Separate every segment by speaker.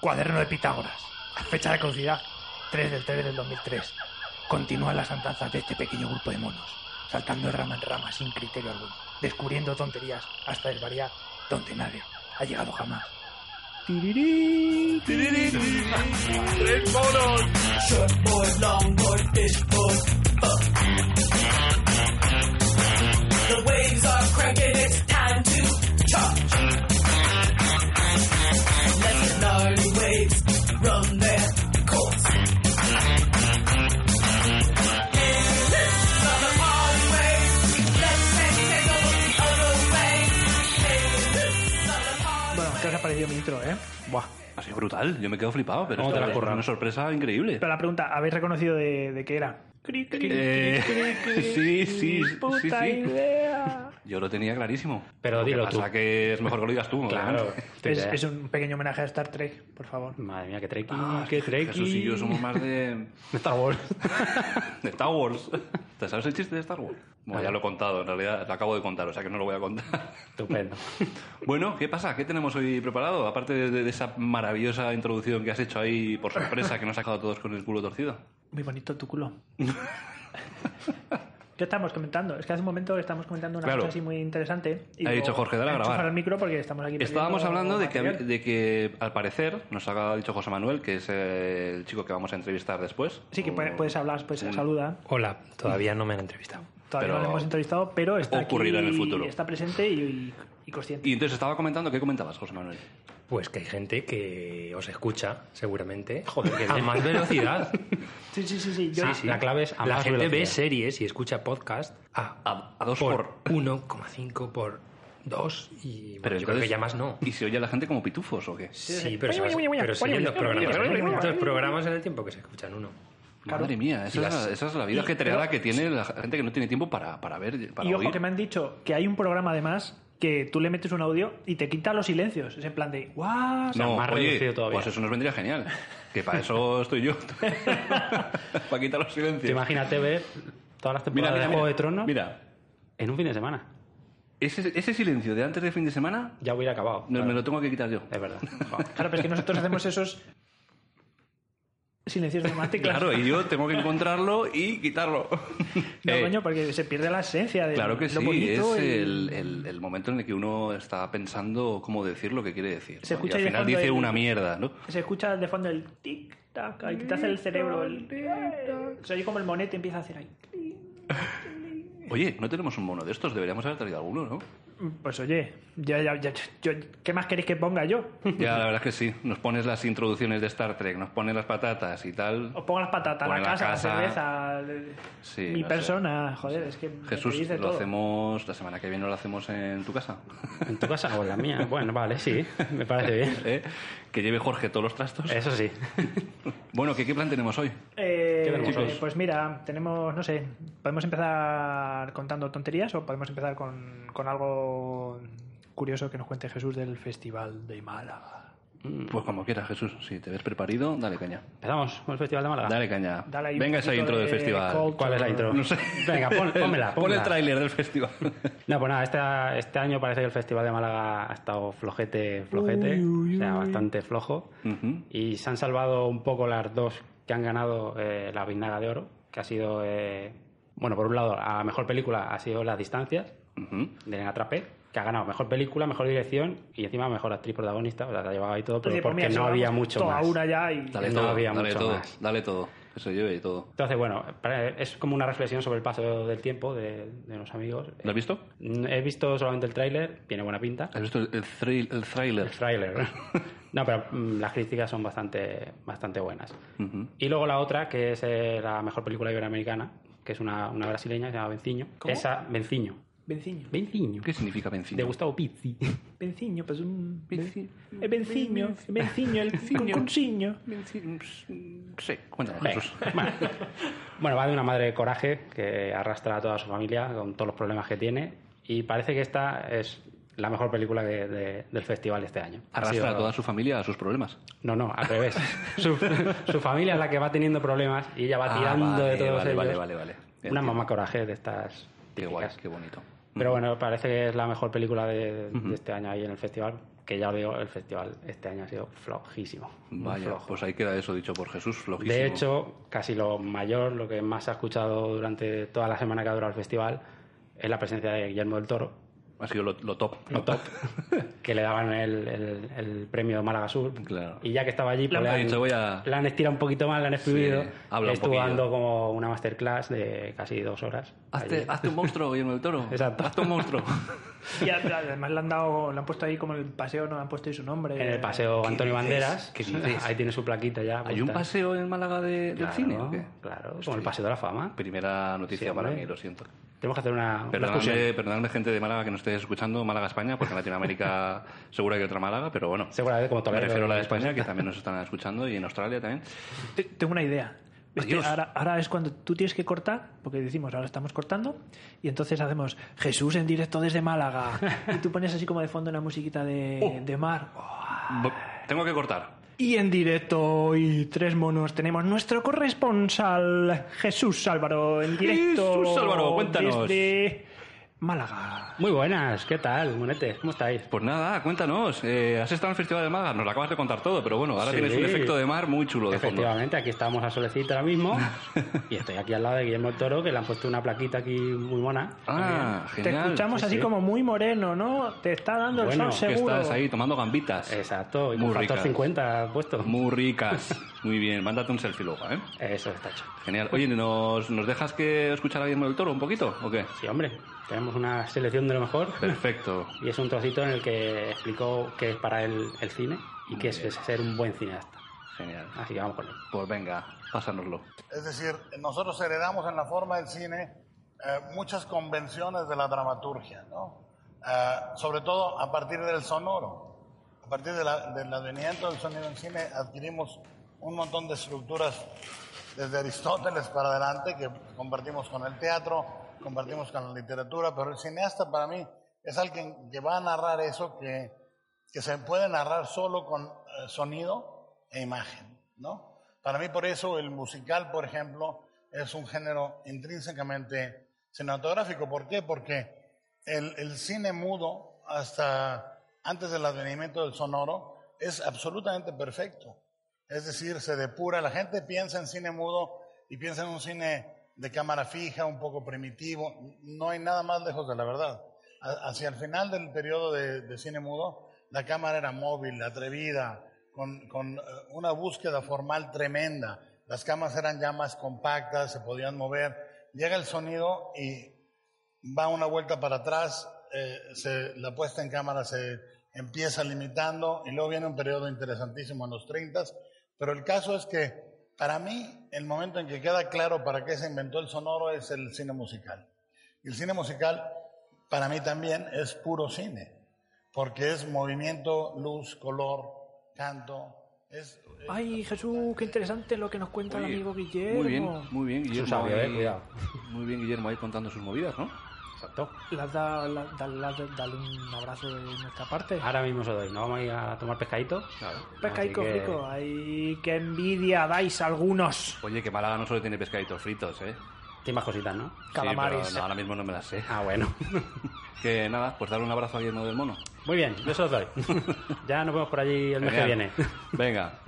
Speaker 1: Cuaderno de Pitágoras. Fecha de caducidad 3 del 3 del 2003. Continúan las andanzas de este pequeño grupo de monos, saltando de rama en rama sin criterio alguno, descubriendo tonterías hasta desvariar donde nadie ha llegado jamás.
Speaker 2: ¡Tres monos!
Speaker 3: The waves are cracking, it's time to charge. Let the gnarly waves run their course. Endless are the party waves. Let's take it over the other way.
Speaker 4: Eh,
Speaker 3: Endless are the party
Speaker 1: Bueno, ¿qué os ha parecido mi intro, eh? Buah.
Speaker 5: Ha sido brutal, yo me quedo flipado, pero
Speaker 1: ¿Cómo
Speaker 5: esto
Speaker 1: te la has
Speaker 5: es
Speaker 1: currado?
Speaker 5: una sorpresa increíble.
Speaker 1: Pero la pregunta, ¿habéis reconocido de, de qué era? Cri, cri,
Speaker 5: Eh,
Speaker 1: cri, cri,
Speaker 5: sí, sí, sí,
Speaker 1: puta
Speaker 5: sí.
Speaker 1: idea.
Speaker 5: Yo lo tenía clarísimo.
Speaker 6: Pero
Speaker 5: Lo que
Speaker 6: dilo
Speaker 5: pasa
Speaker 6: tú.
Speaker 5: que es mejor que lo digas tú,
Speaker 6: Claro.
Speaker 5: obviamente.
Speaker 6: tu
Speaker 1: Es,
Speaker 6: idea.
Speaker 1: es un pequeño homenaje a Star Trek, por favor.
Speaker 6: Madre mía, qué treki.
Speaker 5: Ah,
Speaker 6: qué treki.
Speaker 5: Jesús y yo somos más de,
Speaker 6: Star Wars.
Speaker 5: de Star Wars. ¿Te sabes el chiste de Star Wars? Bueno, ya lo he contado, en realidad lo acabo de contar, o sea que no lo voy a contar.
Speaker 6: Estupendo.
Speaker 5: Bueno, ¿qué pasa? ¿Qué tenemos hoy preparado? Aparte de, de esa maravillosa introducción que has hecho ahí por sorpresa que nos ha dejado a todos con el culo torcido.
Speaker 1: Muy bonito tu culo. ¿Qué estamos comentando? Es que hace un momento estamos comentando una
Speaker 5: Claro.
Speaker 1: cosa así muy interesante. Y
Speaker 5: Ha
Speaker 1: digo,
Speaker 5: dicho Jorge, dale a
Speaker 1: enchufar
Speaker 5: grabar.
Speaker 1: el micro porque estamos aquí.
Speaker 5: Estábamos
Speaker 1: perdiendo
Speaker 5: hablando de que,
Speaker 1: material.
Speaker 5: de que, al parecer, nos ha dicho José Manuel, que es eh, el chico que vamos a entrevistar después.
Speaker 1: Sí, que puede-
Speaker 5: o-
Speaker 1: puedes hablar, pues saluda.
Speaker 6: Hola, todavía no me han entrevistado.
Speaker 1: Todavía no
Speaker 5: Mm. Pero
Speaker 1: lo hemos entrevistado, pero está
Speaker 5: ocurrirá
Speaker 1: aquí,
Speaker 5: en el futuro.
Speaker 1: Está presente y, y- y consciente.
Speaker 5: Y entonces estaba comentando, ¿qué comentabas, José Manuel?
Speaker 6: Pues que hay gente que os escucha, seguramente, a más velocidad.
Speaker 1: Sí, sí, sí, sí. Yo,
Speaker 6: Sí, sí.
Speaker 1: Ah,
Speaker 6: La clave es
Speaker 4: a
Speaker 6: la
Speaker 4: más
Speaker 6: gente ve
Speaker 4: velocidad.
Speaker 6: series y escucha podcast a,
Speaker 5: A- a dos
Speaker 6: por,
Speaker 5: por.
Speaker 6: 1,5 por 2 y bueno, yo creo que ya más no.
Speaker 5: ¿Y se oye a la gente como pitufos o qué?
Speaker 6: Sí, pero, se va- pero sí en los programas. Entonces, programas en el tiempo que se escuchan uno.
Speaker 5: Madre mía, esa,
Speaker 6: Y
Speaker 5: es,
Speaker 6: las-
Speaker 5: la, esa es la vida
Speaker 1: y-
Speaker 5: ajetreada
Speaker 1: pero-
Speaker 5: que tiene la gente que no tiene tiempo para, para ver, para
Speaker 1: y ojo
Speaker 5: oír.
Speaker 1: que me han dicho que hay un programa además que tú le metes un audio y te quita los silencios. Es en plan de, ¡guau!
Speaker 5: Ah, No,
Speaker 4: más
Speaker 5: oye,
Speaker 4: reducido todavía.
Speaker 5: pues eso nos vendría genial. Que para eso estoy yo. para quitar los
Speaker 4: Tú
Speaker 5: silencios.
Speaker 4: imagínate ver todas las temporadas de Juego de Tronos
Speaker 5: Mira,
Speaker 4: en un fin de semana.
Speaker 5: ese, ese silencio de antes de fin de semana
Speaker 4: Ya hubiera acabado.
Speaker 5: no- me lo tengo que quitar yo.
Speaker 4: Es verdad.
Speaker 1: Claro, pero es que nosotros hacemos esos silencios de mate,
Speaker 5: Claro, y yo tengo que encontrarlo y quitarlo.
Speaker 1: No,
Speaker 5: Eh,
Speaker 1: coño, porque se pierde la esencia de
Speaker 5: Claro que
Speaker 1: lo
Speaker 5: sí,
Speaker 1: bonito
Speaker 5: es
Speaker 1: y-
Speaker 5: el, el- el momento en el que uno está pensando cómo decir lo que quiere decir.
Speaker 1: Se
Speaker 5: ¿no?
Speaker 1: escucha
Speaker 5: y
Speaker 1: ahí
Speaker 5: al
Speaker 1: de
Speaker 5: final
Speaker 1: fondo
Speaker 5: dice
Speaker 1: el-
Speaker 5: una mierda, ¿no?
Speaker 1: Se escucha de fondo el tic-tac, ahí que te hace el cerebro. El... Se oye como el monete empieza a hacer ahí.
Speaker 5: Oye, no tenemos un mono de estos, deberíamos haber traído alguno, ¿no?
Speaker 1: Pues oye, ya, ya, ya, yo- ¿qué más queréis que ponga yo?
Speaker 5: Ya, la verdad es que sí. Nos pones las introducciones de Star Trek, nos pones las patatas y tal.
Speaker 1: Os pongo las patatas, la,
Speaker 5: Pon Pues la
Speaker 1: casa,
Speaker 5: casa.
Speaker 1: la cerveza, el-
Speaker 5: Sí,
Speaker 1: mi
Speaker 5: no sé.
Speaker 1: persona, joder, es que me
Speaker 5: Jesús,
Speaker 1: pedís de
Speaker 5: lo
Speaker 1: todo.
Speaker 5: hacemos la semana que viene, lo hacemos en tu casa.
Speaker 4: ¿En tu casa o en la mía? Bueno, vale, sí. Me parece bien.
Speaker 5: ¿Eh? Que lleve Jorge todos los trastos.
Speaker 4: Eso sí.
Speaker 5: Bueno, ¿qué, qué plan tenemos hoy?
Speaker 1: Eh,
Speaker 4: ¿Qué tenemos
Speaker 1: eh,
Speaker 4: hoy?
Speaker 1: pues mira, tenemos, no sé, podemos empezar contando tonterías o podemos empezar con, con algo curioso que nos cuente Jesús del Festival de Málaga.
Speaker 5: Pues como quieras, Jesús. Si te ves preparado, dale caña.
Speaker 4: Empezamos con el Festival de Málaga.
Speaker 5: Dale caña.
Speaker 1: Dale ahí un
Speaker 5: Venga esa
Speaker 1: poquito
Speaker 5: intro del
Speaker 1: de
Speaker 5: festival.
Speaker 1: cold-
Speaker 4: ¿Cuál es la intro?
Speaker 5: No sé.
Speaker 4: Venga, pon,
Speaker 5: Pon
Speaker 4: pónmela,
Speaker 5: el
Speaker 4: pónmela.
Speaker 5: tráiler del festival.
Speaker 4: No, pues nada, este, este año parece que el Festival de Málaga ha estado flojete, flojete, o sea, bastante flojo.
Speaker 5: Ujú.
Speaker 4: Y se han salvado un poco las dos que han ganado eh, la Biznaga de Oro, que ha sido, eh, bueno, por un lado, a la mejor película ha sido Las Distancias,
Speaker 5: Ujú.
Speaker 4: de Elena Trapé, que ha ganado mejor película, mejor dirección y encima mejor actriz protagonista, o sea, la llevaba ahí todo, pero
Speaker 1: Oye, pues
Speaker 4: porque
Speaker 1: mira, si
Speaker 4: no había
Speaker 1: vamos
Speaker 4: mucho
Speaker 1: toda
Speaker 4: más.
Speaker 1: una ya y...
Speaker 5: Dale
Speaker 4: No
Speaker 5: todo,
Speaker 4: había
Speaker 5: dale
Speaker 4: mucho
Speaker 5: todo,
Speaker 4: más.
Speaker 5: dale todo. Que se lleve y todo.
Speaker 4: Entonces, bueno, para- es como una reflexión sobre el paso del tiempo de, de los amigos.
Speaker 5: ¿Lo has visto?
Speaker 4: Mm, He visto solamente el tráiler, tiene buena pinta.
Speaker 5: ¿Has visto el, el thrill- el tráiler?
Speaker 4: El tráiler. No, pero mm, las críticas son bastante, bastante buenas.
Speaker 5: Ujú.
Speaker 4: Y luego la otra, que es eh, la mejor película iberoamericana, que es una, una brasileña, se llama Venciño. Esa, Venciño.
Speaker 1: Benciño.
Speaker 4: Benciño.
Speaker 5: ¿Qué significa
Speaker 4: De
Speaker 5: Benciño?
Speaker 4: Gustavo Pizzi.
Speaker 1: Benciño, pues un...
Speaker 5: Benciño.
Speaker 1: El benciño, el benciño, el concursiño.
Speaker 5: Benciño. Sí, cuéntanos, Jesús.
Speaker 4: Bueno, va de una madre de coraje que arrastra a toda su familia con todos los problemas que tiene y parece que esta es la mejor película que- de- del festival este año. Ha sido-
Speaker 5: Arrastra a toda su familia a sus problemas.
Speaker 4: No, no, al revés. su, su familia es la que va teniendo problemas y ella va
Speaker 5: Ah,
Speaker 4: tirando
Speaker 5: vale,
Speaker 4: de todos
Speaker 5: vale,
Speaker 4: ellos.
Speaker 5: vale, vale, vale.
Speaker 4: Una
Speaker 5: Entiendo.
Speaker 4: mamá coraje de estas
Speaker 5: Qué guay,
Speaker 4: típicas.
Speaker 5: qué bonito.
Speaker 4: Pero bueno, parece que es la mejor película de, de este año ahí en el festival. Que ya os digo, el festival este año ha sido flojísimo. muy
Speaker 5: Vaya,
Speaker 4: flojo.
Speaker 5: pues ahí queda eso dicho por Jesús, flojísimo.
Speaker 4: De hecho, casi lo mayor, lo que más se ha escuchado durante toda la semana que ha durado el festival, es la presencia de Guillermo del Toro,
Speaker 5: ha sido lo, lo top.
Speaker 4: lo top, que le daban el, el- el premio Málaga Sur.
Speaker 5: Claro.
Speaker 4: Y ya que estaba allí, pues
Speaker 5: Le
Speaker 4: le
Speaker 5: han
Speaker 4: han,
Speaker 5: dicho, voy a-
Speaker 4: le han estirado un poquito más, le han exprimido.
Speaker 5: habla un
Speaker 4: Estuvo
Speaker 5: poquillo.
Speaker 4: dando como una masterclass de casi dos horas.
Speaker 5: Hazte,
Speaker 4: allí.
Speaker 5: hazte un monstruo, Guillermo del Toro.
Speaker 4: Exacto.
Speaker 5: Hazte un monstruo.
Speaker 1: Y ad- además le han dado, le han puesto ahí como en el paseo, no le han puesto ahí su nombre.
Speaker 4: En el paseo Antonio
Speaker 5: Eh, dices?
Speaker 4: Banderas,
Speaker 5: ¿Qué dices?
Speaker 4: ahí tiene su plaquita ya.
Speaker 5: ¿Hay un
Speaker 4: puesta.
Speaker 5: paseo en Málaga de- del
Speaker 4: Claro,
Speaker 5: cine? o qué?
Speaker 4: Claro, como el paseo de la fama.
Speaker 5: Primera noticia
Speaker 4: Sí,
Speaker 5: para
Speaker 4: hombre.
Speaker 5: mí, lo siento.
Speaker 4: Tenemos que hacer una, una excursión.
Speaker 5: Perdonadme, perdonadme, gente de Málaga que no estéis escuchando, Málaga, España, porque en Latinoamérica seguro que hay otra Málaga, pero bueno.
Speaker 4: Seguramente como
Speaker 5: Me
Speaker 4: Toledo.
Speaker 5: refiero a la de España, que también nos están escuchando, y en Australia también.
Speaker 1: Te- Tengo una idea.
Speaker 4: Oh,
Speaker 1: Este,
Speaker 5: Adiós.
Speaker 1: ahora, ahora es cuando tú tienes que cortar, porque decimos, ahora estamos cortando, y entonces hacemos Jesús en directo desde Málaga. Y tú pones así como de fondo una musiquita de,
Speaker 4: Oh.
Speaker 1: de mar.
Speaker 5: Bo- Tengo que cortar.
Speaker 1: Y en directo, y tres monos, tenemos nuestro corresponsal, Jesús Álvaro, en directo.
Speaker 5: Jesús Álvaro, cuéntanos.
Speaker 1: Desde Málaga.
Speaker 4: Muy buenas, ¿qué tal, monetes? ¿Cómo estáis?
Speaker 5: Pues nada, cuéntanos, eh, has estado en el Festival de Málaga, nos lo acabas de contar todo, pero bueno, ahora
Speaker 4: Sí.
Speaker 5: tienes un efecto de mar muy chulo de fondo.
Speaker 4: Efectivamente, aquí estamos a solecita ahora mismo y estoy aquí al lado de Guillermo del Toro, que le han puesto una plaquita aquí muy mona.
Speaker 5: Ah, genial.
Speaker 1: Te escuchamos
Speaker 4: sí,
Speaker 1: así
Speaker 4: sí.
Speaker 1: como muy moreno, ¿no? Te está dando
Speaker 4: Bueno,
Speaker 1: el
Speaker 5: Que
Speaker 1: sol seguro.
Speaker 5: estás ahí tomando gambitas.
Speaker 4: Exacto, y
Speaker 5: Muy
Speaker 4: con factor
Speaker 5: ricas.
Speaker 4: 50 puesto.
Speaker 5: Muy ricas. Muy bien, mándate un selfie luego, ¿eh?
Speaker 4: Eso está hecho.
Speaker 5: Genial. Oye, ¿nos, ¿nos dejas que escuchar a Guillermo del Toro un poquito o qué?
Speaker 4: Sí, hombre, tenemos una selección de lo mejor
Speaker 5: Perfecto.
Speaker 4: y es un trocito en el que explicó qué es para él el cine y qué es ser un buen cineasta.
Speaker 5: Genial.
Speaker 4: Así que vamos con él.
Speaker 5: Pues venga, pásanoslo.
Speaker 7: Es decir, nosotros heredamos en la forma del cine eh, muchas convenciones de la dramaturgia, ¿no? Eh, sobre todo a partir del sonoro. A partir de la- del advenimiento del sonido en cine adquirimos un montón de estructuras desde Aristóteles para adelante que compartimos con el teatro, compartimos con la literatura, pero el cineasta para mí es alguien que va a narrar eso que, que se puede narrar solo con eh, sonido e imagen, ¿no? Para mí por eso el musical, por ejemplo, es un género intrínsecamente cinematográfico. ¿Por qué? Porque el, el cine mudo, hasta antes del advenimiento del sonoro, es absolutamente perfecto. Es decir, se depura. La gente piensa en cine mudo y piensa en un cine de cámara fija, un poco primitivo. No hay nada más lejos de la verdad. A- hacia el final del periodo de, de cine mudo, la cámara era móvil, atrevida, con, con, eh, una búsqueda formal tremenda. Las camas eran ya más compactas, se podían mover. Llega el sonido y va una vuelta para atrás, eh, se- la puesta en cámara se empieza limitando y luego viene un periodo interesantísimo en los 30, pero el caso es que para mí el momento en que queda claro para qué se inventó el sonoro es el cine musical. Y el cine musical para mí también es puro cine, porque es movimiento, luz, color, canto, es...
Speaker 1: Ay, Jesús, qué interesante lo que nos cuenta el
Speaker 5: Oye,
Speaker 1: amigo Guillermo.
Speaker 5: Muy bien, muy bien, Guillermo.
Speaker 4: sabio,
Speaker 5: ahí-
Speaker 4: eh, cuidado.
Speaker 5: Muy bien, Guillermo ahí contando sus movidas, ¿no?
Speaker 4: Exacto.
Speaker 1: Las da- la- da- la- dale un abrazo de nuestra parte.
Speaker 4: Ahora mismo se lo doy, ¿no? Vamos a ir a tomar pescadito.
Speaker 5: Claro.
Speaker 1: Pescadico
Speaker 4: Así que-
Speaker 1: rico, ay, qué envidia dais algunos.
Speaker 5: Oye, que Málaga no solo tiene pescaditos fritos, ¿eh?
Speaker 4: Tiene más cositas, ¿no?
Speaker 5: Sí,
Speaker 1: Calamares.
Speaker 5: pero no, ahora mismo no me las sé.
Speaker 4: Ah, bueno.
Speaker 5: Que nada, pues darle un abrazo a Guillermo del Mono.
Speaker 4: Muy bien, yo se los doy. ya nos vemos por allí el mes que
Speaker 5: Genial.
Speaker 4: viene.
Speaker 5: Venga.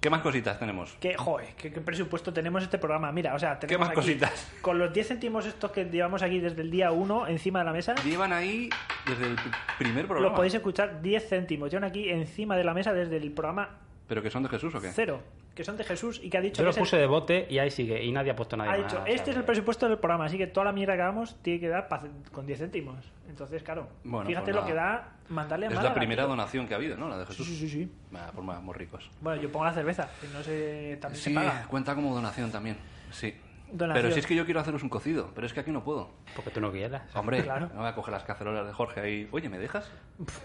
Speaker 5: ¿Qué más cositas tenemos?
Speaker 1: Qué, joder, qué, qué presupuesto tenemos este programa. Mira, o sea, tenemos
Speaker 5: más
Speaker 1: aquí-
Speaker 5: cositas?
Speaker 1: Con los 10 céntimos estos que llevamos aquí desde el día 1 encima de la mesa,
Speaker 5: Llevan ahí desde el primer
Speaker 1: los
Speaker 5: programa.
Speaker 1: podéis em- escuchar 10 céntimos. Llevan aquí encima de la mesa desde el programa
Speaker 5: ¿Pero que son de Jesús o qué?
Speaker 1: cero, que son de Jesús y que ha dicho que
Speaker 4: Yo lo
Speaker 1: es el-
Speaker 4: puse de bote y ahí sigue. Y nadie ha puesto nada.
Speaker 1: ha dicho, este es el presupuesto del programa, así que toda la mierda que hagamos tiene que dar pa- con 10 céntimos. Entonces, claro,
Speaker 5: Bueno,
Speaker 1: fíjate
Speaker 5: pues
Speaker 1: lo
Speaker 5: nada.
Speaker 1: que da mandarle a
Speaker 5: Es la
Speaker 1: Málaga,
Speaker 5: primera
Speaker 1: tío.
Speaker 5: donación que ha habido, ¿no? La de
Speaker 1: Sí,
Speaker 5: Jesús.
Speaker 1: sí, sí, sí.
Speaker 5: Ah, por más, muy ricos.
Speaker 1: Bueno, yo pongo la cerveza, que no sé, también se
Speaker 5: Sí,
Speaker 1: paga.
Speaker 5: cuenta como donación también. Sí.
Speaker 1: donación.
Speaker 5: Pero si es que yo quiero haceros un cocido, pero es que aquí no puedo.
Speaker 4: Porque tú no quieras.
Speaker 5: Hombre,
Speaker 1: Claro.
Speaker 5: no voy a coger las cacerolas de Jorge ahí. Oye, ¿me dejas?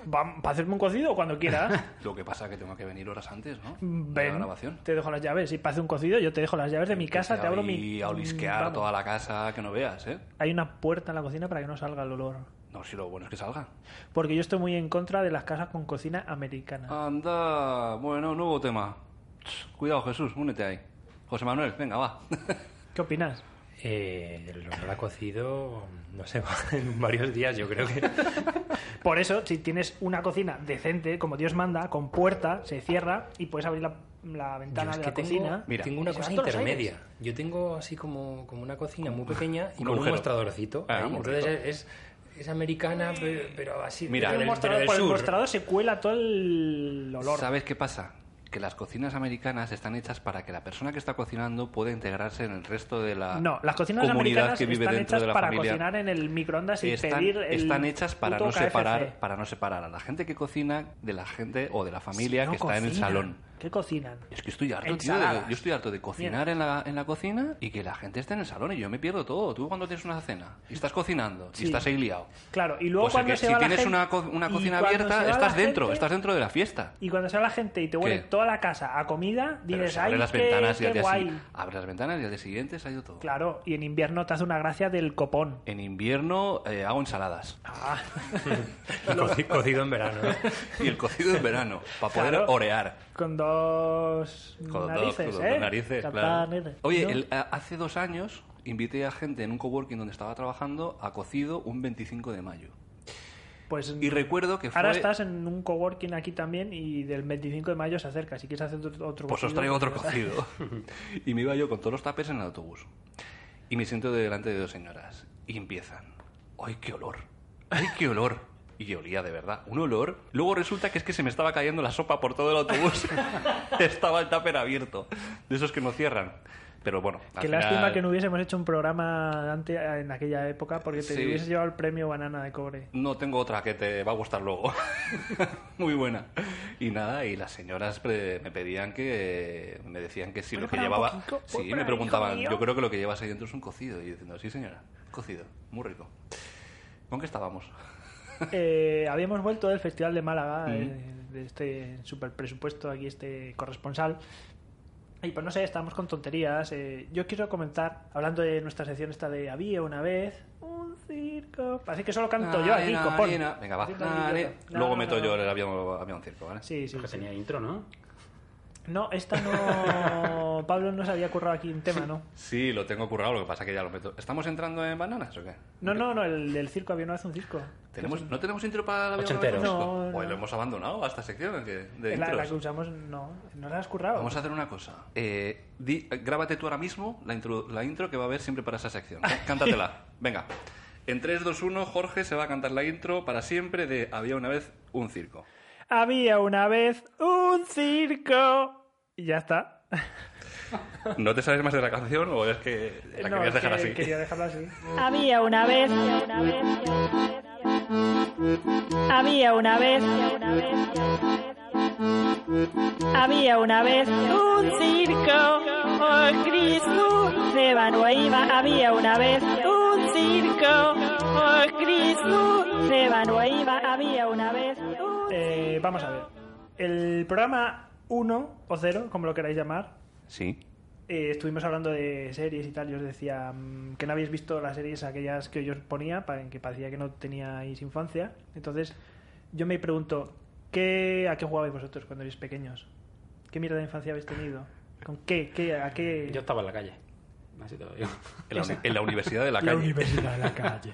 Speaker 1: Para hacerme un cocido cuando quieras.
Speaker 5: Lo que pasa es que tengo que venir horas antes, ¿no? De la
Speaker 1: Ven,
Speaker 5: grabación.
Speaker 1: te dejo las llaves. Si para hacer un cocido, yo te dejo las llaves de mi casa, te abro mi...
Speaker 5: Y a olisquear
Speaker 1: Vamos.
Speaker 5: toda la casa que no veas, ¿eh?
Speaker 1: Hay una puerta en la cocina para que no salga el olor.
Speaker 5: No, si lo bueno es que salga.
Speaker 1: Porque yo estoy muy en contra de las casas con cocina americana.
Speaker 5: Ah. Anda, bueno, nuevo tema. Ch, Cuidado, Jesús, únete ahí. José Manuel, venga, va.
Speaker 1: ¿Qué opinas?
Speaker 6: Eh, el olor a cocido, no sé, en varios días yo creo que...
Speaker 1: Por eso, si tienes una cocina decente, como Dios manda, con puerta, se cierra y puedes abrir la, la
Speaker 6: Yo
Speaker 1: ventana
Speaker 6: es
Speaker 1: de
Speaker 6: que
Speaker 1: la
Speaker 6: tengo,
Speaker 1: cocina.
Speaker 5: Mira.
Speaker 6: tengo una
Speaker 1: Eso
Speaker 6: cosa
Speaker 1: es todos los
Speaker 6: intermedia.
Speaker 1: aires.
Speaker 6: Yo tengo así como, como una cocina muy pequeña y
Speaker 5: Un
Speaker 6: con un
Speaker 5: agujero.
Speaker 6: mostradorcito.
Speaker 5: Ah,
Speaker 6: ahí.
Speaker 5: un
Speaker 6: Entonces
Speaker 5: agujero.
Speaker 6: es, es americana, pero, pero así.
Speaker 5: Mira.
Speaker 1: Por
Speaker 5: Del-
Speaker 6: pero
Speaker 1: el
Speaker 6: del-
Speaker 1: mostrador,
Speaker 6: pero
Speaker 1: por
Speaker 6: del
Speaker 1: el
Speaker 6: sur.
Speaker 1: mostrador se cuela todo el olor.
Speaker 5: ¿Sabes qué pasa? Que las cocinas americanas están hechas para que la persona que está cocinando pueda integrarse en el resto de la
Speaker 1: No, las cocinas
Speaker 5: comunidad
Speaker 1: americanas
Speaker 5: que vive
Speaker 1: están
Speaker 5: dentro
Speaker 1: hechas
Speaker 5: de la
Speaker 1: para
Speaker 5: familia.
Speaker 1: cocinar en el microondas y
Speaker 5: están,
Speaker 1: pedir el
Speaker 5: están hechas para
Speaker 1: puto
Speaker 5: no
Speaker 1: KFC.
Speaker 5: separar para no separar a la gente que cocina de la gente o de la familia
Speaker 1: No
Speaker 5: que está en el
Speaker 1: cocinan.
Speaker 5: salón.
Speaker 1: ¿Qué cocinan?
Speaker 5: Es que estoy harto, tío, de,
Speaker 1: Ensaladas.
Speaker 5: yo estoy harto de cocinar en la, en la cocina y que la gente esté en el salón y yo me pierdo todo. Tú cuando tienes una cena y estás cocinando y
Speaker 1: Sí.
Speaker 5: estás ahí liado.
Speaker 1: Claro, y luego
Speaker 5: Pues es
Speaker 1: cuando
Speaker 5: que
Speaker 1: se
Speaker 5: si
Speaker 1: va la
Speaker 5: tienes
Speaker 1: gente-
Speaker 5: una, co- una
Speaker 1: y
Speaker 5: cocina
Speaker 1: cuando se
Speaker 5: abierta,
Speaker 1: va la
Speaker 5: estás dentro,
Speaker 1: gente-
Speaker 5: estás dentro de la fiesta.
Speaker 1: Y cuando se va la gente y te huele
Speaker 5: ¿Qué?
Speaker 1: toda la casa a comida,
Speaker 5: Pero
Speaker 1: dices,
Speaker 5: se abre
Speaker 1: ay,
Speaker 5: las
Speaker 1: qué,
Speaker 5: ventanas y al
Speaker 1: qué
Speaker 5: día
Speaker 1: guay.
Speaker 5: si- abre las ventanas y al día siguiente se ha ido todo.
Speaker 1: Claro, y en invierno te hace una gracia del copón.
Speaker 5: En invierno eh, hago ensaladas
Speaker 1: Ah,
Speaker 6: Coci- Cocido en verano. ¿no?
Speaker 5: y el cocido en verano para poder
Speaker 1: Claro.
Speaker 5: orear.
Speaker 1: Con dos
Speaker 5: Con dos-
Speaker 1: narices,
Speaker 5: con dos
Speaker 1: ¿eh?
Speaker 5: narices,
Speaker 1: Capaz,
Speaker 5: claro.
Speaker 1: narices.
Speaker 5: Oye,
Speaker 1: ¿No?
Speaker 5: el- a- hace dos años invité a gente en un coworking donde estaba trabajando a cocido un 25 de mayo.
Speaker 1: pues
Speaker 5: Y recuerdo que fue...
Speaker 1: ahora estás en un coworking aquí también y del 25 de mayo se acerca. Si quieres hacer otro otro
Speaker 5: Pues os
Speaker 1: cocido,
Speaker 5: traigo otro
Speaker 1: pues,
Speaker 5: cocido. y me iba yo con todos los tapes en el autobús. Y me siento delante de dos señoras. Y empiezan. ¡Ay, qué olor! ¡Ay, qué olor! Y yo olía de verdad. Un olor. Luego resulta que es que se me estaba cayendo la sopa por todo el autobús. estaba el tupper abierto. De esos que no cierran. Pero bueno. al
Speaker 1: Qué
Speaker 5: final-
Speaker 1: lástima que no hubiésemos hecho un programa ante- en aquella época porque te
Speaker 5: Sí.
Speaker 1: hubieses llevado el premio banana de cobre.
Speaker 5: No tengo otra que te va a gustar luego. Muy buena. Y nada, y las señoras pre- me pedían que. Me decían que si
Speaker 1: ¿Puedo
Speaker 5: lo que
Speaker 1: parar un
Speaker 5: llevaba.
Speaker 1: poquito? ¿Puedo
Speaker 5: Sí,
Speaker 1: parar,
Speaker 5: me
Speaker 1: hijo
Speaker 5: preguntaban,
Speaker 1: mío?
Speaker 5: yo creo que lo que llevas ahí dentro es un cocido. Y yo diciendo, sí, señora, cocido, muy rico. ¿Con qué estábamos?
Speaker 1: Eh, habíamos vuelto del Festival de Málaga,
Speaker 5: Mm.
Speaker 1: eh, de este super presupuesto aquí, este corresponsal. Y pues no sé, estamos con tonterías. eh, yo quiero comentar, hablando de nuestra sección esta de Había una vez un circo. Parece que solo canto yo aquí,
Speaker 5: Na, na,
Speaker 1: copón.
Speaker 5: na. Venga, va.
Speaker 1: Haciendo el
Speaker 5: Na,
Speaker 1: idiota.
Speaker 5: na.
Speaker 1: No,
Speaker 5: Luego
Speaker 1: no,
Speaker 5: meto
Speaker 1: no.
Speaker 5: yo el avión, avión circo, ¿vale?
Speaker 1: Sí, sí,
Speaker 4: Que
Speaker 1: sí.
Speaker 4: tenía intro, ¿no?
Speaker 1: No, esta no. Pablo no se había currado aquí un tema, ¿no?
Speaker 5: Sí, lo tengo currado, lo que pasa que ya lo meto. ¿Estamos entrando en bananas o qué?
Speaker 1: No, no, no, el del circo había una vez un circo.
Speaker 5: ¿Tenemos, ¿No tenemos intro para la avión?
Speaker 6: Ochenteros.
Speaker 1: No, no.
Speaker 5: Pues lo hemos abandonado a esta sección que- de
Speaker 1: Es La, la
Speaker 5: intros.
Speaker 1: que usamos, no. ¿No la has currado?
Speaker 5: Vamos a hacer una cosa. Eh, di- eh, grábate tú ahora mismo la, intro, la intro que va a haber siempre para esa sección. Cántatela. Venga. En 3, 2, 1, Jorge se va a cantar la intro para siempre de Había una vez un circo.
Speaker 1: Había una vez un circo. Y ya está.
Speaker 5: ¿No te sabes más de la canción o es que la
Speaker 1: No,
Speaker 5: querías
Speaker 1: es
Speaker 5: dejar
Speaker 1: que
Speaker 5: así?
Speaker 1: Quería dejarlo así.
Speaker 8: Había una vez. Había una vez. Había una vez un circo. Oh, Cristo, de Banuaiba. Había una vez un circo. Oh, Cristo, de Banuaiba. Había una vez un
Speaker 1: Eh, vamos a ver. El programa 1 o 0, como lo queráis llamar,
Speaker 5: Sí.
Speaker 1: eh, estuvimos hablando de series y tal. Y os decía mm, que no habéis visto las series aquellas que yo os ponía, para que parecía que no teníais infancia. Entonces, yo me pregunto, ¿qué, ¿a qué jugabais vosotros cuando erais pequeños? ¿Qué mierda de infancia habéis tenido? ¿Con qué? qué ¿A qué?
Speaker 4: Yo estaba en la calle. Así te lo digo.
Speaker 5: En la, uni- en la universidad de la
Speaker 1: La
Speaker 5: calle.
Speaker 1: universidad de la calle.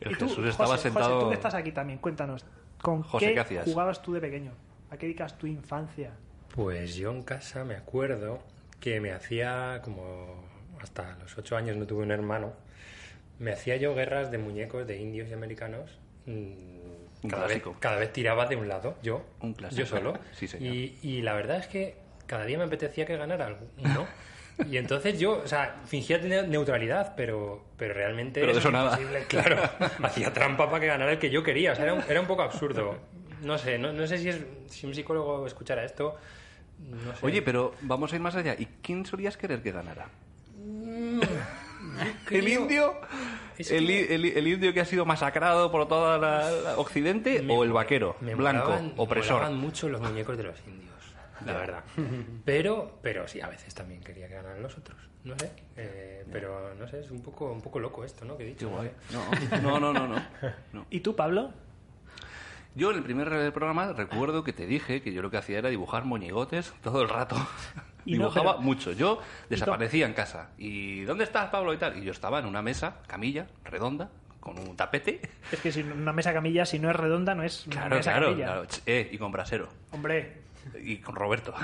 Speaker 5: El
Speaker 1: Y tú,
Speaker 5: Jesús estaba
Speaker 1: José,
Speaker 5: sentado.
Speaker 1: José, tú que estás aquí también, cuéntanos. ¿Con
Speaker 5: José,
Speaker 1: qué,
Speaker 5: ¿qué hacías?
Speaker 1: jugabas tú de pequeño? ¿A qué dedicas tu infancia?
Speaker 6: Pues yo en casa me acuerdo que me hacía, como hasta los ocho años no tuve un hermano, me hacía yo guerras de muñecos de indios y americanos. mm,
Speaker 5: Un
Speaker 6: Cada vez,
Speaker 5: clásico.
Speaker 6: cada vez tiraba de un lado, yo.
Speaker 5: Un clásico.
Speaker 6: Yo solo.
Speaker 5: Sí, señor.
Speaker 6: Y, y la verdad es que cada día me apetecía que ganara uno. Y entonces yo, o sea, fingía tener neutralidad, pero, pero realmente.
Speaker 5: Pero de
Speaker 6: era
Speaker 5: eso nada.
Speaker 6: imposible, Claro, hacía trampa para que ganara el que yo quería. O sea, era un, era un poco absurdo. No sé, no, no sé si, es, si un psicólogo escuchara esto. no sé.
Speaker 5: Oye, pero vamos a ir más allá. ¿Y quién solías querer que ganara?
Speaker 6: Mm,
Speaker 5: El indio. El, i- el i- el indio que ha sido masacrado por toda la, la Occidente o el vaquero,
Speaker 6: Me
Speaker 5: blanco,
Speaker 6: molaban-
Speaker 5: opresor.
Speaker 6: Me molaban mucho los muñecos de los indios, la
Speaker 5: Ya.
Speaker 6: verdad. Pero, pero sí, a veces también quería que ganaran los otros. No sé. eh, pero no sé, es un poco, un poco loco esto, ¿no? Que he dicho.
Speaker 5: Qué guay.
Speaker 6: ¿eh?
Speaker 5: No, no, no, no, no. no.
Speaker 1: ¿Y tú, Pablo?
Speaker 5: Yo en el primer programa recuerdo que te dije que yo lo que hacía era dibujar moñigotes todo el rato.
Speaker 1: Y no,
Speaker 5: Dibujaba
Speaker 1: pero-
Speaker 5: mucho. Yo desaparecía en casa. ¿Y dónde estás, Pablo? Y tal. Y yo estaba en una mesa, camilla, redonda, con un tapete.
Speaker 1: Es que si una mesa camilla, si no es redonda, no es una
Speaker 5: Claro,
Speaker 1: mesa
Speaker 5: claro.
Speaker 1: camilla.
Speaker 5: claro. Ch- eh, y con brasero.
Speaker 1: Hombre,
Speaker 5: Y con Roberto.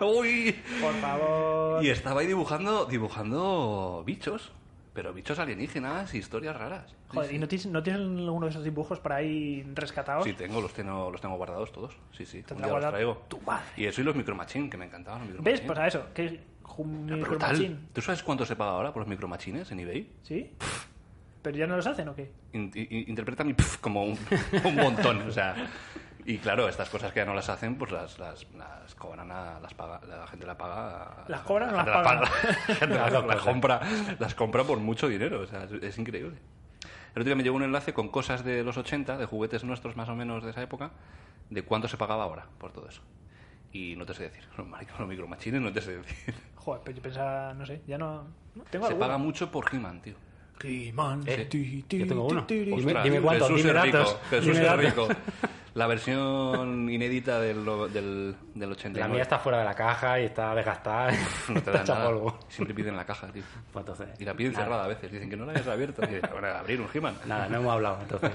Speaker 5: Uy.
Speaker 1: por favor.
Speaker 5: Y estaba ahí dibujando, dibujando bichos. Pero bichos alienígenas y historias raras. Sí,
Speaker 1: Joder,
Speaker 5: sí.
Speaker 1: ¿y no tienes, no tienes alguno de esos dibujos por ahí rescatados?
Speaker 5: Sí, tengo los, tengo, los tengo guardados todos. Sí, sí.
Speaker 1: Tendrá
Speaker 5: Un día los
Speaker 1: guardado
Speaker 5: traigo.
Speaker 1: tu madre.
Speaker 5: Y eso y los micromachines, que me encantaban los
Speaker 1: ¿Ves?
Speaker 5: micromachines.
Speaker 1: Pues a eso, que es un micromachín.
Speaker 5: ¿Tú sabes cuánto se paga ahora por los micromachines en eBay?
Speaker 1: ¿Sí? ¿Pero ya no los hacen o qué?
Speaker 5: In- in- interpreta mi pf como un, un montón. o sea, y claro, estas cosas que ya no las hacen, pues las, las, las cobran a, las paga, la gente la paga.
Speaker 1: ¿Las cobran
Speaker 5: la
Speaker 1: o las
Speaker 5: gente
Speaker 1: pagan?
Speaker 5: paga. La gente las, las compra, las compra por mucho dinero. O sea, es, es increíble. El otro día me llegó un enlace con cosas de los 80, de juguetes nuestros más o menos de esa época, de cuánto se pagaba ahora por todo eso. Y no te sé decir. Los, marica- los micromachines no te sé decir.
Speaker 1: Joder, pero yo pensaba, no sé, ya no... no, Tengo
Speaker 5: Se
Speaker 1: alguno.
Speaker 5: paga mucho por He-Man, tío.
Speaker 4: Eh, yo tengo uno. Dime,
Speaker 5: Ostras,
Speaker 4: dime cuántos,
Speaker 5: Jesús
Speaker 4: dime
Speaker 5: es rico,
Speaker 4: datos.
Speaker 5: Jesús
Speaker 4: dime
Speaker 5: es
Speaker 4: datos.
Speaker 5: rico. La versión inédita del, lo- del, del 89.
Speaker 4: La mía está fuera de la caja y está desgastada.
Speaker 5: No te dan
Speaker 4: está
Speaker 5: nada.
Speaker 4: polvo.
Speaker 5: Siempre piden la caja, tío.
Speaker 4: Pues entonces,
Speaker 5: Y la piden
Speaker 4: nada.
Speaker 5: cerrada a veces. Dicen que no la hayas abierto. Y dicen, "Bueno, abrir un He-Man.
Speaker 4: Nada, no hemos hablado entonces.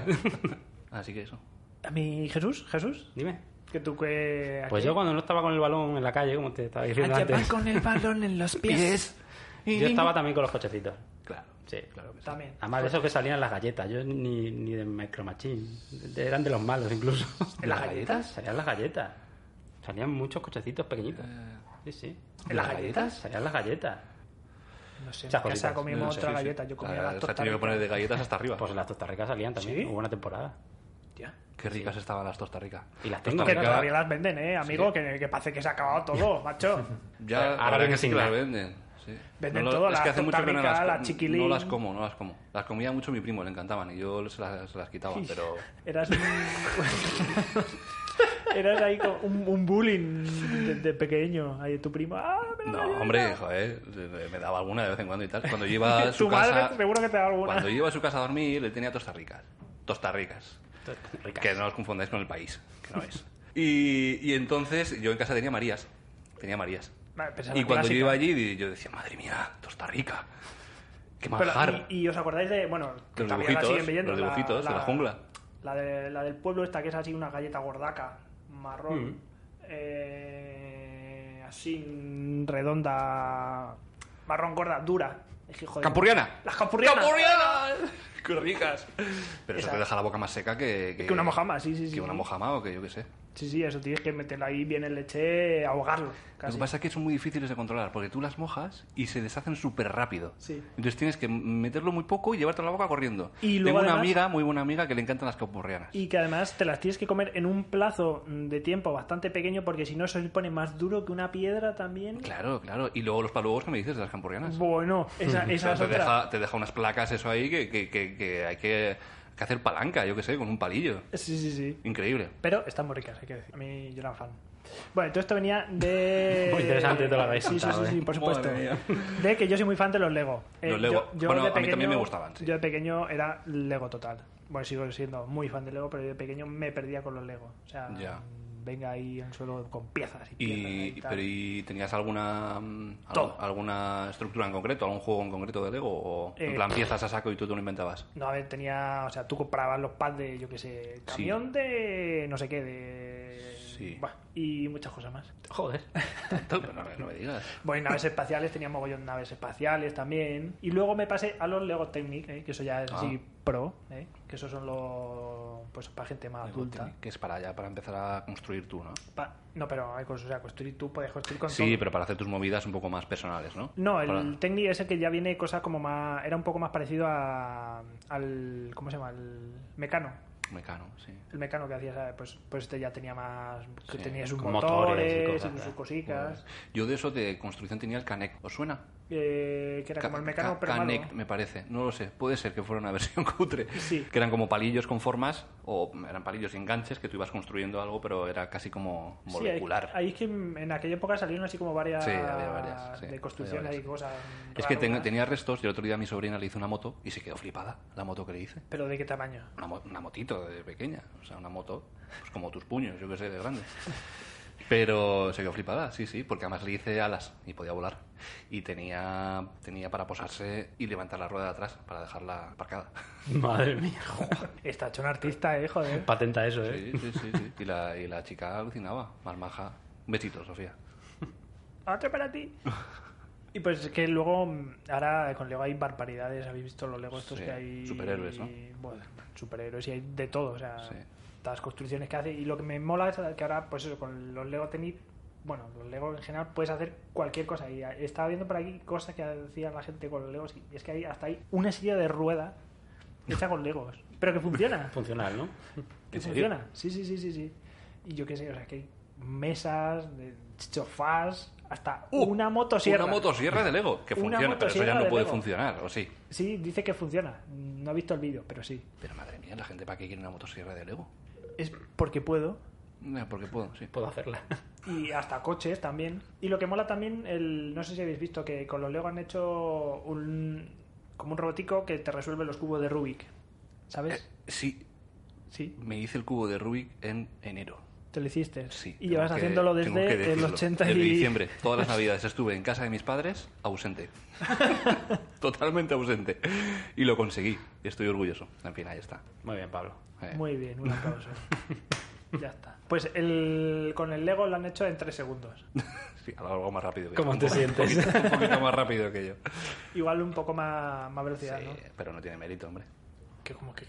Speaker 5: Así que eso.
Speaker 1: A mí, Jesús, Jesús,
Speaker 4: Dime.
Speaker 1: que tú que...
Speaker 4: Pues yo cuando no estaba con el balón en la calle, como te estaba diciendo
Speaker 1: Aquí va
Speaker 4: antes,
Speaker 1: con el balón en los pies.
Speaker 4: yo estaba también con los cochecitos.
Speaker 5: Claro.
Speaker 4: Sí.
Speaker 5: Claro que sí.
Speaker 1: También. Pues,
Speaker 4: Además de esos que salían en las galletas, yo ni, ni de Micro Machine, de- eran de los malos incluso.
Speaker 1: ¿En las galletas?
Speaker 4: Salían las galletas. Salían muchos cochecitos pequeñitos. Sí, sí.
Speaker 1: Eh. ¿En las galletas?
Speaker 4: Salían las galletas.
Speaker 1: No sé, en
Speaker 4: Esas
Speaker 1: mi casa
Speaker 4: cositas.
Speaker 1: comimos
Speaker 4: No
Speaker 5: Sí,
Speaker 1: otra
Speaker 5: sí.
Speaker 1: galleta, yo comía
Speaker 5: La-
Speaker 1: las
Speaker 5: se ha tenido que poner de
Speaker 1: tortas.
Speaker 5: galletas hasta arriba.
Speaker 4: Pues en las tostarricas salían también,
Speaker 1: ¿Sí?
Speaker 4: hubo una temporada.
Speaker 1: Hostia.
Speaker 5: Qué ricas estaban las Pues Tosta Rica.
Speaker 4: Y las
Speaker 5: Tosta
Speaker 4: tengo.
Speaker 1: Que no,
Speaker 5: Rica-
Speaker 1: todavía las venden, ¿eh, amigo? Que, que parece que se ha acabado todo, macho.
Speaker 5: Ya, la
Speaker 4: Ahora
Speaker 5: verdad
Speaker 4: viene
Speaker 5: que sí
Speaker 4: sin
Speaker 5: que las
Speaker 4: nada.
Speaker 5: venden. sí.
Speaker 1: Venden
Speaker 5: lo-
Speaker 1: todo,
Speaker 5: es
Speaker 1: la
Speaker 5: que hace mucho que no
Speaker 1: Totámica,
Speaker 5: las,
Speaker 1: la
Speaker 5: co-
Speaker 1: Chiquilín.
Speaker 5: no las como, no las como. Las comía mucho mi primo, le encantaban y yo se las, se las quitaba, pero
Speaker 1: Eras un- Eras ahí co- un, un bullying de, de pequeño. Ahí tu prima. ¡Ah, me la
Speaker 5: No,
Speaker 1: galleta!
Speaker 5: hombre, joder, me daba alguna de vez en cuando y tal. Cuando yo iba a su
Speaker 1: Tu madre
Speaker 5: casa,
Speaker 1: seguro que te da alguna.
Speaker 5: cuando yo iba a su casa a dormir, le tenía tostarricas. Tostarricas.
Speaker 4: Ricas.
Speaker 5: Que no os confundáis con el país, que no es. Y, y entonces yo en casa tenía Marías. Tenía Marías.
Speaker 1: Vale, pensaba
Speaker 5: Y
Speaker 1: en ¿eh?
Speaker 5: cuando yo
Speaker 1: clásica.
Speaker 5: iba allí, di- yo decía, madre mía, Tosta Rica. Qué
Speaker 1: Pero,
Speaker 5: manjar.
Speaker 1: y, y os acordáis de. Bueno, que todavía
Speaker 5: Los
Speaker 1: la
Speaker 5: dibujitos,
Speaker 1: siguen vendiendo.
Speaker 5: los
Speaker 1: la-
Speaker 5: dibujitos de la jungla.
Speaker 1: La, de- la del pueblo, esta que es así, una galleta gordaca, marrón.
Speaker 5: Mm.
Speaker 1: eh, así, redonda. Marrón gorda, dura. Es que, joder,
Speaker 5: ¡Campurriana!
Speaker 1: Las campurrianas.
Speaker 5: ¡Campurriana! ¡Qué ricas! Pero eso
Speaker 1: Esa.
Speaker 5: te deja la boca más seca que...
Speaker 1: Que una mojama, sí, sí, sí.
Speaker 5: Que una mojama o que yo qué sé.
Speaker 1: Sí, sí, eso tienes que meterlo ahí bien el leche, ahogarlo.
Speaker 5: Lo
Speaker 1: Casi.
Speaker 5: que pasa es que son muy difíciles de controlar, porque tú las mojas y se deshacen súper rápido.
Speaker 1: Sí.
Speaker 5: Entonces tienes que meterlo muy poco y llevártelo a la boca corriendo.
Speaker 1: Y luego,
Speaker 5: Tengo
Speaker 1: además-
Speaker 5: una amiga, muy buena amiga, que le encantan las campurrianas.
Speaker 1: Y que además te las tienes que comer en un plazo de tiempo bastante pequeño porque si no se pone más duro que una piedra también.
Speaker 5: Claro, claro. Y luego los palugos que me dices de las campurrianas.
Speaker 1: Bueno, esa,
Speaker 5: O
Speaker 1: esa
Speaker 5: sea,
Speaker 1: es
Speaker 5: te,
Speaker 1: otra.
Speaker 5: deja, te deja unas placas eso ahí que, que- que- que hay que, que hacer palanca, yo qué sé, con un palillo.
Speaker 1: Sí, sí, sí.
Speaker 5: Increíble.
Speaker 1: Pero están muy ricas, hay que decir. A mí yo era fan. Bueno, todo esto venía de...
Speaker 4: Muy interesante, te lo habéis
Speaker 1: Sí, sí,
Speaker 4: contado,
Speaker 1: sí, sí,
Speaker 4: ¿eh?
Speaker 1: por supuesto.
Speaker 5: Madre
Speaker 1: De que yo soy muy fan de los Lego. Eh,
Speaker 5: Los Lego. Bueno, a mí también me gustaban, sí.
Speaker 1: Yo de pequeño era Lego total. Bueno, sigo siendo muy fan de Lego, pero yo de pequeño me perdía con los Lego. O sea,
Speaker 5: Ya.
Speaker 1: venga ahí en el suelo con piezas y piezas.
Speaker 5: Y,
Speaker 1: tal.
Speaker 5: pero ¿y tenías alguna mm, al-
Speaker 1: Todo.
Speaker 5: alguna estructura en concreto, algún juego en concreto de Lego o en
Speaker 1: Eh,
Speaker 5: plan piezas a saco y tú te lo inventabas?
Speaker 1: No, a ver, tenía. O sea, tú comprabas los pads de, yo qué sé, camión de. no sé qué, de.
Speaker 5: Sí.
Speaker 1: Buah, y muchas cosas más.
Speaker 4: Joder.
Speaker 5: Tanto, pero no, me- no me digas.
Speaker 1: Bueno, y naves espaciales, tenía mogollón de naves espaciales también. Y luego me pasé a los Lego Technic, ¿eh? que eso ya es
Speaker 5: Ah.
Speaker 1: así pro, ¿eh? que esos son los. pues para gente más adulta.
Speaker 5: Que es para ya, para empezar a construir tú, ¿no?
Speaker 1: Pa- no, pero hay cosas, o sea, construir tú puedes construir con
Speaker 5: Sí,
Speaker 1: todo.
Speaker 5: pero para hacer tus movidas un poco más personales, ¿no?
Speaker 1: No,
Speaker 5: Para-
Speaker 1: el Technic es el que ya viene cosas como más. Era un poco más parecido a. al. ¿Cómo se llama? Al Mecano.
Speaker 5: Mecano, sí.
Speaker 1: El mecano que hacías, ¿sabes? pues, pues este ya tenía más. Que
Speaker 5: Sí,
Speaker 1: tenía sus
Speaker 4: con
Speaker 1: motores,
Speaker 4: motores y
Speaker 1: y,
Speaker 4: cosas,
Speaker 1: sus
Speaker 4: ¿eh?
Speaker 1: cositas.
Speaker 5: Yo de eso de construcción tenía el Canec. ¿Os suena?
Speaker 1: eh, que era como el mecano, pero malo,
Speaker 5: Canec, me parece. No lo sé. Puede ser que fuera una versión cutre.
Speaker 1: Sí.
Speaker 5: Que eran como palillos con formas, o eran palillos y enganches que tú ibas construyendo algo, pero era casi como
Speaker 1: Sí, ahí-
Speaker 5: molecular.
Speaker 1: ahí, es que en en aquella época salieron así como varias,
Speaker 5: Sí, había varias, sí,
Speaker 1: de
Speaker 5: había
Speaker 1: construcciones
Speaker 5: varias.
Speaker 1: y cosas.
Speaker 5: Es que ten-
Speaker 1: raras.
Speaker 5: tenía restos. Yo el otro día a mi sobrina le hice una moto y se quedó flipada la moto que le hice.
Speaker 1: ¿Pero de qué tamaño?
Speaker 5: Una, mo- una motito de pequeña, o sea, una moto, pues como tus puños, yo que sé, de grande. Pero se quedó flipada, sí, sí, porque además le hice alas y podía volar. Y tenía, tenía para posarse y levantar la rueda de atrás para dejarla aparcada.
Speaker 4: Madre mía.
Speaker 1: Está hecho un artista, eh, joder.
Speaker 4: Patenta eso, ¿eh?
Speaker 5: Sí, sí, sí. sí. Y, la, y la chica alucinaba, más maja. Un besito, Sofía.
Speaker 1: Ah, Otro para ti. Y pues es que luego, mm, ahora con Lego hay barbaridades. Habéis visto los Lego estos
Speaker 5: Sí,
Speaker 1: que hay.
Speaker 5: superhéroes, ¿no?
Speaker 1: Bueno, superhéroes y hay de todo, o sea,
Speaker 5: Sí.
Speaker 1: las construcciones que hace. Y lo que me mola es que ahora, pues eso, con los Lego tenéis. Bueno, los Lego en general puedes hacer cualquier cosa. Y a- estaba viendo por aquí cosas que hacía la gente con los Legos. Y es que hay hasta hay una silla de rueda hecha con Legos. Pero que funciona.
Speaker 4: Funcional, ¿no?
Speaker 1: que
Speaker 5: ¿En serio?
Speaker 1: funciona. Sí, sí, sí, sí, sí. Y yo qué sé, o sea, que hay mesas, de sofás, hasta una motosierra.
Speaker 5: ¡Uh! Una motosierra de Lego, que
Speaker 1: Una
Speaker 5: funciona, pero eso ya
Speaker 1: motosierra
Speaker 5: no
Speaker 1: de
Speaker 5: puede
Speaker 1: Lego.
Speaker 5: funcionar, ¿o sí?
Speaker 1: Sí, dice que funciona. No he visto el vídeo, pero sí.
Speaker 5: Pero madre mía, ¿la gente para qué quiere una motosierra de Lego?
Speaker 1: Es porque puedo.
Speaker 5: Eh, Porque puedo, sí.
Speaker 4: Puedo hacerla.
Speaker 1: Y hasta coches también. Y lo que mola también, el, no sé si habéis visto, que con los Lego han hecho un, como un robotico que te resuelve los cubos de Rubik.
Speaker 5: Eh,
Speaker 1: ¿Sabes?
Speaker 5: Sí,
Speaker 1: Sí.
Speaker 5: me hice el cubo de Rubik en enero.
Speaker 1: Te lo hiciste.
Speaker 5: Sí.
Speaker 1: y
Speaker 5: tengo
Speaker 1: llevas
Speaker 5: que-
Speaker 1: haciéndolo
Speaker 5: tengo que
Speaker 1: desde el
Speaker 5: decirlo.
Speaker 1: 80 y...
Speaker 5: Desde diciembre, todas las navidades estuve en casa de mis padres, ausente. Totalmente ausente. Y lo conseguí. y Estoy orgulloso. En fin, ahí está.
Speaker 4: Muy bien, Pablo.
Speaker 5: Eh,
Speaker 1: Muy bien, un aplauso. ya está. Pues el, con el Lego lo han hecho en 3 segundos.
Speaker 5: sí, algo más rápido. que
Speaker 4: ¿Cómo
Speaker 5: yo.
Speaker 4: te
Speaker 5: Un po-
Speaker 4: sientes?
Speaker 5: Un poquito, un poquito más rápido que yo.
Speaker 1: Igual un poco más, más velocidad,
Speaker 5: Sí,
Speaker 1: ¿no?
Speaker 5: pero no tiene mérito, hombre.
Speaker 1: Que como que...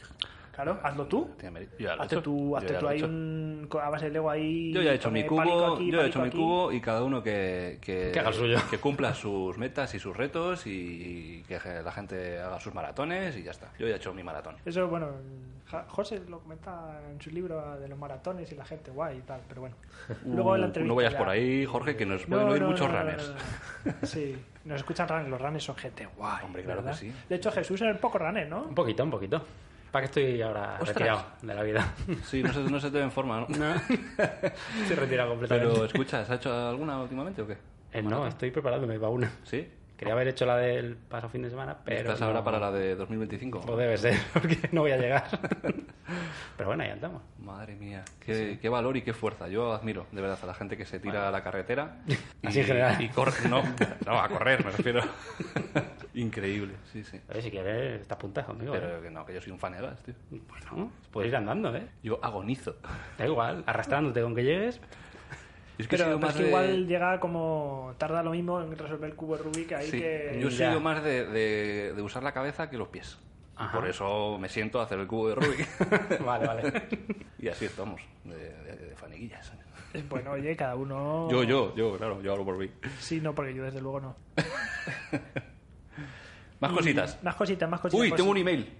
Speaker 1: Claro, hazlo tú.
Speaker 5: No tiene mérito. Yo ya lo he
Speaker 1: Hazte
Speaker 5: hecho.
Speaker 1: tú,
Speaker 5: Yo
Speaker 1: hazte
Speaker 5: ya
Speaker 1: tú
Speaker 5: lo he
Speaker 1: ahí
Speaker 5: hecho.
Speaker 1: un... con- A base de Lego ahí...
Speaker 5: Yo ya he hecho
Speaker 1: con
Speaker 5: mi
Speaker 1: el
Speaker 5: cubo,
Speaker 1: pálico aquí,
Speaker 5: yo ya he
Speaker 1: pálico
Speaker 5: hecho mi
Speaker 1: aquí.
Speaker 5: cubo y cada uno que, que,
Speaker 4: Que haga el suyo.
Speaker 5: que cumpla sus metas y sus retos y que la gente haga sus maratones y ya está. Yo ya he hecho mi maratón.
Speaker 1: Eso, bueno, el- Ja- José lo comenta en su libro de los maratones y la gente guay y tal, pero bueno. Luego en la
Speaker 5: Uh,
Speaker 1: entrevista
Speaker 5: no vayas
Speaker 1: ya-
Speaker 5: por ahí, Jorge, que nos pueden oír muchos runners.
Speaker 1: no, no. Sí, nos escuchan runners, los runners son gente guay.
Speaker 5: Hombre, claro
Speaker 1: ¿verdad?
Speaker 5: que sí.
Speaker 1: De hecho, Jesús era un poco runner, ¿no?
Speaker 4: Un poquito, un poquito. ¿Para que estoy ahora
Speaker 5: Ostras.
Speaker 4: retirado de la vida?
Speaker 5: Sí, no se, no se te ve en forma, ¿no?
Speaker 4: estoy retirado completamente.
Speaker 5: Pero escucha, ¿has hecho alguna últimamente o qué?
Speaker 4: Eh, no,
Speaker 5: pues.
Speaker 4: estoy preparándome para una.
Speaker 5: ¿Sí?
Speaker 4: Quería haber hecho la del pasado fin de semana, pero.
Speaker 5: ¿Estás
Speaker 4: no.
Speaker 5: ahora para la de 2025?
Speaker 4: O debe ser, porque no voy a llegar. pero bueno, ahí andamos.
Speaker 5: Madre mía, qué, qué valor y qué fuerza. Yo admiro, de verdad, a la gente que se tira a la carretera. y-
Speaker 4: Así en general.
Speaker 5: Y corre, no, no, a correr me refiero. Increíble, sí, sí.
Speaker 4: Oye, si quieres, estás puntas conmigo. ¿eh?
Speaker 5: Pero que no, que yo soy un fan de gas, tío.
Speaker 4: Bueno, puedes ir andando, ¿eh?
Speaker 5: Yo agonizo.
Speaker 4: Da igual, arrastrándote con que llegues.
Speaker 5: Es que he
Speaker 1: Pero
Speaker 5: sido
Speaker 1: pero es
Speaker 5: más
Speaker 1: que
Speaker 5: de-
Speaker 1: igual llega como. Tarda lo mismo en resolver el cubo de Rubik ahí
Speaker 5: Sí,
Speaker 1: que.
Speaker 5: Yo he
Speaker 4: Ya.
Speaker 5: sido más de, de- de usar la cabeza que los pies.
Speaker 4: Ajá.
Speaker 5: Por eso me siento a hacer el cubo de Rubik.
Speaker 4: Vale, vale.
Speaker 5: y así estamos, de, de- de faniguillas.
Speaker 1: Bueno, oye, cada uno.
Speaker 5: Yo, yo, yo, claro, yo hablo por mí.
Speaker 1: Sí, no, porque yo desde luego no.
Speaker 5: Más cositas.
Speaker 1: Más cositas, más cositas.
Speaker 5: Uy,
Speaker 1: más
Speaker 5: tengo un
Speaker 1: cositas.
Speaker 5: email.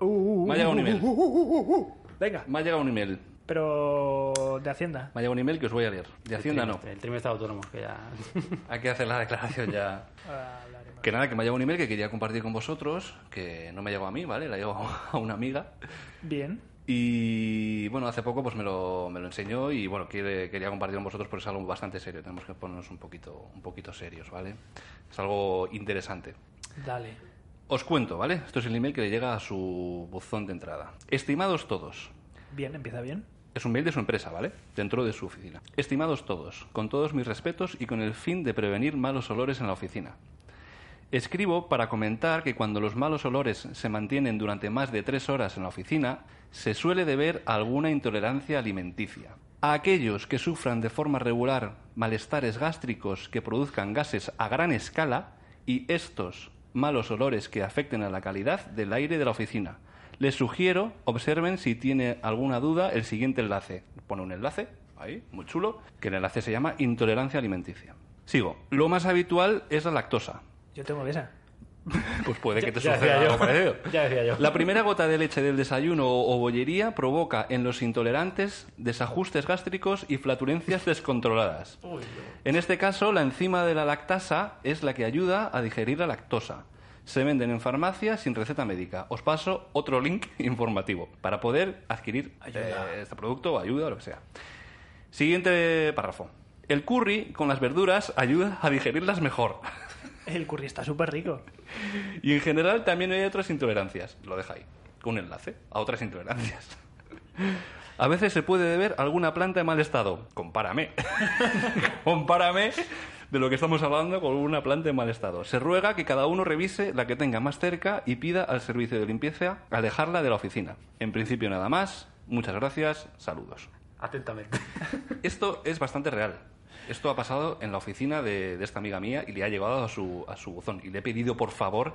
Speaker 1: Uh, uh,
Speaker 5: Me ha llegado un
Speaker 1: uh,
Speaker 5: email.
Speaker 1: uh, uh, uh, uh, uh. Venga,
Speaker 5: Me ha llegado un email.
Speaker 1: pero de Hacienda.
Speaker 5: Me ha llegado un email que os voy a leer. De Hacienda
Speaker 4: el
Speaker 5: no.
Speaker 4: trimestre, El trimestre autónomo, que ya.
Speaker 5: Hay que hacer la declaración ya.
Speaker 1: Ahora hablaremos.
Speaker 5: Que nada, que me ha llegado un email que quería compartir con vosotros, que no me ha llegado a mí, ¿vale? La llegó a una amiga.
Speaker 1: Bien.
Speaker 5: Y bueno, hace poco pues me lo, me lo enseñó y bueno, quiere- quería compartir con vosotros porque es algo bastante serio. Tenemos que ponernos un poquito, un poquito serios, ¿vale? Es algo interesante.
Speaker 1: Dale.
Speaker 5: Os cuento, ¿vale? Esto es el email que le llega a su buzón de entrada. Estimados todos,
Speaker 1: Bien, empieza bien.
Speaker 5: es un mail de su empresa, ¿vale? Dentro de su oficina. Estimados todos, con todos mis respetos y con el fin de prevenir malos olores en la oficina. Escribo para comentar que cuando los malos olores se mantienen durante más de tres horas en la oficina, se suele deber a alguna intolerancia alimenticia. A aquellos que sufran de forma regular malestares gástricos que produzcan gases a gran escala y estos malos olores que afecten a la calidad del aire de la oficina. Les sugiero, observen si tiene alguna duda el siguiente enlace. Pone un enlace, ahí, muy chulo, que el enlace se llama intolerancia alimenticia. Sigo. Lo más habitual es la lactosa,
Speaker 1: Yo tengo esa.
Speaker 5: Pues puede que te
Speaker 6: Ya- ya
Speaker 5: suceda
Speaker 6: decía
Speaker 5: algo
Speaker 6: yo.
Speaker 5: parecido.
Speaker 6: Ya decía yo.
Speaker 5: La primera gota de leche del desayuno o o bollería provoca en los intolerantes desajustes gástricos y flatulencias descontroladas. En este caso, la enzima de la lactasa es la que ayuda a digerir la lactosa. Se venden en farmacia sin receta médica. Os paso otro link informativo para poder adquirir eh, este producto o ayuda o lo que sea. Siguiente párrafo. El curry con las verduras ayuda a digerirlas mejor.
Speaker 1: El curry está súper rico.
Speaker 5: Y en general también hay otras intolerancias. Lo deja ahí. Un enlace a otras intolerancias. A veces se puede deber a alguna planta en mal estado. Compárame. Compárame de lo que estamos hablando con una planta en mal estado. Se ruega que cada uno revise la que tenga más cerca y pida al servicio de limpieza alejarla de la oficina. En principio nada más. Muchas gracias. Saludos.
Speaker 9: Atentamente.
Speaker 5: Esto es bastante real. Esto ha pasado en la oficina de, de esta amiga mía y le ha llegado a su, a su buzón. Y le he pedido, por favor,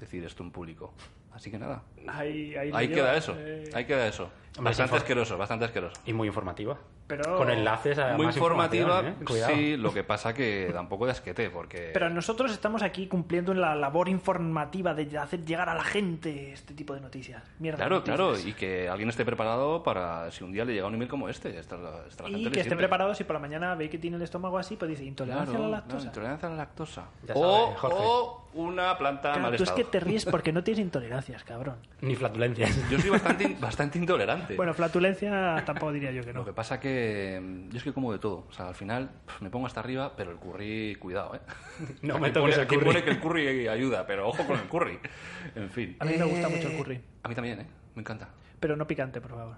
Speaker 5: decir esto en público. Así que nada.
Speaker 1: Ahí, ahí,
Speaker 5: Ahí
Speaker 1: lo
Speaker 5: queda
Speaker 1: llevas,
Speaker 5: eso.
Speaker 1: eh.
Speaker 5: Ahí queda eso.
Speaker 4: Hombre,
Speaker 5: Bastante
Speaker 4: infor-
Speaker 5: asqueroso, bastante asqueroso.
Speaker 4: Y muy informativa.
Speaker 1: Pero-
Speaker 4: Con enlaces a
Speaker 5: Muy
Speaker 4: más
Speaker 5: informativa,
Speaker 4: información, ¿eh? Cuidado.
Speaker 5: sí, lo que pasa que da un poco de asquete, porque...
Speaker 1: Pero nosotros estamos aquí cumpliendo la labor informativa de hacer llegar a la gente este tipo de noticias. Mierda.
Speaker 5: Claro,
Speaker 1: de
Speaker 5: claro,
Speaker 1: noticias.
Speaker 5: y que alguien esté preparado para si un día le llega un email como este. Esta, esta
Speaker 1: Y,
Speaker 5: gente le
Speaker 1: que estén
Speaker 5: sirve.
Speaker 1: preparados si por la mañana ve que tiene el estómago así, pues dice intolerancia
Speaker 5: Claro,
Speaker 1: a la
Speaker 5: claro,
Speaker 1: lactosa.
Speaker 5: intolerancia a la lactosa.
Speaker 4: Ya
Speaker 5: O,
Speaker 4: sabe, Jorge.
Speaker 5: o una planta
Speaker 1: Claro,
Speaker 5: mal
Speaker 1: tú es
Speaker 5: estado.
Speaker 1: que te ríes porque no tienes intolerancias, cabrón.
Speaker 4: Ni flatulencias.
Speaker 5: Yo soy bastante, bastante intolerante.
Speaker 1: Bueno, flatulencia tampoco diría yo que
Speaker 5: Lo
Speaker 1: no.
Speaker 5: que pasa que mm, yo es que como de todo. O sea, al final pf, me pongo hasta arriba, pero el curry, cuidado, ¿eh?
Speaker 4: No
Speaker 5: Aquí
Speaker 4: me
Speaker 5: pone-
Speaker 4: toques el
Speaker 5: aquí
Speaker 4: curry.
Speaker 5: pone que el curry ayuda, pero ojo con el curry. En fin.
Speaker 1: A mí me gusta mucho el curry.
Speaker 5: A mí también, ¿eh? Me encanta.
Speaker 1: Pero no picante, por favor.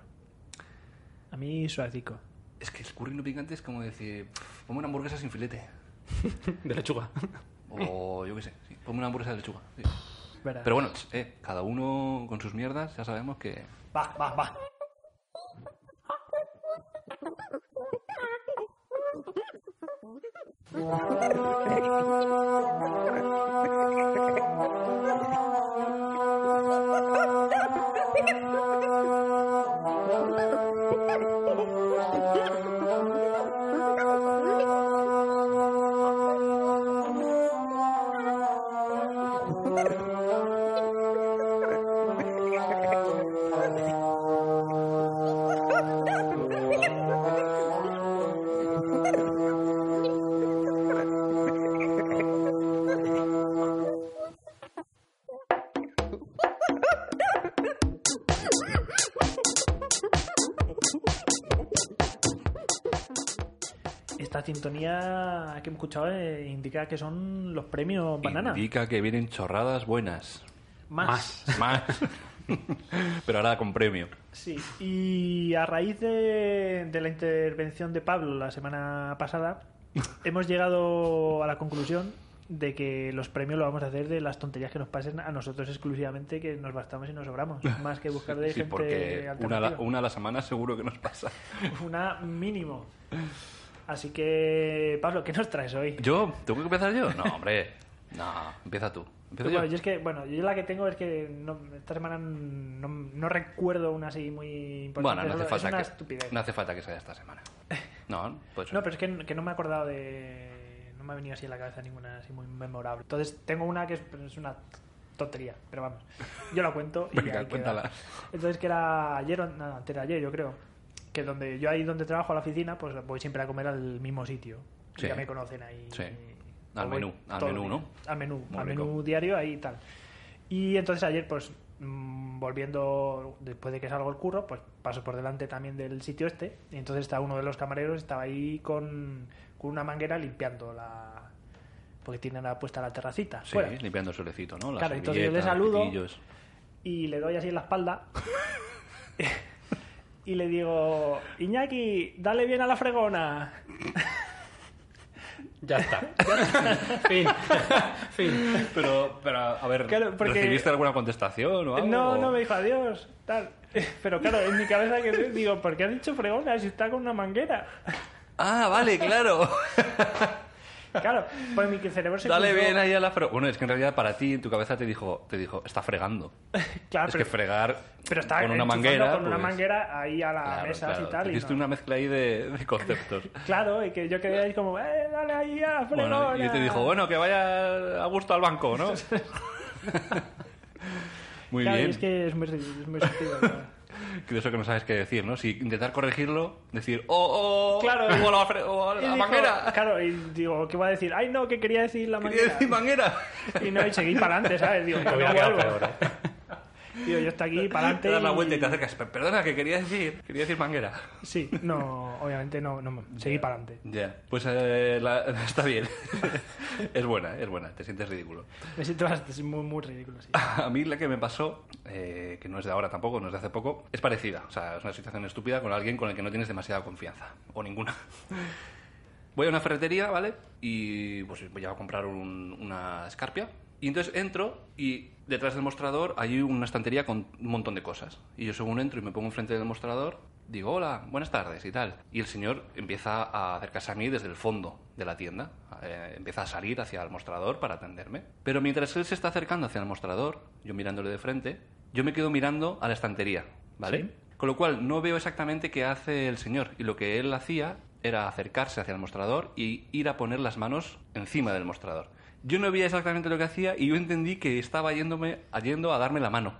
Speaker 1: A mí suavecico.
Speaker 5: Es que el curry no picante es como decir, pf, ponme una hamburguesa sin filete.
Speaker 4: De lechuga.
Speaker 5: O yo qué sé, sí, ponme una hamburguesa de lechuga. sí.
Speaker 1: Verás.
Speaker 5: Pero bueno, eh, cada uno con sus mierdas, ya sabemos que...
Speaker 1: Va, va, va. Esta sintonía que he escuchado eh, indica que son los premios banana.
Speaker 5: Indica que vienen chorradas buenas.
Speaker 1: Más.
Speaker 5: Más. pero ahora con premio.
Speaker 1: Sí. Y a raíz de, de la intervención de Pablo la semana pasada, hemos llegado a la conclusión de que los premios lo vamos a hacer de las tonterías que nos pasen a nosotros exclusivamente, que nos bastamos y nos sobramos, más que buscar de
Speaker 5: Sí,
Speaker 1: gente
Speaker 5: porque una, a
Speaker 1: alternativa.
Speaker 5: la- una a la semana seguro que nos pasa.
Speaker 1: Una mínimo. Así que, Pablo, ¿qué nos traes hoy?
Speaker 5: ¿Yo? ¿Tengo que empezar yo? No, hombre. No, empieza tú. Empiezo
Speaker 1: Bueno,
Speaker 5: yo.
Speaker 1: yo es que, bueno, yo la que tengo es que no- esta semana no, no recuerdo una así muy importante.
Speaker 5: Bueno, no hace,
Speaker 1: es
Speaker 5: falta
Speaker 1: una
Speaker 5: que,
Speaker 1: estupidez.
Speaker 5: no hace falta que sea esta semana. No, pues
Speaker 1: No, pero es que, que no me he acordado de. No me ha venido así a la cabeza ninguna así muy memorable. Entonces, tengo una que es, es una tontería, pero vamos. Yo la cuento. y
Speaker 5: Venga,
Speaker 1: ahí queda.
Speaker 5: cuéntala.
Speaker 1: Entonces, que era ayer, o- no, antes de ayer, yo creo. Que donde yo ahí donde trabajo a la oficina, pues voy siempre a comer al mismo sitio. Y
Speaker 5: Sí.
Speaker 1: Ya me conocen ahí.
Speaker 5: Sí.
Speaker 1: Y-
Speaker 5: Al
Speaker 1: o voy
Speaker 5: menú, al
Speaker 1: todo el
Speaker 5: menú,
Speaker 1: día.
Speaker 5: ¿no?
Speaker 1: Al menú,
Speaker 5: Muy
Speaker 1: al
Speaker 5: rico.
Speaker 1: menú diario, ahí y tal. Y entonces ayer, pues, mm, volviendo, después de que salgo el curro, pues paso por delante también del sitio este. Y entonces está uno de los camareros, estaba ahí con, con una manguera limpiando la... Porque tienen la- puesta la terracita.
Speaker 5: Sí,
Speaker 1: fuera.
Speaker 5: limpiando el solecito, ¿no? Las
Speaker 1: Claro, entonces yo le
Speaker 5: servilletas,
Speaker 1: saludo.
Speaker 5: pitillos.
Speaker 1: Y le doy así en la espalda. y le digo, Iñaki, dale bien a la fregona.
Speaker 4: Ya está. fin. fin.
Speaker 5: Pero, pero, a ver,
Speaker 1: Claro, porque-
Speaker 5: ¿recibiste alguna contestación o algo?
Speaker 1: No, no,
Speaker 5: O-
Speaker 1: me dijo adiós, tal. Pero claro, en mi cabeza que digo, ¿por qué has dicho fregona si está con una manguera?
Speaker 5: Ah, vale, claro.
Speaker 1: Claro, pues mi cerebro se
Speaker 5: Dale
Speaker 1: cruzó.
Speaker 5: bien ahí a la fre- Bueno, es que en realidad para ti, en tu cabeza te dijo, te dijo, está fregando.
Speaker 1: Claro,
Speaker 5: es
Speaker 1: Ah, pero,
Speaker 5: que fregar
Speaker 1: pero está
Speaker 5: con una
Speaker 1: enchufando
Speaker 5: manguera.
Speaker 1: con una
Speaker 5: pues,
Speaker 1: manguera ahí a la
Speaker 5: claro,
Speaker 1: mesa
Speaker 5: claro,
Speaker 1: y tal. Y
Speaker 5: Hiciste
Speaker 1: no.
Speaker 5: una mezcla ahí de, de conceptos.
Speaker 1: Claro, y que yo quedé ahí como, eh, dale ahí a la fregona.
Speaker 5: Bueno, y te dijo, bueno, que vaya a gusto al banco, ¿no? Muy
Speaker 1: Claro, y
Speaker 5: bien.
Speaker 1: es que es muy, es muy sentido.
Speaker 5: Curioso que no sabes qué decir, ¿no? Si intentar corregirlo, decir, oh, oh,
Speaker 1: Claro,
Speaker 5: o la, fre- o la
Speaker 1: Y dijo-
Speaker 5: manguera.
Speaker 1: Claro, y digo, ¿qué va a decir? Ay, no, que quería decir la
Speaker 5: Quería
Speaker 1: manguera.
Speaker 5: decir manguera.
Speaker 1: Y no, y seguí para adelante, ¿sabes? Digo, "Pues no
Speaker 6: Hubiera quedado
Speaker 1: vuelvo.
Speaker 6: peor, ¿eh?
Speaker 1: Digo, yo estoy aquí para adelante.
Speaker 5: Te das la vuelta y te acercas. "Per- Perdona, que quería decir, quería decir manguera.
Speaker 1: Sí, no, obviamente no, no seguí para adelante.
Speaker 5: Ya, pues eh, la- está bien. es buena, es buena, te sientes ridículo.
Speaker 1: Me siento bastante, muy, muy ridículo, sí.
Speaker 5: A mí la que me pasó, eh, que no es de ahora tampoco, no es de hace poco, es parecida. O sea, es una situación estúpida con alguien con el que no tienes demasiada confianza, o ninguna. Voy a una ferretería, ¿vale? Y pues voy a comprar un- una escarpia. Y entonces entro y detrás del mostrador hay una estantería con un montón de cosas. Y yo según entro y me pongo enfrente del mostrador, digo, hola, buenas tardes y tal. Y el señor empieza a acercarse a mí desde el fondo de la tienda. Eh, empieza a salir hacia el mostrador para atenderme. Pero mientras él se está acercando hacia el mostrador, yo mirándole de frente, yo me quedo mirando a la estantería, ¿vale? Con lo cual, no veo exactamente qué hace el señor. Y lo que él hacía era acercarse hacia el mostrador y ir a poner las manos encima del mostrador. Yo no veía exactamente lo que hacía y yo entendí que estaba yéndome, yendo a darme la mano.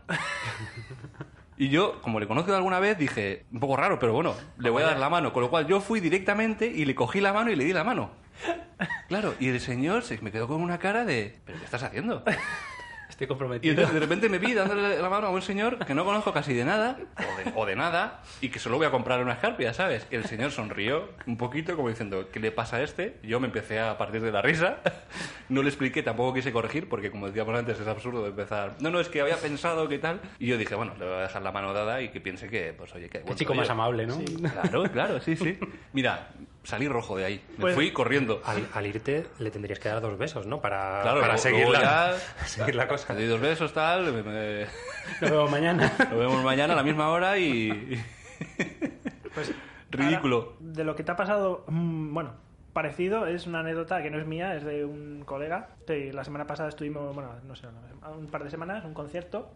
Speaker 5: Y yo, como le conozco de alguna vez, dije, un poco raro, pero bueno, le voy a dar la mano. Con lo cual, yo fui directamente y le cogí la mano y le di la mano. Claro, y el señor se me quedó con una cara de, ¿pero qué estás haciendo?
Speaker 4: Estoy
Speaker 5: Y
Speaker 4: comprometido.
Speaker 5: entonces de repente me vi dándole la mano a un señor que no conozco casi de nada, o de, o de nada, y que solo voy a comprar una escarpia, ¿sabes? Y el señor sonrió un poquito, como diciendo, ¿qué le pasa a este? Yo me empecé a partir de la risa. No le expliqué, tampoco quise corregir, porque como decíamos antes, es absurdo empezar. No, no, es que había pensado que tal. Y yo dije, bueno, le voy a dejar la mano dada y que piense que, pues oye, que.
Speaker 4: Qué
Speaker 5: buen
Speaker 4: chico más
Speaker 5: rollo".
Speaker 4: amable, ¿no?
Speaker 5: Claro, claro, sí, sí. Mira, salí rojo de ahí. Me
Speaker 1: Pues-
Speaker 5: fui corriendo.
Speaker 6: Al, al irte le tendrías que dar dos besos, ¿no? Para,
Speaker 5: Claro,
Speaker 6: para
Speaker 5: luego-
Speaker 6: seguir,
Speaker 5: luego
Speaker 6: la,
Speaker 5: ya-
Speaker 6: seguir la cosa.
Speaker 5: Le di dos besos, tal. me- me-
Speaker 4: Nos vemos mañana.
Speaker 5: Nos vemos mañana a la misma hora y. Pues, Ridículo.
Speaker 1: Ahora, de lo que te ha pasado, mm, bueno, parecido, es una anécdota que no es mía, es de un colega. Sí, la semana pasada estuvimos, bueno, no sé, una- un par de semanas, un concierto.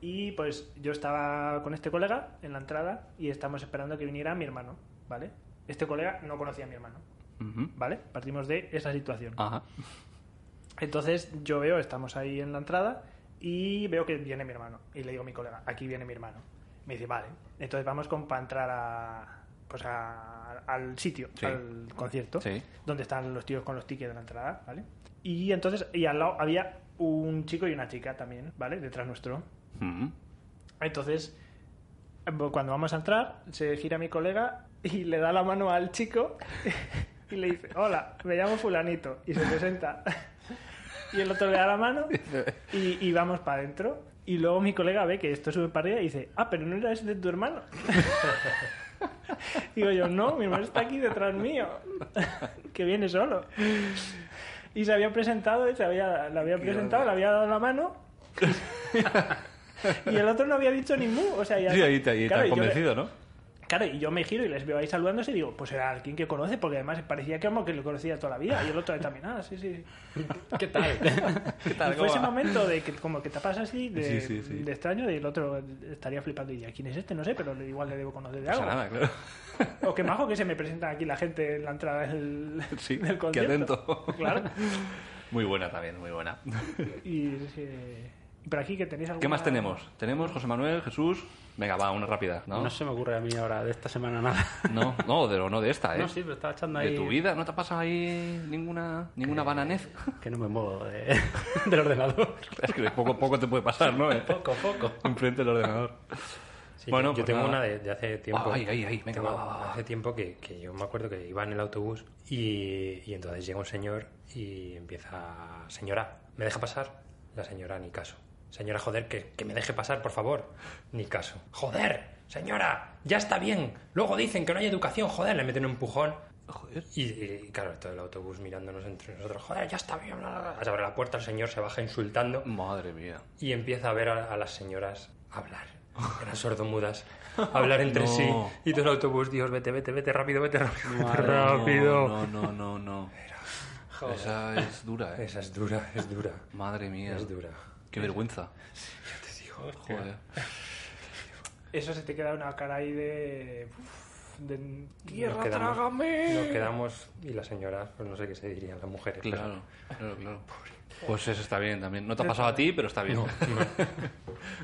Speaker 1: Y pues yo estaba con este colega en la entrada y estamos esperando que viniera mi hermano, ¿vale? Este colega no conocía a mi hermano,
Speaker 5: Ujú.
Speaker 1: ¿vale? Partimos de esa situación.
Speaker 5: Ajá.
Speaker 1: Entonces yo veo, estamos ahí en la entrada y veo que viene mi hermano. Y le digo a mi colega, aquí viene mi hermano. Me dice, vale. Entonces vamos con, para entrar a, pues a- al sitio,
Speaker 5: Sí.
Speaker 1: al concierto,
Speaker 5: Sí.
Speaker 1: donde están los tíos con los tickets de la entrada, ¿vale? Y entonces, y al lado había un chico y una chica también, ¿vale? Detrás nuestro.
Speaker 5: Ujú.
Speaker 1: Entonces, eh, cuando vamos a entrar, se gira mi colega y le da la mano al chico y le dice, hola, me llamo fulanito. Y se presenta. Y el otro le da la mano y, y vamos para adentro. Y luego mi colega ve que esto sube para arriba y dice, ah, pero no era ese de tu hermano. Digo yo, no, mi hermano está aquí detrás mío, que viene solo. Y se había presentado, y se había, la había presentado, le había dado la mano y el otro no había dicho ni mu. O sea, ya,
Speaker 5: Sí, ahí te ahí te
Speaker 1: Claro,
Speaker 5: has
Speaker 1: y yo le-
Speaker 5: convencido, ¿no?
Speaker 1: Claro, y yo me giro y les veo ahí saludándose y digo, pues era alguien que conoce, porque además parecía que como que lo conocía toda la vida. Y el otro también, ah, sí, sí.
Speaker 4: ¿Qué tal?
Speaker 5: ¿Qué
Speaker 1: Y
Speaker 5: tal?
Speaker 1: fue
Speaker 5: ¿Cómo
Speaker 1: ese
Speaker 5: va?
Speaker 1: momento de que como que te pasa así de,
Speaker 5: Sí, sí, sí.
Speaker 1: de extraño y el otro estaría flipando y diría, ¿quién es este? No sé, pero le- igual le debo conocer de
Speaker 5: No
Speaker 1: algo.
Speaker 5: pasa Pues nada, claro.
Speaker 1: O qué majo que se me presenta aquí la gente en la entrada del,
Speaker 5: Sí,
Speaker 1: del
Speaker 5: qué
Speaker 1: concierto.
Speaker 5: atento.
Speaker 1: Claro.
Speaker 5: Muy buena también, muy buena.
Speaker 1: Y es que- y por aquí que tenéis alguna...
Speaker 5: ¿Qué más tenemos? Tenemos José Manuel, Jesús. Venga, va, una rápida, ¿no?
Speaker 4: No se me ocurre a mí ahora de esta semana nada.
Speaker 5: No, no, de, no de esta, ¿eh?
Speaker 4: No, sí, pero estaba echando ahí.
Speaker 5: De tu vida, ¿no te ha pasado ahí ninguna, ninguna bananez?
Speaker 4: Que no me muevo de- del ordenador.
Speaker 5: Es que de poco a poco te puede pasar, ¿no?
Speaker 4: Poco, poco.
Speaker 5: Enfrente del ordenador.
Speaker 6: Sí,
Speaker 5: Bueno,
Speaker 6: yo
Speaker 5: pues
Speaker 6: tengo
Speaker 5: nada.
Speaker 6: una de, de hace tiempo.
Speaker 5: Ay, ay, ay, venga,
Speaker 6: Tengo-
Speaker 5: va, va, va, va.
Speaker 6: Hace tiempo que, que yo me acuerdo que iba en el autobús y, y entonces llega un señor y empieza, señora, ¿me deja pasar? La señora, ni caso. Señora, joder, que, que me deje pasar, por favor. Ni caso. Joder, señora, ya está bien. Luego dicen que no hay educación, joder, le meten un empujón.
Speaker 5: Joder.
Speaker 6: Y, y, claro, todo el autobús mirándonos entre nosotros, joder, ya está bien. bla, bla, bla. Se abre la puerta, el señor se baja insultando
Speaker 5: Madre mía.
Speaker 6: y empieza a ver a, a las señoras hablar. Eran sordomudas. Hablar entre
Speaker 5: No.
Speaker 6: sí. Y todo el autobús, Dios, vete, vete, vete, rápido, vete, rápido. vete,
Speaker 4: Madre,
Speaker 6: rápido.
Speaker 5: No, no, no, no.
Speaker 6: Joder. Esa...
Speaker 5: Esa es dura, ¿eh?
Speaker 6: es dura, es dura.
Speaker 5: Madre mía.
Speaker 6: Es dura.
Speaker 5: Qué vergüenza.
Speaker 6: Te digo,
Speaker 5: Joder.
Speaker 1: Eso se te queda una cara ahí de... de
Speaker 6: Nos
Speaker 1: tierra,
Speaker 6: quedamos-
Speaker 1: trágame.
Speaker 6: Nos quedamos y las señoras, pues no sé qué se dirían las mujeres. pero-
Speaker 5: Claro, claro, claro. Pues eso está bien también. No te ha pasado a ti, pero está bien.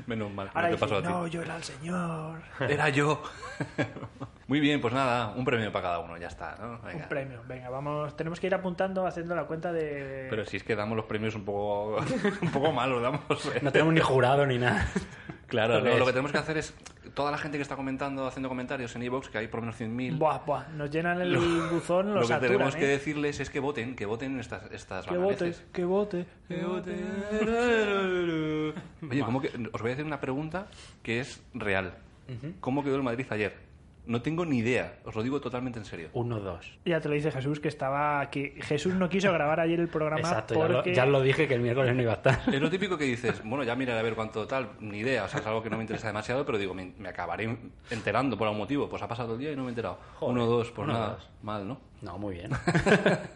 Speaker 5: Menos mal que no
Speaker 1: Ahora
Speaker 5: te
Speaker 1: dice,
Speaker 5: pasó a ti.
Speaker 1: no, yo era el señor.
Speaker 5: Era yo. Muy bien, pues nada, un premio para cada uno, ya está. ¿no? Venga.
Speaker 1: Un premio. Venga, vamos. Tenemos que ir apuntando, haciendo la cuenta de.
Speaker 5: Pero si es que damos los premios un poco, un poco malos, damos. eh.
Speaker 4: No tenemos ni jurado ni nada.
Speaker 5: Claro,
Speaker 4: Lo que
Speaker 5: no, lo
Speaker 4: es.
Speaker 5: que tenemos que hacer es toda la gente que está comentando, haciendo comentarios en iVoox, que hay por lo menos 100.000.
Speaker 1: Buah, buah. Nos llenan el buzón,
Speaker 5: Lo
Speaker 1: los
Speaker 5: que
Speaker 1: saturan.
Speaker 5: tenemos
Speaker 1: ¿eh?
Speaker 5: que decirles es que voten, que voten estas, estas
Speaker 1: Que
Speaker 5: bananeces.
Speaker 1: vote, que vote.
Speaker 5: Oye, ¿cómo que- os voy a hacer una pregunta que es real. ¿Cómo quedó el Madrid ayer? No tengo ni idea, os lo digo totalmente en serio.
Speaker 4: Uno, dos.
Speaker 1: Ya te lo dice Jesús, que estaba. que Jesús no quiso grabar ayer el programa
Speaker 4: Exacto, ya lo-
Speaker 1: porque.
Speaker 4: ya lo dije que el miércoles no iba a estar.
Speaker 5: Es lo típico que dices, bueno, ya miraré a ver cuánto tal, ni idea, o sea, es algo que no me interesa demasiado, pero digo, me, me acabaré enterando por algún motivo. Pues ha pasado el día y no me he enterado. uno, dos, pues
Speaker 4: uno,
Speaker 5: nada,
Speaker 4: dos.
Speaker 5: mal, ¿no?
Speaker 4: No, muy bien.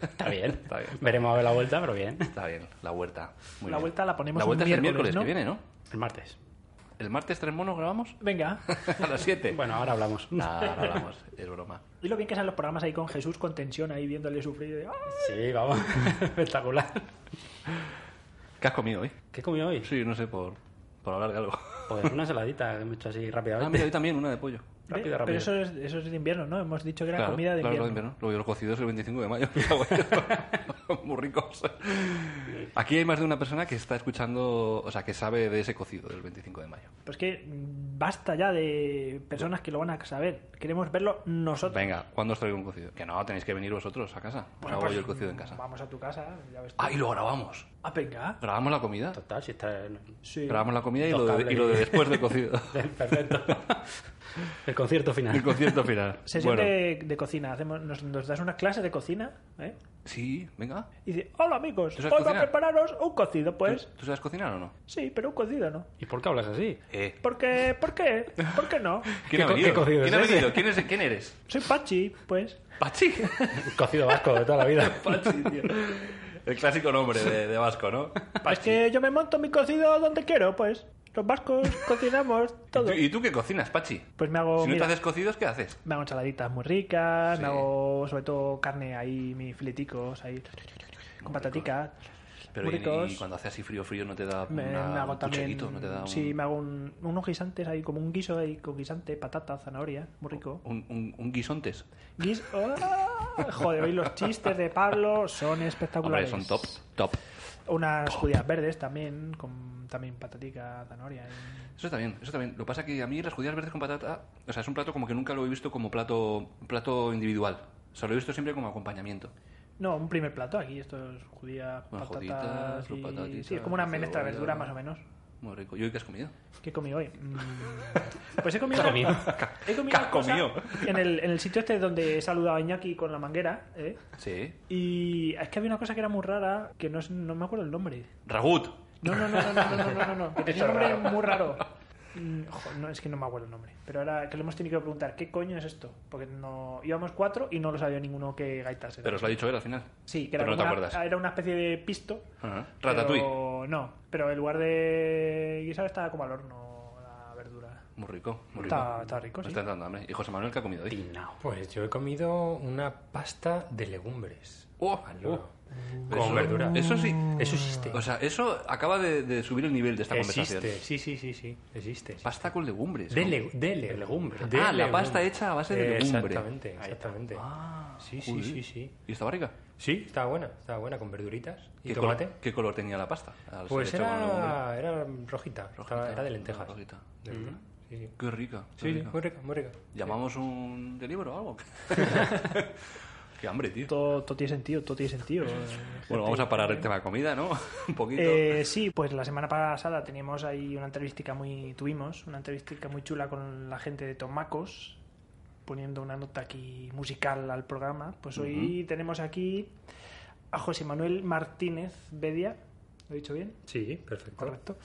Speaker 4: Está bien. Está bien. Veremos a ver la vuelta, pero bien.
Speaker 5: Está bien, la vuelta. Muy
Speaker 1: La
Speaker 5: bien.
Speaker 1: vuelta la ponemos
Speaker 5: La vuelta
Speaker 1: un
Speaker 5: es el
Speaker 1: miércoles,
Speaker 5: miércoles
Speaker 1: ¿no?
Speaker 5: que viene, ¿no?
Speaker 4: El martes.
Speaker 5: ¿El martes tres monos grabamos?
Speaker 1: Venga.
Speaker 5: a las siete.
Speaker 4: Bueno, ahora hablamos.
Speaker 5: Nada, ahora hablamos, es broma.
Speaker 1: Y lo bien que salen los programas ahí con Jesús, con tensión ahí viéndole sufrir. de, "Ah".
Speaker 4: Sí, vamos. Espectacular.
Speaker 5: ¿Qué has comido hoy?
Speaker 4: ¿Qué he comido hoy?
Speaker 5: Sí, no sé, por, por hablar de algo.
Speaker 4: Pues una ensaladita que hemos hecho así
Speaker 5: Ah, mira, hoy
Speaker 4: rápidamente.
Speaker 5: también una de pollo.
Speaker 1: Ve,
Speaker 4: rápido,
Speaker 1: Pero
Speaker 4: rápido.
Speaker 1: eso es, eso es de invierno, ¿no? Hemos dicho que era
Speaker 5: Claro,
Speaker 1: comida de
Speaker 5: claro,
Speaker 1: invierno.
Speaker 5: lo Luego los cocidos el 25 de mayo. Está bueno. Muy ricos. Aquí hay más de una persona que está escuchando, o sea, que sabe de ese cocido del 25 de mayo.
Speaker 1: Pues que mm, basta ya de personas que lo van a saber. Queremos verlo nosotros.
Speaker 5: Venga, ¿cuándo os traigo un cocido? Que no, tenéis que venir vosotros a casa.
Speaker 1: Bueno,
Speaker 5: Hago
Speaker 1: pues,
Speaker 5: yo el cocido en casa.
Speaker 1: Vamos a tu casa, ya ves tú.
Speaker 5: Ah, y lo grabamos.
Speaker 1: Ah, venga.
Speaker 5: Grabamos la comida.
Speaker 4: Total, si está...
Speaker 1: Sí.
Speaker 5: Grabamos la comida y
Speaker 4: Dos
Speaker 5: lo, de, y
Speaker 4: cables.
Speaker 5: lo de después del cocido.
Speaker 4: Perfecto. El concierto
Speaker 5: El
Speaker 4: final.
Speaker 5: concierto final.
Speaker 1: Sesión
Speaker 5: Bueno,
Speaker 1: de, de cocina. Hacemos, nos, nos das una clase de cocina, ¿eh?
Speaker 5: sí, venga.
Speaker 1: Y dice, hola amigos,
Speaker 5: ¿Tú
Speaker 1: hoy
Speaker 5: sabes
Speaker 1: va a
Speaker 5: cocinar?
Speaker 1: prepararos un cocido,
Speaker 5: ¿Tú,
Speaker 1: pues.
Speaker 5: tú sabes cocinar o no?
Speaker 1: Sí, pero un cocido no.
Speaker 4: ¿Y por qué hablas así?
Speaker 5: Eh.
Speaker 1: ¿Por qué? ¿Por qué? ¿Por qué no?
Speaker 5: ¿Quién ha
Speaker 4: co-
Speaker 5: venido?
Speaker 4: qué cocido
Speaker 5: ¿Quién
Speaker 4: es
Speaker 5: ha
Speaker 4: ese?
Speaker 5: venido? ¿Quién, es- quién eres?
Speaker 1: Soy Pachi, pues.
Speaker 5: Pachi.
Speaker 4: Cocido vasco de toda la vida.
Speaker 5: Pachi, tío. El clásico nombre de, de Vasco, ¿no?
Speaker 1: Es que yo me monto mi cocido donde quiero, pues. Los vascos cocinamos todo.
Speaker 5: ¿Y tú- ¿Y tú qué cocinas, Pachi?
Speaker 1: Pues me hago,
Speaker 5: Si no te
Speaker 1: mira,
Speaker 5: haces cocidos, ¿qué haces?
Speaker 1: me hago ensaladitas muy ricas,
Speaker 5: Sí.
Speaker 1: me hago sobre todo carne ahí, mis fileticos ahí, con pataticas.
Speaker 5: Pero
Speaker 1: muy
Speaker 5: y,
Speaker 1: ricos.
Speaker 5: y cuando hace así frío, frío, ¿no te da
Speaker 1: Me,
Speaker 5: una-
Speaker 1: me hago
Speaker 5: un
Speaker 1: también.
Speaker 5: pucherito? ¿No te da un,
Speaker 1: Sí, me hago un- unos guisantes ahí, como un guiso ahí con guisante, patata, zanahoria, muy rico.
Speaker 5: un, un- un guisontes?
Speaker 1: Guis. ¡Ah! Joder, hoy los chistes de Pablo son
Speaker 5: Hombre,
Speaker 1: espectaculares.
Speaker 5: son top, top.
Speaker 1: Unas judías verdes también, con también patatica, zanahoria. y-
Speaker 5: Eso también, eso también. Lo que pasa es que a mí las judías verdes con patata, o sea, es un plato como que nunca lo he visto como plato, plato individual. O sea, lo he visto siempre como acompañamiento.
Speaker 1: No, un primer plato aquí, estos judías,
Speaker 5: Unas
Speaker 1: patatas.
Speaker 5: juditas, con
Speaker 1: y-
Speaker 5: patatitas,
Speaker 1: Sí, es como una menestra de verdura
Speaker 5: cebolla.
Speaker 1: más o menos.
Speaker 5: Muy rico. ¿Y hoy qué has comido?
Speaker 1: ¿Qué comí hoy? Mm, Pues he comido.
Speaker 4: comido?
Speaker 1: He
Speaker 5: ¿Qué
Speaker 1: comido.
Speaker 5: has
Speaker 1: una cosa
Speaker 5: comido?
Speaker 1: En el, en el sitio este donde he saludado a Iñaki con la manguera, ¿eh?
Speaker 5: Sí.
Speaker 1: Y es que había una cosa que era muy rara, que no, es- no me acuerdo el nombre.
Speaker 5: Ragut.
Speaker 1: No, no, no, no, no, no, no, no, no. Que tenía un nombre muy raro. Mm, jo, no, es que no me acuerdo el nombre. Pero ahora que le hemos tenido que preguntar, ¿qué coño es esto? Porque no íbamos cuatro y no lo sabía ninguno que gaitas era.
Speaker 5: Pero os lo ha dicho él al final.
Speaker 1: Sí, que era,
Speaker 5: Pero no te
Speaker 1: como
Speaker 5: acuerdas.
Speaker 1: una, era una especie de pisto.
Speaker 5: Ajá. Ratatouille.
Speaker 1: Pero no, pero en lugar de guisado estaba como al horno la verdura.
Speaker 5: Muy rico, muy rico.
Speaker 1: Está, está rico,
Speaker 5: Me
Speaker 1: sí.
Speaker 5: está dando hambre. ¿Y José Manuel qué ha comido hoy?
Speaker 4: Pinao.
Speaker 6: Pues yo he comido una pasta de legumbres.
Speaker 5: Oh,
Speaker 6: Al loro.
Speaker 5: oh.
Speaker 6: Con
Speaker 5: Eso-
Speaker 6: verdura.
Speaker 5: Eso sí.
Speaker 6: Eso existe.
Speaker 5: O sea, eso acaba de, de subir el nivel de esta conversación.
Speaker 6: existe. Sí, sí, sí, sí. Existe.
Speaker 5: Pasta con legumbres.
Speaker 6: De,
Speaker 5: ¿no?
Speaker 6: legu- de le- legumbre. de
Speaker 5: Ah, la
Speaker 6: legumbre. Eh,
Speaker 5: pasta hecha a base de legumbre.
Speaker 6: Exactamente, exactamente.
Speaker 5: Ah,
Speaker 6: sí, sí,
Speaker 5: joder.
Speaker 6: sí, sí.
Speaker 5: ¿Y estaba rica?
Speaker 6: Sí, estaba buena, estaba buena con verduritas y
Speaker 5: ¿Qué
Speaker 6: tomate.
Speaker 5: Color, ¿Qué color tenía la pasta? al ser
Speaker 6: Pues
Speaker 5: hecha con legumbre?
Speaker 6: era, era rojita, estaba-
Speaker 5: Rojita,
Speaker 6: era de lentejas.
Speaker 5: rojita. Mm.
Speaker 6: De verdura. Sí, sí.
Speaker 5: Qué rica. qué
Speaker 6: Sí, sí,
Speaker 5: rica.
Speaker 6: muy rica, muy rica.
Speaker 5: ¿Llamamos un delibro o algo? qué hambre, tío.
Speaker 1: Todo, todo tiene sentido, todo tiene sentido.
Speaker 5: Bueno, vamos a parar
Speaker 6: eh.
Speaker 5: este el tema de comida, ¿no? un poquito.
Speaker 1: Eh, sí, pues la semana pasada teníamos ahí una entrevistica muy tuvimos una entrevistica muy chula con la gente de Tomacos poniendo una nota aquí musical al programa. Pues hoy tenemos aquí a José Manuel Martínez Bedia, lo he dicho bien,
Speaker 6: Sí, perfecto.
Speaker 1: correcto,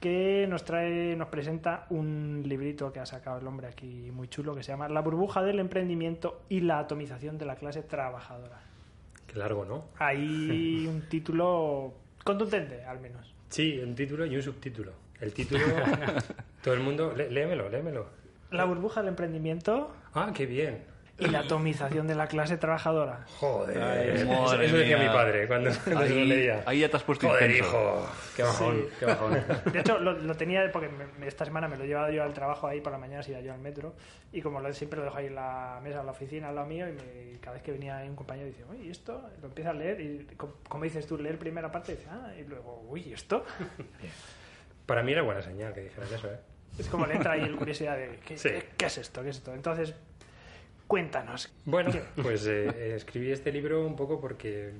Speaker 1: que nos trae nos presenta un librito que ha sacado el hombre aquí muy chulo que se llama La burbuja del emprendimiento y la atomización de la clase trabajadora.
Speaker 6: Qué largo, ¿no?
Speaker 1: Hay un título contundente, al menos.
Speaker 6: Sí, un título y un subtítulo. El título, todo el mundo, lé- léemelo, léemelo.
Speaker 1: La burbuja del emprendimiento
Speaker 6: Ah, qué bien.
Speaker 1: y la atomización de la clase trabajadora.
Speaker 6: Joder.
Speaker 5: Ay,
Speaker 6: eso,
Speaker 5: madre
Speaker 6: eso decía
Speaker 5: mía.
Speaker 6: mi padre cuando, cuando se lo
Speaker 5: Ahí,
Speaker 6: leía.
Speaker 5: ahí ya te has puesto
Speaker 6: Joder,
Speaker 5: intenso.
Speaker 6: hijo. Qué bajón, qué bajón.
Speaker 1: De hecho, lo, lo tenía porque me- me- esta semana me lo llevaba yo al trabajo ahí por la mañana, si iba yo al metro. Y como lo, siempre lo dejo ahí en la mesa, en la oficina, al lado mío, y me- cada vez que venía ahí un compañero dice, uy, ¿y esto? Lo empieza a leer y, co- como dices tú, leer primera parte, dice, ah, y luego, uy, ¿y esto?
Speaker 6: Para mí era buena señal que dijeras eso, ¿eh?
Speaker 1: Es como le entra ahí la curiosidad de, ¿qué,
Speaker 6: Sí.
Speaker 1: qué- qué es esto? ¿Qué es esto? Entonces, cuéntanos.
Speaker 6: Bueno, pues eh, eh, escribí este libro un poco porque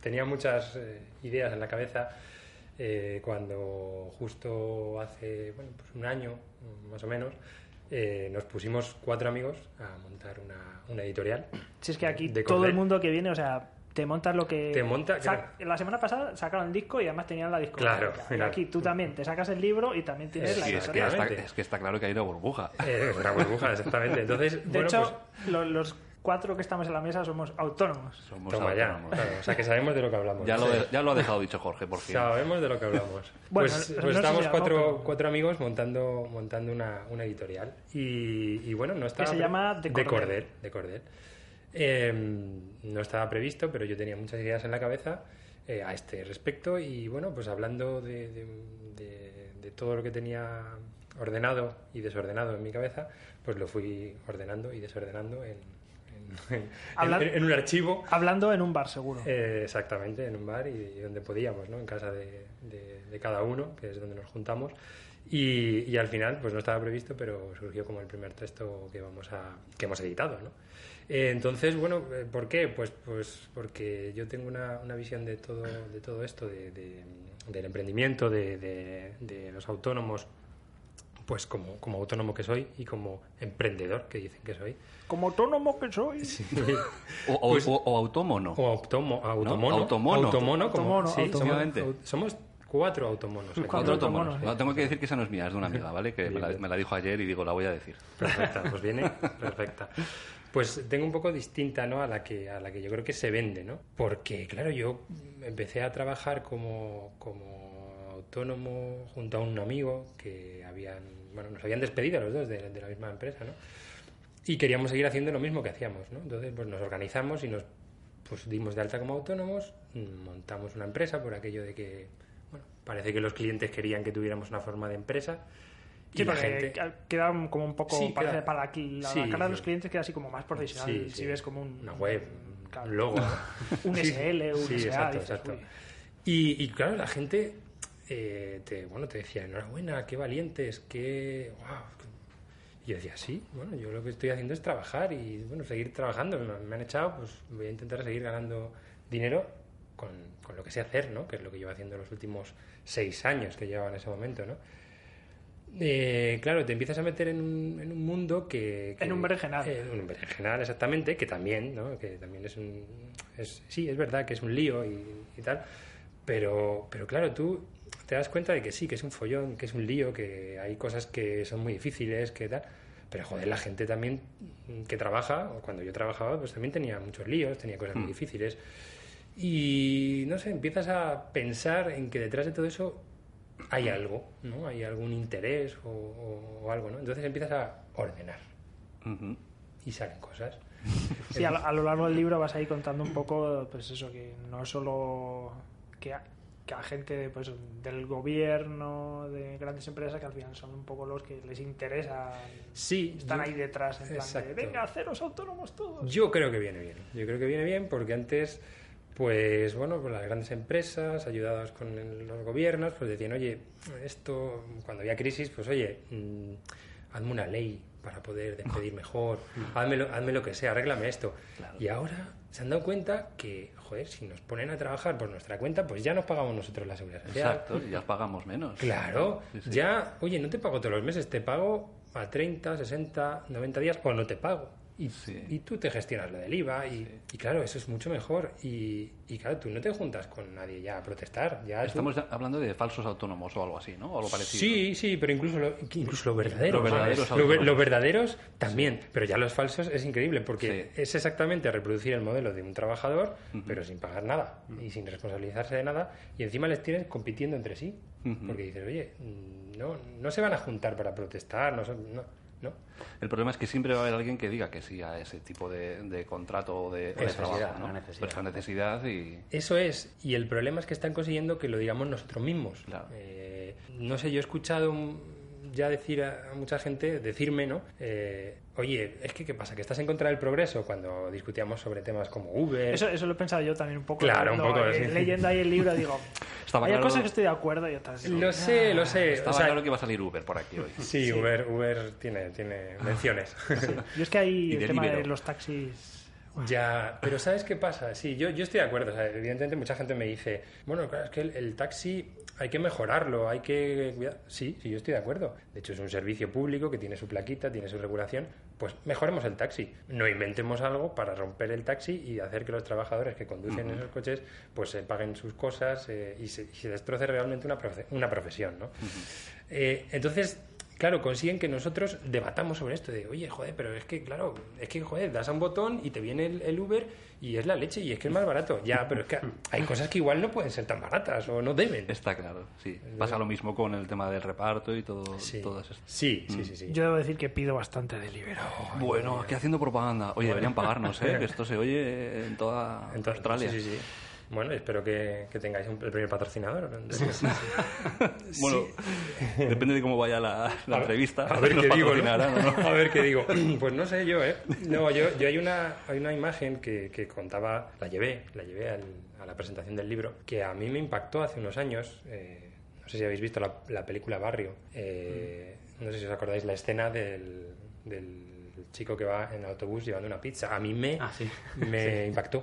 Speaker 6: tenía muchas eh, ideas en la cabeza eh, cuando justo hace bueno, pues un año mm, más o menos eh, nos pusimos cuatro amigos a montar una, una editorial.
Speaker 1: Si es que aquí
Speaker 6: De
Speaker 1: todo
Speaker 6: Cordel.
Speaker 1: el mundo que viene, o sea, te montas lo que.
Speaker 6: Te monta-
Speaker 1: Sa- La semana pasada sacaron el disco y además tenían la disco.
Speaker 6: Claro,
Speaker 1: Y
Speaker 6: mira.
Speaker 1: aquí tú también te sacas el libro y también tienes la
Speaker 5: Sí, es, que
Speaker 1: editorial.
Speaker 5: está,
Speaker 6: Exactamente.
Speaker 5: es que está claro que hay una burbuja.
Speaker 6: Eh, una burbuja, exactamente. Entonces,
Speaker 1: De
Speaker 6: bueno, pues,
Speaker 1: hecho, lo- los cuatro que estamos en la mesa somos autónomos.
Speaker 5: Somos
Speaker 6: toma ya.
Speaker 5: autónomos.
Speaker 6: claro, o sea que sabemos de lo que hablamos.
Speaker 5: Ya,
Speaker 6: ¿no?
Speaker 5: lo de- ya lo ha dejado dicho Jorge, por fin.
Speaker 6: Sabemos de lo que hablamos.
Speaker 1: Bueno,
Speaker 6: pues
Speaker 1: no-
Speaker 6: pues
Speaker 1: no sé si
Speaker 6: estábamos
Speaker 1: hablamos,
Speaker 6: cuatro,
Speaker 1: pero-
Speaker 6: cuatro amigos montando, montando una, una editorial. Y, y bueno, no estaba.
Speaker 1: se llama De
Speaker 6: De
Speaker 1: Cordel.
Speaker 6: Cordel. De Cordel. Eh, no estaba previsto, pero yo tenía muchas ideas en la cabeza eh, a este respecto. Y bueno, pues hablando de, de- de- de todo lo que tenía ordenado y desordenado en mi cabeza, pues lo fui ordenando y desordenando en, en- en-
Speaker 1: Hablan-
Speaker 6: en- en un archivo.
Speaker 1: Hablando en un bar, seguro.
Speaker 6: Eh, exactamente, en un bar y, y donde podíamos, ¿no? En casa de, de- de cada uno, que es donde nos juntamos. Y, y al final, pues no estaba previsto, pero surgió como el primer texto que, vamos a, que hemos editado, ¿no? Eh, entonces, bueno, eh, ¿por qué? Pues, pues porque yo tengo una, una visión de todo, de todo esto, de- de- del emprendimiento, de- de- de los autónomos, pues como, como autónomo que soy y como emprendedor que dicen que soy.
Speaker 1: Como autónomo que soy.
Speaker 5: O, o- o- o autómono.
Speaker 6: O automo, automono.
Speaker 5: Automono.
Speaker 6: Automono, como,
Speaker 1: Automono,
Speaker 6: sí,
Speaker 5: automono.
Speaker 6: somos, somos cuatro automonos. aquí.
Speaker 1: Cuatro
Speaker 5: Otro autómono.
Speaker 1: autómonos,
Speaker 5: No, tengo que decir que esa no es mía, es de una amiga, ¿vale? Que me la, me la dijo ayer y digo, la voy a decir.
Speaker 6: Perfecta, pues viene perfecta. Pues tengo un poco distinta ¿no? a, la que, a la que yo creo que se vende, ¿no? Porque, claro, yo empecé a trabajar como, como autónomo junto a un amigo que habían, bueno, nos habían despedido los dos de, de la misma empresa, ¿no? Y queríamos seguir haciendo lo mismo que hacíamos, ¿no? Entonces, pues nos organizamos y nos pues, dimos de alta como autónomos, mm, montamos una empresa por aquello de que, bueno, parece que los clientes querían que tuviéramos una forma de empresa. y
Speaker 1: Sí,
Speaker 6: la
Speaker 1: porque
Speaker 6: gente-
Speaker 1: ca- queda un- como un poco.
Speaker 6: Sí,
Speaker 1: parece
Speaker 6: queda-
Speaker 1: para aquí- la, la
Speaker 6: sí,
Speaker 1: cara de
Speaker 6: sí.
Speaker 1: los clientes queda así como más profesional.
Speaker 6: Sí,
Speaker 1: Si
Speaker 6: sí.
Speaker 1: ves como un.
Speaker 6: Una web,
Speaker 1: claro,
Speaker 6: un logo.
Speaker 1: Un
Speaker 6: Sí,
Speaker 1: SL, un
Speaker 6: sí,
Speaker 1: SA.
Speaker 6: exacto,
Speaker 1: dices,
Speaker 6: exacto.
Speaker 1: "Uy".
Speaker 6: Y, y claro, la gente eh, te, bueno, te decía, enhorabuena, qué valientes, qué... guau". Y yo decía, sí, bueno, yo lo que estoy haciendo es trabajar y bueno, seguir trabajando. Me, me han echado, pues voy a intentar seguir ganando dinero con, con lo que sé hacer, ¿no? Que es lo que llevo haciendo los últimos seis años que llevaba en ese momento, ¿no? Eh, claro, te empiezas a meter en un, en un mundo que, que-
Speaker 1: En un berenjenal.
Speaker 6: En un berenjenal, exactamente, que también, ¿no? Que también es un... es- sí, es verdad que es un lío y, y tal, pero, pero claro, tú te das cuenta de que sí, que es un follón, que es un lío, que hay cosas que son muy difíciles, que tal... Pero joder, la gente también mm, que trabaja, o cuando yo trabajaba, pues también tenía muchos líos, tenía cosas muy difíciles. Y no sé, empiezas a pensar en que detrás de todo eso hay algo, ¿no? Hay algún interés o, o- o algo, ¿no? Entonces empiezas a ordenar
Speaker 5: Ujú.
Speaker 6: y salen cosas.
Speaker 1: Sí, a, lo- a lo largo del libro vas ahí contando un poco, pues eso, que no solo que a, que a gente pues, del gobierno, de grandes empresas, que al final son un poco los que les interesa,
Speaker 6: Sí,
Speaker 1: están
Speaker 6: yo-
Speaker 1: ahí detrás, en plan de,
Speaker 6: Exacto.
Speaker 1: venga, haceros autónomos todos.
Speaker 6: Yo creo que viene bien. Yo creo que viene bien porque antes, pues bueno, pues las grandes empresas, ayudadas con el- los gobiernos, pues decían, oye, esto, cuando había crisis, pues oye, mm, hazme una ley para poder despedir mejor, hazme lo, hazme lo que sea, arréglame esto. Y ahora se han dado cuenta que, joder, si nos ponen a trabajar por nuestra cuenta, pues ya nos pagamos nosotros la seguridad social.
Speaker 5: Exacto, y ya pagamos menos.
Speaker 6: Claro,
Speaker 5: Sí, sí.
Speaker 6: ya, oye, no te pago todos los meses, te pago a 30, 60, 90 días o no te pago. Y,
Speaker 5: Sí.
Speaker 6: y tú te gestionas lo del IVA y, y claro, eso es mucho mejor. Y, y claro, tú no te juntas con nadie ya a protestar. Ya tú-
Speaker 5: Estamos ya hablando de falsos autónomos o algo así, ¿no? O algo parecido.
Speaker 6: Sí, sí, pero incluso lo, incluso lo verdadero,
Speaker 5: Los verdaderos
Speaker 6: ¿sabes? Lo ve-
Speaker 5: autónomos.
Speaker 6: los verdaderos también, pero ya los falsos es increíble porque
Speaker 5: Sí.
Speaker 6: es exactamente reproducir el modelo de un trabajador, pero sin pagar nada y sin responsabilizarse de nada y encima les tienes compitiendo entre sí, porque dices, oye, mm, no, no se van a juntar para protestar, no, son- no, ¿no?
Speaker 5: El problema es que siempre va a haber alguien que diga que sí a ese tipo de, de contrato o de, o de
Speaker 4: Necesidad,
Speaker 5: trabajo. ¿no?
Speaker 4: la necesidad.
Speaker 5: Pues la necesidad y.
Speaker 6: Eso es, y el problema es que están consiguiendo que lo digamos nosotros mismos.
Speaker 5: Claro.
Speaker 6: Eh, no sé, yo he escuchado mm, ya decir a, a mucha gente, decirme, ¿no? Eh, Oye, es que ¿qué pasa? ¿Que estás en contra del progreso? Cuando discutíamos sobre temas como Uber...
Speaker 1: Eso, eso lo he pensado yo también un poco.
Speaker 6: Claro, un
Speaker 1: Cuando,
Speaker 6: poco,
Speaker 1: eh,
Speaker 6: sí.
Speaker 1: Leyendo ahí el libro, digo.
Speaker 5: Estaba
Speaker 1: hay
Speaker 5: claro-
Speaker 1: cosas que estoy de acuerdo y otras. digo,
Speaker 6: Lo sé, lo sé.
Speaker 5: Estaba
Speaker 6: o sea,
Speaker 5: claro que iba a salir Uber por aquí hoy.
Speaker 6: Sí, Uber, Uber tiene, tiene
Speaker 5: Ah.
Speaker 6: menciones.
Speaker 1: Yo es que hay
Speaker 5: Y
Speaker 1: el tema de
Speaker 5: Deliveroo.
Speaker 1: los taxis.
Speaker 6: Ya, pero ¿sabes qué pasa? Sí, yo, yo estoy de acuerdo. o sea, evidentemente mucha gente me dice, bueno, claro, es que el, el taxi hay que mejorarlo, hay que cuidar. Sí, sí, yo estoy de acuerdo. De hecho, es un servicio público que tiene su plaquita, tiene su regulación. Pues mejoremos el taxi. No inventemos algo para romper el taxi y hacer que los trabajadores que conducen esos coches pues se paguen sus cosas eh, y, se, y se destroce realmente una, profe- una profesión, ¿no? Eh, entonces, claro, consiguen que nosotros debatamos sobre esto, de, oye, joder, pero es que, claro, es que, joder, das a un botón y te viene el, el Uber y es la leche y es que es más barato. Ya, pero es que hay cosas que igual no pueden ser tan baratas o no deben.
Speaker 5: Está claro, sí. Pasa lo mismo con el tema del reparto y todo,
Speaker 6: ¿Eh?
Speaker 5: Mm.
Speaker 6: Sí,
Speaker 5: todas estas.
Speaker 6: sí, sí, sí. sí.
Speaker 1: Yo debo decir que pido bastante Deliveroo.
Speaker 5: Bueno, aquí haciendo propaganda. Oye, deberían pagarnos, ¿eh? Que esto se oye en toda
Speaker 6: Entonces,
Speaker 5: Australia.
Speaker 6: sí, sí, sí. Bueno, espero que, que tengáis un- el primer patrocinador.
Speaker 5: Bueno, depende de cómo vaya la, la entrevista.
Speaker 6: A ver
Speaker 5: nos
Speaker 6: qué digo, ¿no?
Speaker 5: patrocinarán o no.
Speaker 6: A ver qué digo. Pues no sé yo, ¿eh? No, yo, yo hay una hay una imagen que, que contaba, la llevé, la llevé al- a la presentación del libro, que a mí me impactó hace unos años. eh, no sé si habéis visto la, la película Barrio. eh, No sé si os acordáis la escena del, del chico que va en autobús llevando una pizza. A mí me,
Speaker 4: Ah, sí.
Speaker 6: me impactó.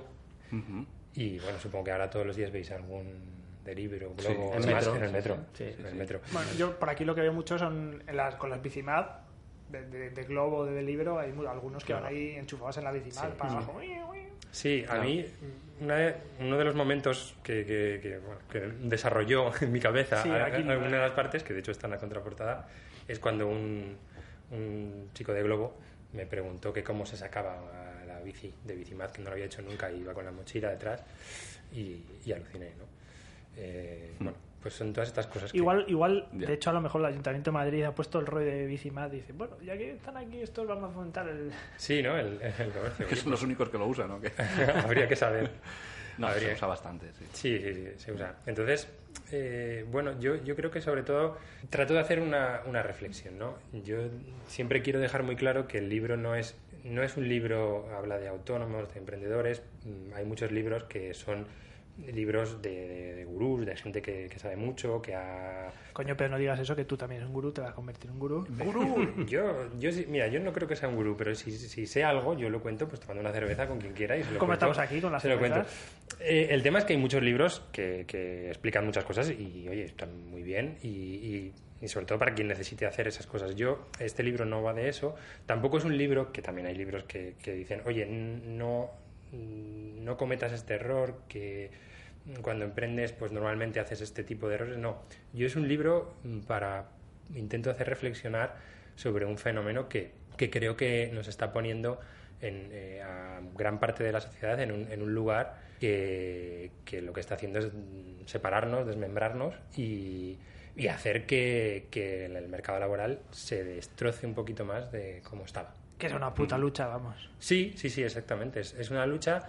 Speaker 5: Ujú.
Speaker 6: Y bueno, supongo que ahora todos los días veis algún delivery o blog o
Speaker 4: en el
Speaker 6: demás
Speaker 4: metro.
Speaker 6: en el metro.
Speaker 4: Sí, sí,
Speaker 6: en el
Speaker 4: sí.
Speaker 6: metro.
Speaker 1: Bueno, yo por aquí lo que veo mucho son en las, con las bicimad de, de, de Globo, de Deliveroo, hay mu- algunos que van ahí enchufados en la bicimad para abajo.
Speaker 6: Sí, a mí una de- uno de los momentos que, que- que, bueno, que desarrolló en mi cabeza
Speaker 1: Sí,
Speaker 6: a- a-
Speaker 1: aquí no.
Speaker 6: alguna de las partes, que de hecho está en la contraportada, es cuando un, un chico de Globo me preguntó que cómo se sacaba a la bici de Bicimad, que no lo había hecho nunca, y iba con la mochila detrás y, y aluciné, ¿no? Eh, Bueno, pues son todas estas cosas que...
Speaker 1: Hmm. Igual, igual
Speaker 5: Ya.
Speaker 1: de hecho, a lo mejor el Ayuntamiento de Madrid ha puesto el rollo de bicimad y dice, bueno, ya que están aquí estos, vamos a fomentar el...
Speaker 6: Sí, ¿no? El, el comercio.
Speaker 5: Que son los únicos que lo usan, ¿no? Que-
Speaker 6: Habría que saber.
Speaker 5: No,
Speaker 6: Habría.
Speaker 5: se usa bastante, sí.
Speaker 6: Sí, sí, sí, se usa. Entonces, eh, bueno, yo, yo creo que sobre todo trato de hacer una, una reflexión, ¿no? Yo siempre quiero dejar muy claro que el libro no es, no es un libro, habla de autónomos, de emprendedores, mm, hay muchos libros que son libros de, de- de gurús, de gente que, que sabe mucho, que ha...
Speaker 1: Coño, pero no digas eso, que tú también eres un gurú, te vas a convertir en un gurú.
Speaker 6: ¡Gurú! Yo, yo, sí- mira, yo no creo que sea un gurú, pero si, si sé algo, yo lo cuento pues tomando una cerveza con quien quiera y se lo
Speaker 1: Como
Speaker 6: cuento.
Speaker 1: estamos aquí con las
Speaker 6: Se lo cuento.
Speaker 1: cervezas.
Speaker 6: Eh, el tema es que hay muchos libros que, que explican muchas cosas y, oye, están muy bien y, y- y sobre todo para quien necesite hacer esas cosas. Yo, este libro no va de eso. Tampoco es un libro, que también hay libros que, que dicen, oye, n- no, no cometas este error, que cuando emprendes, pues normalmente haces este tipo de errores. No, yo es un libro mm, para, intento hacer reflexionar sobre un fenómeno que, que creo que nos está poniendo en, eh, a gran parte de la sociedad en un, en un lugar que, que lo que está haciendo es mm, separarnos, desmembrarnos y, y hacer que, que el mercado laboral se destroce un poquito más de cómo estaba.
Speaker 1: Que es una puta lucha, vamos.
Speaker 6: Sí, sí, sí, exactamente. Es, es una lucha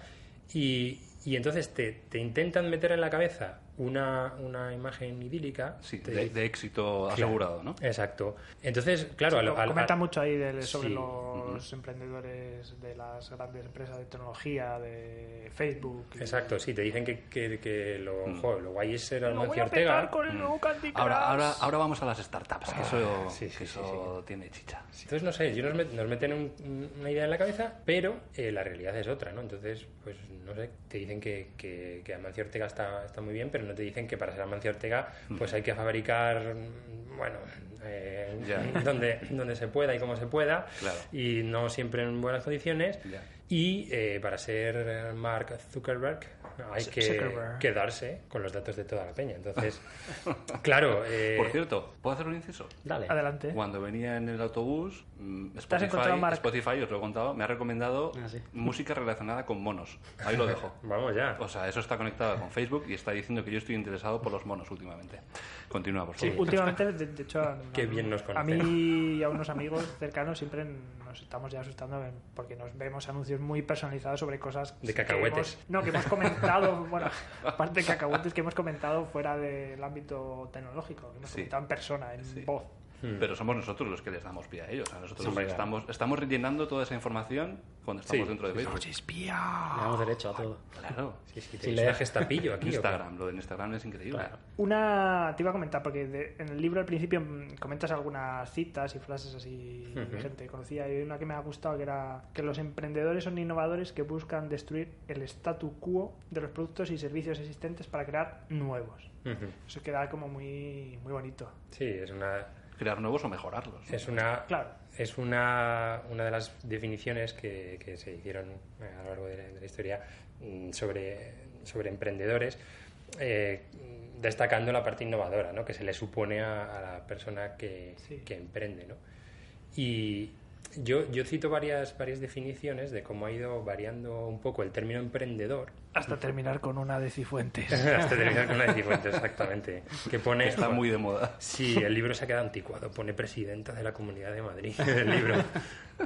Speaker 6: y, y entonces te, te intentan meter en la cabeza una, una imagen idílica.
Speaker 5: Sí,
Speaker 6: te
Speaker 5: de,
Speaker 6: dicen-
Speaker 5: de éxito
Speaker 6: Claro.
Speaker 5: asegurado, ¿no?
Speaker 6: Exacto. Entonces, claro, a lo- a- a-
Speaker 1: Comenta mucho ahí del- sobre
Speaker 6: Sí.
Speaker 1: los emprendedores de las grandes empresas de tecnología, de Facebook. y-
Speaker 6: Exacto, sí, te dicen que, que, que lo,
Speaker 5: Mm.
Speaker 6: jo, lo guay es ser
Speaker 1: Lo voy
Speaker 6: Amancio
Speaker 1: a petar
Speaker 6: Ortega.
Speaker 1: con el nuevo Candy Crush.
Speaker 5: Ahora, ahora, ahora vamos a las startups, que eso,
Speaker 6: Ah, sí, sí,
Speaker 5: que
Speaker 6: sí,
Speaker 5: eso tiene chicha.
Speaker 6: Entonces, no sé, yo nos, met- nos meten un- un- una idea en la cabeza, pero eh, la realidad es otra, ¿no? Entonces, pues, no sé, te dicen que, que, que Amancio Ortega está, está muy bien, pero no te dicen que para ser Amancio Ortega,
Speaker 5: Mm.
Speaker 6: pues hay que fabricar, mm, bueno, eh,
Speaker 5: Ya.
Speaker 6: donde, donde se pueda y como se pueda,
Speaker 5: Claro.
Speaker 6: y no siempre en buenas condiciones.
Speaker 5: Ya.
Speaker 6: Y eh, para ser Mark Zuckerberg, hay
Speaker 1: Z-
Speaker 6: que
Speaker 1: Zuckerberg.
Speaker 6: quedarse con los datos de toda la peña. Entonces, claro. eh,
Speaker 5: Por cierto, ¿puedo hacer un inciso?
Speaker 6: dale.
Speaker 1: Adelante.
Speaker 5: Cuando venía en el autobús, mm,
Speaker 1: has encontrado,
Speaker 5: Spotify,
Speaker 1: Mark?
Speaker 5: Spotify, os lo he contado, me ha recomendado
Speaker 4: Ah, sí.
Speaker 5: música relacionada con monos. Ahí lo dejo.
Speaker 6: Vamos ya.
Speaker 5: O sea, eso está conectado con Facebook y está diciendo que yo estoy interesado por los monos últimamente. Continúa, por
Speaker 1: Sí,
Speaker 5: favor.
Speaker 1: últimamente, de, de hecho, a-
Speaker 6: Qué bien nos
Speaker 1: a
Speaker 6: conocen.
Speaker 1: mí y a unos amigos cercanos siempre nos estamos ya asustando en- porque nos vemos anuncios muy personalizados sobre cosas
Speaker 6: De
Speaker 1: que
Speaker 6: cacahuetes.
Speaker 1: hemos- no, que hemos comentado, bueno, aparte de cacahuetes que hemos comentado fuera del ámbito tecnológico, que hemos
Speaker 5: Sí.
Speaker 1: comentado en persona, en
Speaker 5: Sí.
Speaker 1: voz.
Speaker 5: Pero somos nosotros los que les damos pie a ellos. A nosotros
Speaker 6: Sí, verdad.
Speaker 5: estamos, estamos rellenando toda esa información cuando estamos
Speaker 6: Sí,
Speaker 5: dentro de Facebook.
Speaker 4: Le damos derecho a todo.
Speaker 5: Claro.
Speaker 6: Sí, sí,
Speaker 4: Si
Speaker 6: te
Speaker 4: le
Speaker 6: está
Speaker 4: dejas-
Speaker 6: gestapillo aquí. ¿o qué?
Speaker 5: Instagram, lo de Instagram es increíble.
Speaker 4: Claro.
Speaker 1: Una, te iba a comentar, porque de- en el libro al principio mm, comentas algunas citas y frases así
Speaker 6: Ujú.
Speaker 1: de gente conocida. Y hay una que me ha gustado que era que los emprendedores son innovadores que buscan destruir el statu quo de los productos y servicios existentes para crear nuevos.
Speaker 6: Ujú.
Speaker 1: Eso queda como muy, muy bonito.
Speaker 6: Sí, es una,
Speaker 5: Crear nuevos o mejorarlos.
Speaker 6: Es una,
Speaker 1: Claro.
Speaker 6: es una, una de las definiciones que, que se hicieron eh, a lo largo de la, de la historia mm, sobre, sobre emprendedores, eh, mm, destacando la parte innovadora ¿no? que se le supone a, a la persona que,
Speaker 1: Sí.
Speaker 6: que emprende. ¿no? Y yo, yo cito varias, varias definiciones de cómo ha ido variando un poco el término emprendedor.
Speaker 1: Hasta terminar con una de Cifuentes.
Speaker 6: Hasta terminar con una de Cifuentes, exactamente. Que pone,
Speaker 5: Está muy de moda.
Speaker 6: Sí, el libro se ha quedado anticuado. Pone presidenta de la Comunidad de Madrid el libro.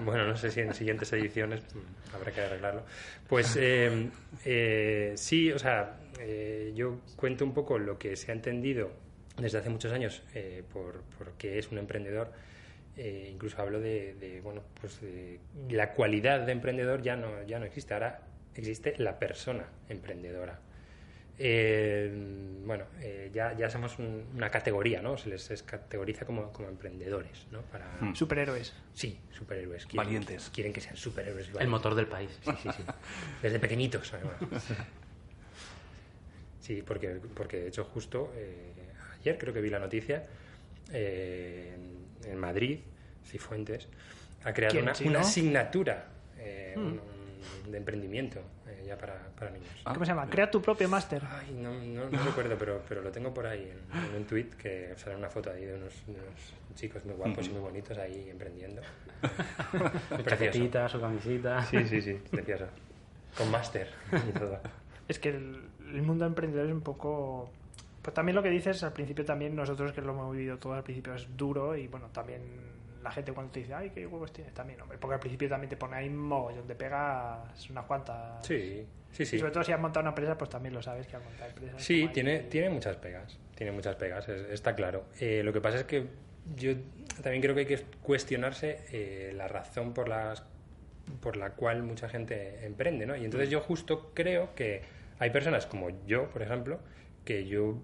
Speaker 6: Bueno, no sé si en siguientes ediciones mm, habrá que arreglarlo. Pues eh, eh, sí, o sea, eh, yo cuento un poco lo que se ha entendido desde hace muchos años eh, por, por qué es un emprendedor. Eh, incluso hablo de, de, bueno, pues de la cualidad de emprendedor ya no, ya no existe. Ahora existe la persona emprendedora. Eh, bueno, eh, ya, ya somos un- una categoría, ¿no? Se les, es- categoriza como, como emprendedores, ¿no? Para,
Speaker 5: Hmm.
Speaker 1: Superhéroes.
Speaker 6: Sí, superhéroes.
Speaker 5: Valientes.
Speaker 6: Quieren que sean superhéroes. y
Speaker 4: El
Speaker 6: valientes.
Speaker 4: motor del país.
Speaker 6: Sí, sí, sí. Desde pequeñitos, además. Sí, porque, porque de hecho justo eh, ayer creo que vi la noticia, eh, en, en Madrid, Cifuentes, ha creado
Speaker 1: ¿Quién,
Speaker 6: una,
Speaker 1: chino?
Speaker 6: una asignatura
Speaker 4: Hmm.
Speaker 6: eh, un- un- de emprendimiento eh, ya para, para niños.
Speaker 5: Ah,
Speaker 1: ¿Cómo se llama? Crea tu propio máster.
Speaker 6: Ay, no, no, no recuerdo, pero, pero lo tengo por ahí en, en un tweet que sale una foto ahí de unos, de unos chicos muy guapos y muy bonitos ahí emprendiendo.
Speaker 4: Su
Speaker 6: Precioso.
Speaker 4: chaquetita, su camisita.
Speaker 6: Sí, sí, sí, precioso. Con máster y todo.
Speaker 1: Es que el, el mundo emprendedor es un poco... Pues también lo que dices al principio también nosotros que lo hemos vivido todo al principio es duro y bueno, también la gente cuando te dice, ay, qué huevos tienes, también, hombre, porque al principio también te pone ahí un mogollón de pegas unas cuantas.
Speaker 6: Sí, sí,
Speaker 1: Y
Speaker 6: sí.
Speaker 1: sobre todo si has montado una empresa, pues también lo sabes que has montado empresas.
Speaker 6: Sí,
Speaker 1: como hay-
Speaker 6: tiene, tiene muchas pegas, tiene muchas pegas, es- está claro. Eh, lo que pasa es que yo también creo que hay que cuestionarse eh, la razón por, las, por la cual mucha gente emprende, ¿no? Y entonces yo justo creo que hay personas como yo, por ejemplo, que yo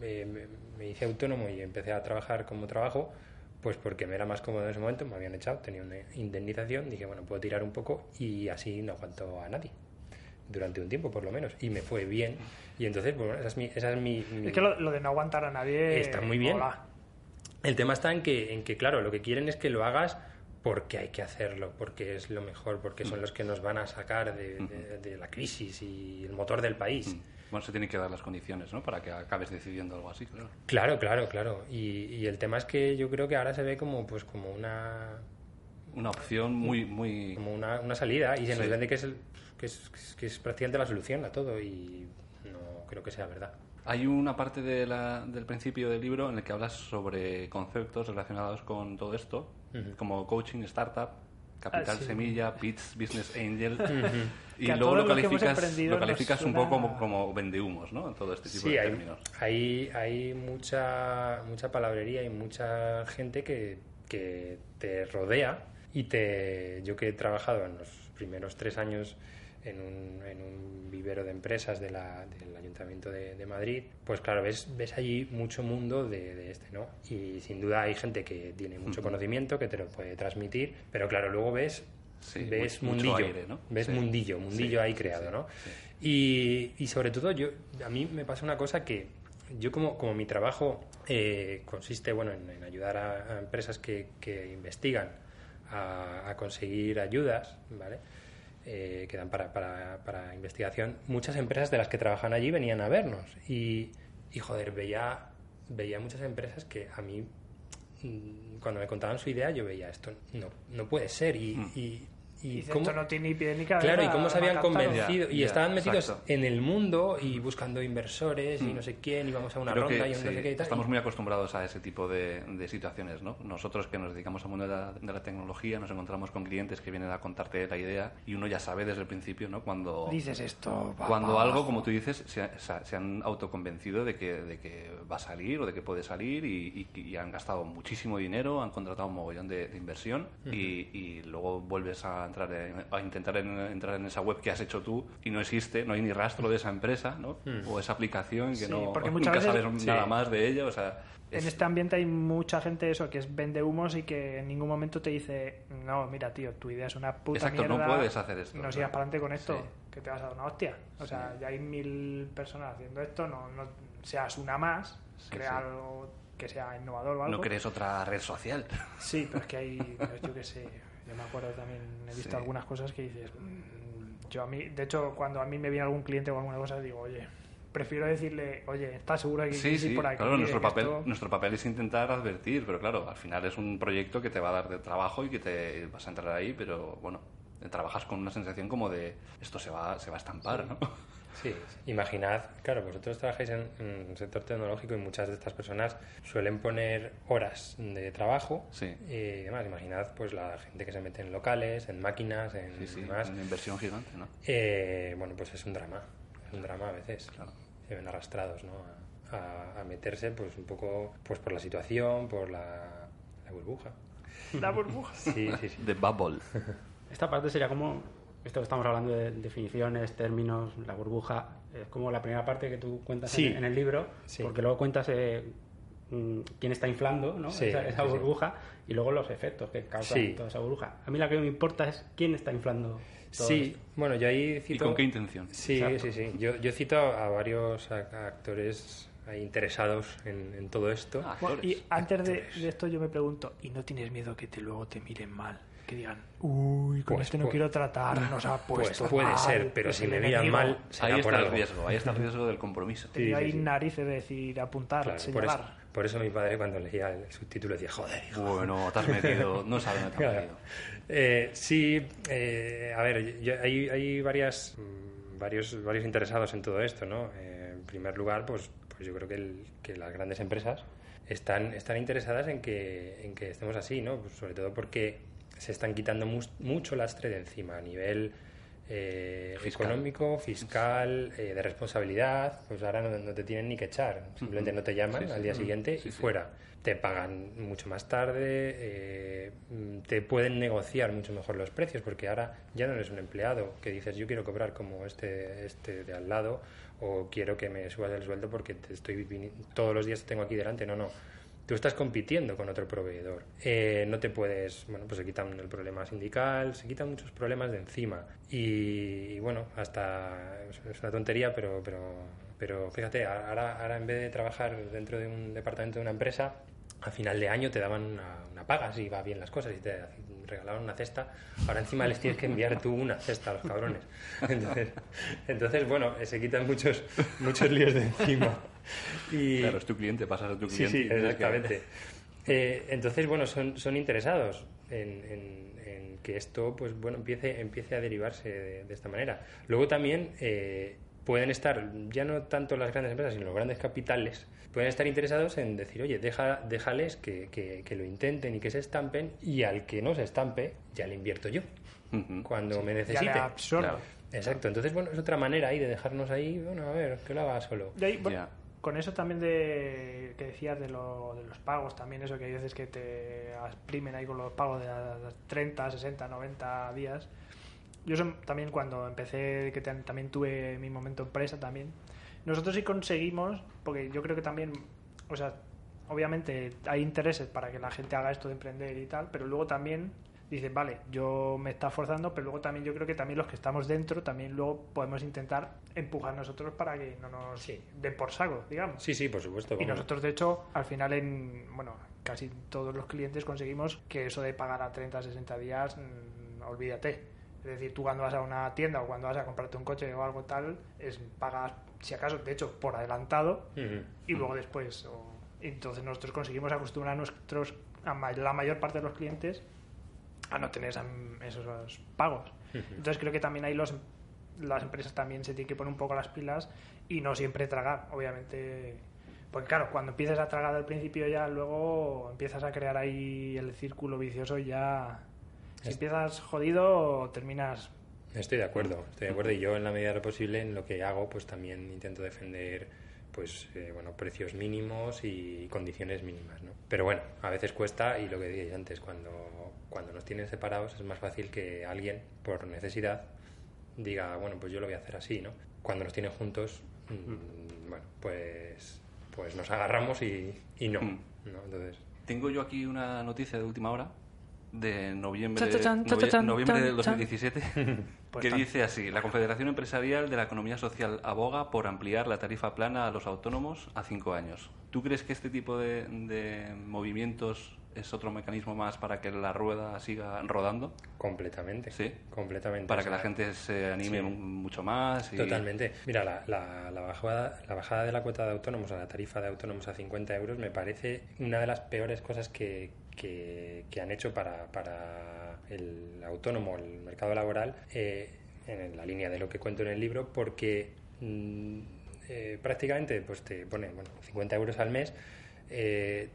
Speaker 6: me, me- me hice autónomo y empecé a trabajar como trabajo, pues porque me era más cómodo en ese momento, me habían echado, tenía una indemnización, dije, bueno, puedo tirar un poco y así no aguanto a nadie durante un tiempo por lo menos y me fue bien y entonces bueno esa es mi, esa es mi, mi-
Speaker 1: Es que lo, lo de no aguantar a nadie...
Speaker 6: Está muy bien.
Speaker 1: mola.
Speaker 6: el tema está en que en que claro lo que quieren es que lo hagas porque hay que hacerlo porque es lo mejor porque son los que nos van a sacar de, de- de la crisis y el motor del
Speaker 5: Mm.
Speaker 6: país
Speaker 5: Bueno, se tienen que dar las condiciones, ¿no? Para que acabes decidiendo algo así, claro.
Speaker 6: claro claro claro y, y el tema es que yo creo que ahora se ve como pues como una
Speaker 5: Una opción muy, muy...
Speaker 6: como una, una salida y se nos
Speaker 5: Sí.
Speaker 6: vende que es, el- que es que es- que es prácticamente la solución a todo y no creo que sea verdad
Speaker 5: Hay una parte de la- del principio del libro en el que hablas sobre conceptos relacionados con todo esto, como coaching, startup, capital
Speaker 1: Ah, sí.
Speaker 5: semilla, bits, business angel, y
Speaker 1: Que a
Speaker 5: luego
Speaker 1: todos
Speaker 5: lo
Speaker 1: los que hemos
Speaker 5: calificas,
Speaker 1: emprendido
Speaker 5: lo calificas
Speaker 1: nos
Speaker 5: un poco
Speaker 1: suena-
Speaker 5: como, como vendehumos, ¿no? Todo este tipo de
Speaker 6: hay,
Speaker 5: términos.
Speaker 6: Hay, hay mucha, mucha palabrería y mucha gente que, que te rodea y te... Yo que he trabajado en los primeros tres años en un, en un vivero de empresas de la- del Ayuntamiento de, de Madrid, pues claro, ves, ves allí mucho mundo de, de este, ¿no? Y sin duda hay gente que tiene mucho conocimiento, que te lo puede transmitir, pero claro, luego ves...
Speaker 5: Sí,
Speaker 6: ves
Speaker 5: mu- mucho
Speaker 6: mundillo,
Speaker 5: aire, ¿no?
Speaker 6: ves
Speaker 5: Sí.
Speaker 6: mundillo, mundillo
Speaker 5: Sí,
Speaker 6: ahí
Speaker 5: sí,
Speaker 6: creado,
Speaker 5: sí,
Speaker 6: ¿no?
Speaker 5: sí.
Speaker 6: Y, y sobre todo, yo a mí me pasa una cosa que yo como, como mi trabajo eh, consiste bueno, en, en ayudar a, a empresas que, que investigan a, a conseguir ayudas, ¿vale? eh, que dan para, para- para investigación, muchas empresas de las que trabajan allí venían a vernos. Y, y, joder, veía, veía muchas empresas que a mí, mm, cuando me contaban su idea, yo veía esto, no, no puede ser. Y,
Speaker 5: Mm.
Speaker 6: y- y
Speaker 1: Y dice,
Speaker 6: cómo-
Speaker 1: esto no tiene ni pie ni cabeza.
Speaker 6: Claro, y cómo se habían
Speaker 1: me ha captado.
Speaker 6: convencido.
Speaker 5: Ya,
Speaker 6: y
Speaker 5: ya,
Speaker 6: estaban metidos
Speaker 5: exacto. Mm.
Speaker 6: en el mundo y buscando inversores y no sé quién, y vamos a una
Speaker 5: Creo que,
Speaker 6: ronda y a un
Speaker 5: sí,
Speaker 6: no sé qué y tal.
Speaker 5: estamos muy acostumbrados a ese tipo de, de situaciones, ¿no? Nosotros que nos dedicamos al mundo de la, de la tecnología nos encontramos con clientes que vienen a contarte la idea y uno ya sabe desde el principio, ¿no? Cuando
Speaker 10: Dices esto. va
Speaker 5: cuando
Speaker 10: pa'
Speaker 5: algo,
Speaker 10: abajo.
Speaker 5: como tú dices, se, ha- se ha- se han autoconvencido de que, de que va a salir o de que puede salir y, y- y han gastado muchísimo dinero, han contratado un mogollón de, de inversión y, y luego vuelves a entrar en- a intentar en- entrar en esa web que has hecho tú y no existe, no hay ni rastro de esa empresa ¿no? o esa aplicación que
Speaker 1: Sí,
Speaker 5: no
Speaker 1: porque
Speaker 5: nunca
Speaker 1: muchas veces-
Speaker 5: sabes
Speaker 1: sí.
Speaker 5: nada más de ella. O sea, es-
Speaker 1: En este ambiente hay mucha gente eso que es vende humos y que en ningún momento te dice, no, mira tío, tu idea es una puta
Speaker 5: Exacto, no
Speaker 1: mierda.
Speaker 5: puedes hacer esto,
Speaker 1: No
Speaker 5: ¿no?
Speaker 1: sigas para adelante con esto,
Speaker 5: Sí.
Speaker 1: que te vas a dar una hostia. O sea, ya hay mil personas haciendo esto, no, no seas una más, crea
Speaker 5: sí.
Speaker 1: algo que sea innovador o algo.
Speaker 5: no crees otra red social.
Speaker 1: Sí, pero es que hay, pues, yo qué sé, yo me acuerdo también, he visto
Speaker 5: Sí.
Speaker 1: algunas cosas que dices, mm, yo a mí, de hecho, cuando a mí me viene algún cliente o alguna cosa, digo, oye, prefiero decirle, oye, ¿estás seguro de que
Speaker 5: Sí,
Speaker 1: quieres ir
Speaker 5: sí,
Speaker 1: por aquí?
Speaker 5: claro,
Speaker 1: De
Speaker 5: nuestro
Speaker 1: que
Speaker 5: papel,
Speaker 1: esto-".
Speaker 5: nuestro papel es intentar advertir, pero claro, al final es un proyecto que te va a dar de trabajo y que te vas a entrar ahí, pero bueno, te trabajas con una sensación como de esto se va, se va a estampar, ¿no?
Speaker 6: Sí, imaginad, claro, vosotros trabajáis en, en el sector tecnológico y muchas de estas personas suelen poner horas de trabajo eh,
Speaker 5: Sí.
Speaker 6: y demás. Imaginad pues la gente que se mete en locales, en máquinas, en
Speaker 5: Sí, sí,
Speaker 6: demás.
Speaker 5: una inversión gigante, ¿no?
Speaker 6: Eh, bueno, pues es un drama, es un drama a veces.
Speaker 5: Claro.
Speaker 6: Se ven arrastrados ¿no? a, a- a meterse pues un poco pues por la situación, por la, la burbuja.
Speaker 1: La burbuja.
Speaker 6: Sí, sí, sí.
Speaker 5: The bubble.
Speaker 4: Esta parte sería como, esto que estamos hablando de definiciones, términos, la burbuja, es como la primera parte que tú cuentas
Speaker 6: Sí.
Speaker 4: en, en el libro,
Speaker 6: Sí.
Speaker 4: porque luego cuentas eh, mm, quién está inflando ¿no?
Speaker 6: Sí,
Speaker 4: esa, esa
Speaker 6: sí, sí.
Speaker 4: burbuja y luego los efectos que causa
Speaker 6: Sí.
Speaker 4: toda esa burbuja. A mí la que me importa es quién está inflando. todo
Speaker 6: Sí,
Speaker 4: esto.
Speaker 6: bueno, yo ahí
Speaker 5: ¿Y
Speaker 6: cito...
Speaker 5: con qué intención?
Speaker 6: Sí, sí, sí. Yo, yo cito a, a varios a- a actores ahí interesados en, en todo esto.
Speaker 5: Ah,
Speaker 1: Bueno,
Speaker 5: actores.
Speaker 1: y antes de, de esto yo me pregunto, ¿y no tienes miedo que te, luego te miren mal? Que digan, uy, con
Speaker 6: Pues
Speaker 1: este no
Speaker 6: pu-
Speaker 1: quiero tratar, nos ha
Speaker 6: pues
Speaker 1: puesto
Speaker 6: puede
Speaker 1: mal,
Speaker 6: ser, pero
Speaker 1: es
Speaker 6: si
Speaker 1: el
Speaker 6: me veían
Speaker 1: enemigo".
Speaker 6: mal, será
Speaker 5: ahí
Speaker 6: por
Speaker 5: está el
Speaker 6: algo.
Speaker 5: riesgo, ahí está el riesgo del compromiso.
Speaker 1: Tenía
Speaker 6: sí,
Speaker 1: ahí
Speaker 6: sí.
Speaker 1: narices de decir, apuntar,
Speaker 6: Claro, por,
Speaker 1: señalar.
Speaker 6: eso, por eso mi padre cuando leía el subtítulo decía, joder, hijo.
Speaker 5: Bueno, te has metido, no sabes dónde te has
Speaker 6: Claro.
Speaker 5: metido.
Speaker 6: Eh, sí, eh, a ver, yo- hay, hay varias, mm, varios, varios interesados en todo esto, ¿no? Eh, en primer lugar, pues, pues yo creo que, el- que las grandes empresas están, están interesadas en que, en que estemos así, ¿no? Pues sobre todo porque se están quitando mus- mucho lastre de encima a nivel eh,
Speaker 5: Fiscal.
Speaker 6: económico, fiscal, eh, de responsabilidad. Pues ahora no, no te tienen ni que echar, simplemente no te llaman
Speaker 5: Sí, sí,
Speaker 6: al día
Speaker 5: ujú.
Speaker 6: siguiente
Speaker 5: Sí,
Speaker 6: y
Speaker 5: sí.
Speaker 6: fuera fuera. Te pagan mucho más tarde, eh, mm, te pueden negociar mucho mejor los precios, porque ahora ya no eres un empleado que dices yo quiero cobrar como este, este de al lado o quiero que me subas el sueldo porque te estoy vini- todos los días te tengo aquí delante. No, no. Tú estás compitiendo con otro proveedor. Eh, no te puedes. Bueno, pues se quitan el problema sindical, se quitan muchos problemas de encima. Y, y bueno, hasta. es- Es una tontería, pero, pero pero fíjate, a- ahora, ahora en vez de trabajar dentro de un departamento de una empresa, a final de año te daban una, una paga si va bien las cosas y te regalaban una cesta. Ahora encima les tienes que enviar tú una cesta a los cabrones. Entonces, entonces bueno, eh, se quitan muchos, muchos líos de encima. Y,
Speaker 5: Claro, es tu cliente, pasas a tu
Speaker 6: Sí,
Speaker 5: cliente.
Speaker 6: sí,
Speaker 5: y tienes que-
Speaker 6: exactamente. Eh, entonces, bueno, son, son interesados en, en- en que esto, pues bueno, empiece, empiece a derivarse de, de esta manera. Luego también eh, pueden estar, ya no tanto las grandes empresas, sino los grandes capitales, pueden estar interesados en decir, oye, deja, déjales que, que- que lo intenten y que se estampen, y al que no se estampe, ya le invierto yo,
Speaker 5: Ujú.
Speaker 6: cuando me
Speaker 1: Ya
Speaker 6: necesite.
Speaker 1: le absorbo.
Speaker 5: Claro.
Speaker 6: Exacto, entonces, bueno, es otra manera ahí de dejarnos ahí, bueno, a ver, que lo haga solo.
Speaker 1: De ahí, bueno,
Speaker 5: Ya.
Speaker 1: Con eso también de que decías de, lo- de los pagos, también eso que hay veces que te exprimen ahí con los pagos de las 30, 60, 90 días. Yo eso también cuando empecé, que tam- también tuve mi momento empresa también. Nosotros sí conseguimos, porque yo creo que también, o sea, obviamente hay intereses para que la gente haga esto de emprender y tal, pero luego también dices, vale, yo me está forzando, pero luego también yo creo que también los que estamos dentro, también luego podemos intentar empujar nosotros para que no nos
Speaker 6: Sí.
Speaker 1: den por saco, digamos.
Speaker 6: Sí, sí, por supuesto.
Speaker 1: Y
Speaker 6: vamos.
Speaker 1: nosotros, de hecho, al final en, bueno, casi todos los clientes conseguimos que eso de pagar a 30, 60 días, mm, olvídate. Es decir, tú cuando vas a una tienda o cuando vas a comprarte un coche o algo tal, es, pagas, si acaso, de hecho, por adelantado y luego después. o- Entonces nosotros conseguimos acostumbrar a, nuestros, a ma- la mayor parte de los clientes a no tener esa- esos pagos. Entonces creo que también ahí los, las empresas también se tienen que poner un poco las pilas y no siempre tragar, obviamente. Porque claro, cuando empiezas a tragar al principio ya luego empiezas a crear ahí el círculo vicioso y ya... Si
Speaker 6: Es-
Speaker 1: empiezas jodido, terminas...
Speaker 6: Estoy de acuerdo, estoy de acuerdo y yo en la medida de lo posible en lo que hago pues también intento defender pues eh, bueno precios mínimos y condiciones mínimas, ¿no? Pero bueno, a veces cuesta y lo que dije antes cuando cuando nos tienen separados es más fácil que alguien por necesidad diga bueno pues yo lo voy a hacer así, ¿no? Cuando nos tienen juntos mm, bueno pues pues nos agarramos y, y no,
Speaker 5: Mm.
Speaker 6: ¿no? Entonces
Speaker 5: Tengo yo aquí una noticia de última hora de noviembre,
Speaker 1: Chan, chan, chan, chan,
Speaker 5: novie-
Speaker 1: chan,
Speaker 5: noviembre
Speaker 1: chan,
Speaker 5: del
Speaker 1: chan.
Speaker 5: 2017
Speaker 1: Pues
Speaker 5: que
Speaker 1: tan-
Speaker 5: dice así, la Confederación Empresarial de la Economía Social aboga por ampliar la tarifa plana a los autónomos a cinco años. ¿Tú crees que este tipo de, de movimientos es otro mecanismo más para que la rueda siga rodando?
Speaker 6: completamente,
Speaker 5: Sí.
Speaker 6: completamente
Speaker 5: Para
Speaker 6: o
Speaker 5: que la
Speaker 6: sea,
Speaker 5: gente se anime
Speaker 6: sí.
Speaker 5: mu- mucho más. y-
Speaker 6: Totalmente. Mira, la, la- la bajada, la bajada de la cuota de autónomos a la tarifa de autónomos a 50 euros me parece una de las peores cosas que, que- que han hecho para, para el autónomo, el mercado laboral, eh, en la línea de lo que cuento en el libro, porque mm, eh, prácticamente pues te ponen bueno, 50 euros al mes. eh,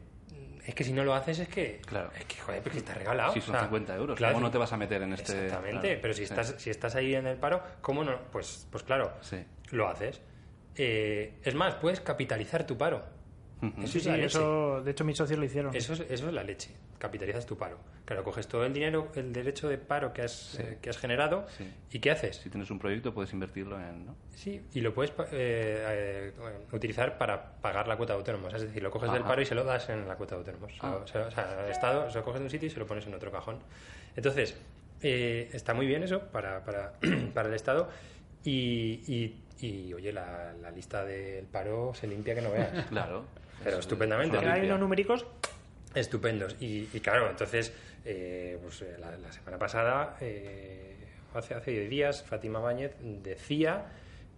Speaker 6: es que si no lo haces es que...
Speaker 5: Claro.
Speaker 6: Es que, joder, porque está regalado.
Speaker 5: Si son
Speaker 6: Ah, o sea,
Speaker 5: 50 euros,
Speaker 6: claro,
Speaker 5: ¿cómo no te vas a meter en este...?
Speaker 6: Exactamente,
Speaker 5: claro,
Speaker 6: pero si
Speaker 5: sí.
Speaker 6: estás, si estás ahí en el paro, ¿cómo no? Pues, pues claro,
Speaker 5: Sí.
Speaker 6: lo haces. Eh, es más, puedes capitalizar tu paro.
Speaker 5: Ujú.
Speaker 6: Eso
Speaker 1: Sí,
Speaker 6: es la leche.
Speaker 1: eso, de hecho mis socios lo hicieron.
Speaker 6: Eso es, eso es la leche. Capitalizas tu paro. Claro, coges todo el dinero, el derecho de paro que has, eh, que has generado
Speaker 5: Sí.
Speaker 6: y ¿qué haces?
Speaker 5: Si tienes un proyecto puedes invertirlo en... ¿no?
Speaker 6: Sí, y lo puedes pa- eh, eh, utilizar para pagar la cuota de autónomos. Es decir, lo coges del
Speaker 5: Ajá.
Speaker 6: paro y se lo das en la cuota de autónomos. Se lo-
Speaker 5: Ah.
Speaker 6: se lo- O sea, al Estado, se lo coges de un sitio y se lo pones en otro cajón. Entonces, eh, está muy bien eso para, para, para el Estado. Y, y- y, oye, la, la lista del paro se limpia que no veas.
Speaker 5: Claro.
Speaker 6: Pero
Speaker 5: Es-
Speaker 6: estupendamente.
Speaker 5: es
Speaker 1: Que
Speaker 5: una
Speaker 1: hay
Speaker 5: limpia.
Speaker 1: unos numéricos
Speaker 6: Estupendos. Y, y claro, entonces, eh, pues, eh, la, la semana pasada, eh, hace, hace 10 días, Fátima Báñez decía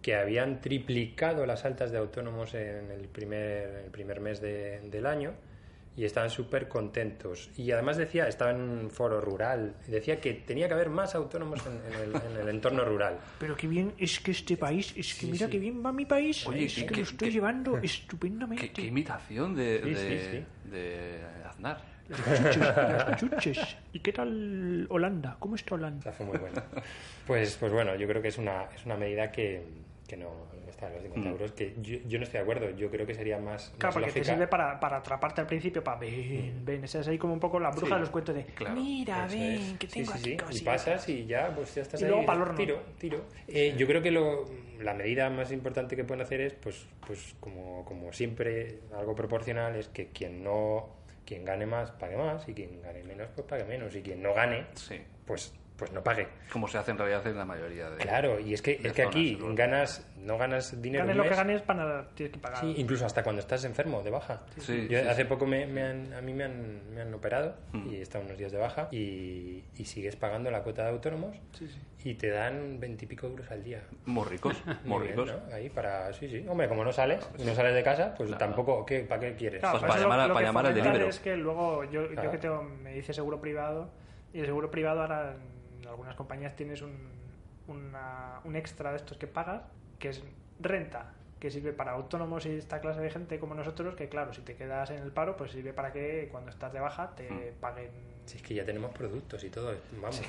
Speaker 6: que habían triplicado las altas de autónomos en el primer, en el primer mes de- del año y estaban súper contentos. Y además decía, estaba en un foro rural, decía que tenía que haber más autónomos en, en el, en el entorno rural.
Speaker 1: Pero qué bien es que este país, es que
Speaker 6: Sí,
Speaker 1: mira
Speaker 6: sí.
Speaker 1: qué bien va mi país,
Speaker 5: Oye,
Speaker 1: es
Speaker 5: ¿qué-
Speaker 1: que,
Speaker 5: qué-
Speaker 1: lo estoy
Speaker 5: qué-
Speaker 1: llevando
Speaker 5: ¿Qué,
Speaker 1: estupendamente.
Speaker 5: qué imitación de,
Speaker 6: Sí, sí,
Speaker 5: de, de Aznar.
Speaker 1: Las chuches, las chuches. ¿Y qué tal Holanda? ¿Cómo está
Speaker 6: O sea,
Speaker 1: Holanda?
Speaker 6: fue muy bueno. Pues, pues bueno, yo creo que es una, es una medida que, que no está en los 50 euros, que yo, yo no estoy de acuerdo. Yo creo que sería más,
Speaker 1: Mm. Claro,
Speaker 6: más
Speaker 1: porque te
Speaker 6: lógica.
Speaker 1: sirve para, para atraparte al principio, para ven, ven, esa es ahí como un poco la bruja
Speaker 5: Sí,
Speaker 1: de los cuentos de
Speaker 5: claro.
Speaker 1: mira,
Speaker 6: Eso
Speaker 1: ven,
Speaker 6: es.
Speaker 1: que
Speaker 6: Sí,
Speaker 1: tengo
Speaker 6: sí,
Speaker 1: aquí
Speaker 6: sí. Y
Speaker 1: cositas".
Speaker 6: pasas y ya, pues ya estás
Speaker 1: Y luego
Speaker 6: ahí,
Speaker 1: pa'l horno.
Speaker 6: Tiro, tiro. Eh, yo creo que lo, la medida más importante que pueden hacer es, pues, pues como, como siempre, algo proporcional, es que quien no... Quien gane más, pague más. Y quien gane menos, pues pague menos. Y quien no gane,
Speaker 5: Sí.
Speaker 6: pues, pues no pague.
Speaker 5: Como se hace en realidad en la mayoría de...
Speaker 6: Claro, y es que,
Speaker 5: de
Speaker 6: es que aquí
Speaker 5: zonas, ¿no?
Speaker 6: ganas, no ganas dinero.
Speaker 1: Ganes
Speaker 6: un
Speaker 1: lo que
Speaker 6: mes,
Speaker 1: ganes, para, tienes que pagar.
Speaker 6: Sí, incluso hasta cuando estás enfermo, de baja.
Speaker 5: Sí,
Speaker 6: Yo
Speaker 5: sí,
Speaker 6: hace
Speaker 5: sí. Mm.
Speaker 6: poco me, me han- a mí me han, me han operado y he estado unos días de baja y, y sigues pagando la cuota de autónomos y te dan veintipico euros al día.
Speaker 5: Muy ricos,
Speaker 6: Muy
Speaker 5: muy
Speaker 6: bien,
Speaker 5: ricos.
Speaker 6: ¿no? Ahí para... Sí, sí. Hombre, como no sales, no sales de casa, pues tampoco... ¿qué, ¿Para qué quieres?
Speaker 1: Claro, pero
Speaker 5: Pues para
Speaker 1: eso
Speaker 5: llamar a-
Speaker 1: lo
Speaker 5: para
Speaker 1: que
Speaker 5: llamar al
Speaker 1: fomentar
Speaker 5: delíbero.
Speaker 1: Es que luego yo, yo
Speaker 6: Claro.
Speaker 1: que tengo, me hice seguro privado y el seguro privado ahora en algunas compañías tienes un, una- un extra de estos que pagas que es renta que sirve para autónomos y esta clase de gente como nosotros que claro si te quedas en el paro pues sirve para que cuando estás de baja te
Speaker 5: Hmm.
Speaker 1: paguen
Speaker 6: Si es que ya tenemos productos y todo, vamos.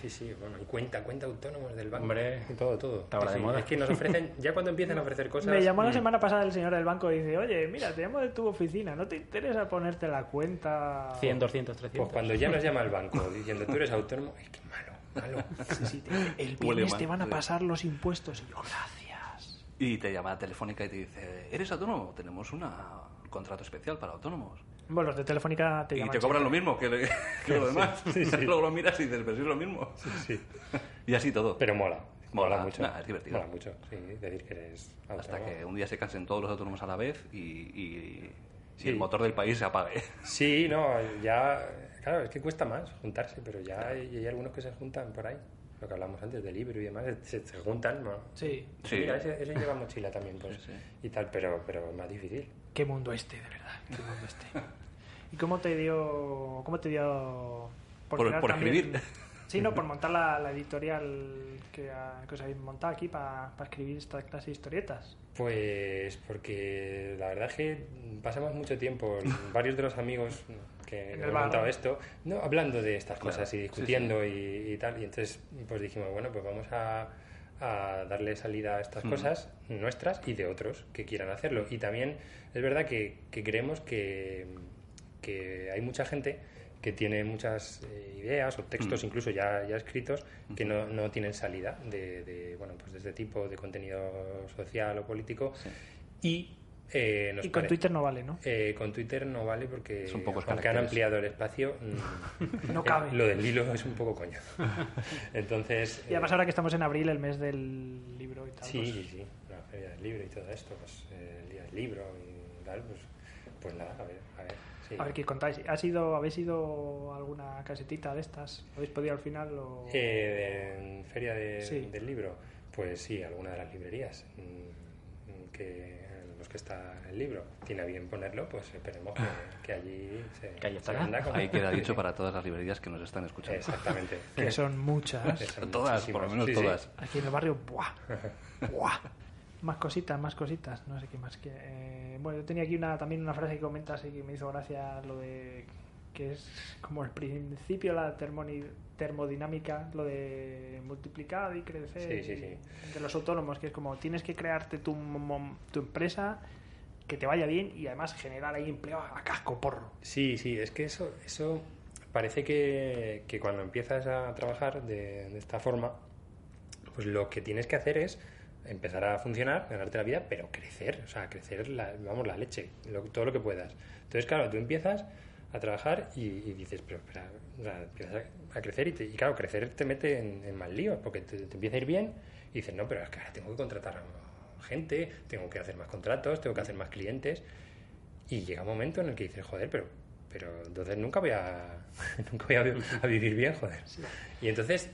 Speaker 6: Sí, sí, bueno, y cuenta, cuenta autónomos del banco. Hombre, todo, todo.
Speaker 4: Está ahora de
Speaker 6: Sí,
Speaker 4: moda.
Speaker 6: Es que nos ofrecen, ya cuando empiezan a ofrecer cosas...
Speaker 1: me llamó la
Speaker 5: hmm.
Speaker 6: mm,
Speaker 1: semana pasada el señor del banco y dice oye mira te llamo de tu oficina no te interesa ponerte la cuenta
Speaker 4: 100, 200, 300.
Speaker 6: Pues cuando ya nos llama el banco diciendo tú eres autónomo, es que malo, malo.
Speaker 1: Sí, sí, te- el
Speaker 5: Huele
Speaker 1: viernes
Speaker 5: mal,
Speaker 1: te van a
Speaker 5: sí.
Speaker 1: pasar los impuestos y yo gracias
Speaker 5: Y te llama a Telefónica y te dice, ¿eres autónomo? Tenemos una- un contrato especial para autónomos.
Speaker 1: Bueno, los de Telefónica te
Speaker 5: Y
Speaker 1: llaman
Speaker 5: te cobran lo mismo que, le- que lo demás. Luego lo miras y dices, pero si es lo mismo.
Speaker 6: sí.
Speaker 5: Y así todo.
Speaker 6: Pero mola.
Speaker 5: Mola.
Speaker 6: Mola, mucho.
Speaker 5: Nah, es divertido.
Speaker 6: Mola mucho, sí, decir que eres autónomo.
Speaker 5: Hasta que un día se cansen todos los autónomos a la vez y, y- y
Speaker 6: Sí.
Speaker 5: el motor del país se apague.
Speaker 6: Sí, no, ya... Claro, es que cuesta más juntarse, pero ya hay, hay algunos que se juntan por ahí. lo que hablamos antes del libro y demás, se, se juntan, ¿no?
Speaker 1: Sí.
Speaker 5: Sí.
Speaker 6: Mira, ese, ese lleva mochila también, pues,
Speaker 5: Sí, sí.
Speaker 6: y tal, pero, pero es más difícil.
Speaker 1: Qué mundo este, de verdad. Qué mundo este. ¿Y cómo te dio. ¿Cómo te dio.
Speaker 5: Por-
Speaker 1: crear
Speaker 5: por
Speaker 1: también-
Speaker 5: escribir.
Speaker 1: Sí, no, por montar la, la editorial que, ha- que os habéis montado aquí para escribir esta clase de historietas.
Speaker 6: Pues porque la verdad es que pasamos mucho tiempo, varios de los amigos que
Speaker 1: En el
Speaker 6: han
Speaker 1: bar.
Speaker 6: montado esto, no, hablando de estas
Speaker 5: Claro,
Speaker 6: cosas y
Speaker 5: sí,
Speaker 6: discutiendo Y, y tal. Y entonces pues dijimos, bueno, pues vamos a, a darle salida a estas cosas nuestras y de otros que quieran hacerlo. Y también es verdad que, que creemos que, que hay mucha gente que tiene muchas eh, ideas o textos incluso ya, ya escritos que no, no tienen salida de, de, bueno pues de este tipo de contenido social o político y eh, nos
Speaker 1: y con
Speaker 6: pare-
Speaker 1: Twitter no vale, ¿no?
Speaker 6: eh, con Twitter no vale porque
Speaker 5: Son pocos
Speaker 6: aunque han
Speaker 5: caracteres.
Speaker 6: ampliado el espacio mm,
Speaker 1: No
Speaker 6: eh,
Speaker 1: cabe.
Speaker 6: lo del hilo es un poco coño entonces
Speaker 1: Y además
Speaker 6: eh,
Speaker 1: ahora que estamos en abril, el mes del libro y tal.
Speaker 6: Sí,
Speaker 1: pues,
Speaker 6: sí, sí. La feria del libro y todo esto, pues eh, el día del libro y tal, pues, pues nada, a ver, a ver. sí.
Speaker 1: A ver qué contáis. ¿Ha sido, ¿Habéis ido a alguna casetita de estas? ¿Habéis podido al final? O...
Speaker 6: Eh, de- feria de-
Speaker 1: Sí.
Speaker 6: del libro, pues sí, alguna de las librerías mm, que en los que está el libro tiene a bien ponerlo, pues esperemos que, que allí se,
Speaker 4: Que allí
Speaker 6: se
Speaker 4: estará.
Speaker 6: venda como-
Speaker 5: Ahí queda dicho para todas las librerías que nos están escuchando.
Speaker 6: Exactamente.
Speaker 1: Que son muchas.
Speaker 6: Son
Speaker 5: Todas, por lo
Speaker 6: muchísimas.
Speaker 5: menos
Speaker 6: Sí, sí.
Speaker 5: todas.
Speaker 1: Aquí en el barrio, ¡buah! ¡buah! Más cositas, más cositas, no sé qué más que. eh, bueno, yo tenía aquí una, también una frase que comentas y que me hizo gracia lo de. que es como el principio de la termoni- termodinámica, lo de multiplicar y crecer.
Speaker 6: Sí, sí,
Speaker 1: y-
Speaker 6: sí.
Speaker 1: De los autónomos, que es como tienes que crearte tu, mom- tu empresa que te vaya bien y además generar ahí empleo a casco porro.
Speaker 6: Sí, sí, es que eso, eso parece que, que cuando empiezas a trabajar de, de esta forma, pues lo que tienes que hacer es empezar a funcionar, ganarte la vida, pero crecer, o sea, crecer, la, vamos, la leche, lo- todo lo que puedas. Entonces, claro, tú empiezas a trabajar y, y dices, pero espera, o sea, empiezas a, a crecer y, te- y claro, crecer te mete en, en más líos porque te, te empieza a ir bien y dices, no, pero es que ahora tengo que contratar a gente, tengo que hacer más contratos, tengo que hacer más clientes y llega un momento en el que dices, joder, pero, pero entonces nunca voy a, nunca voy a, vi- a vivir bien, joder. Y entonces,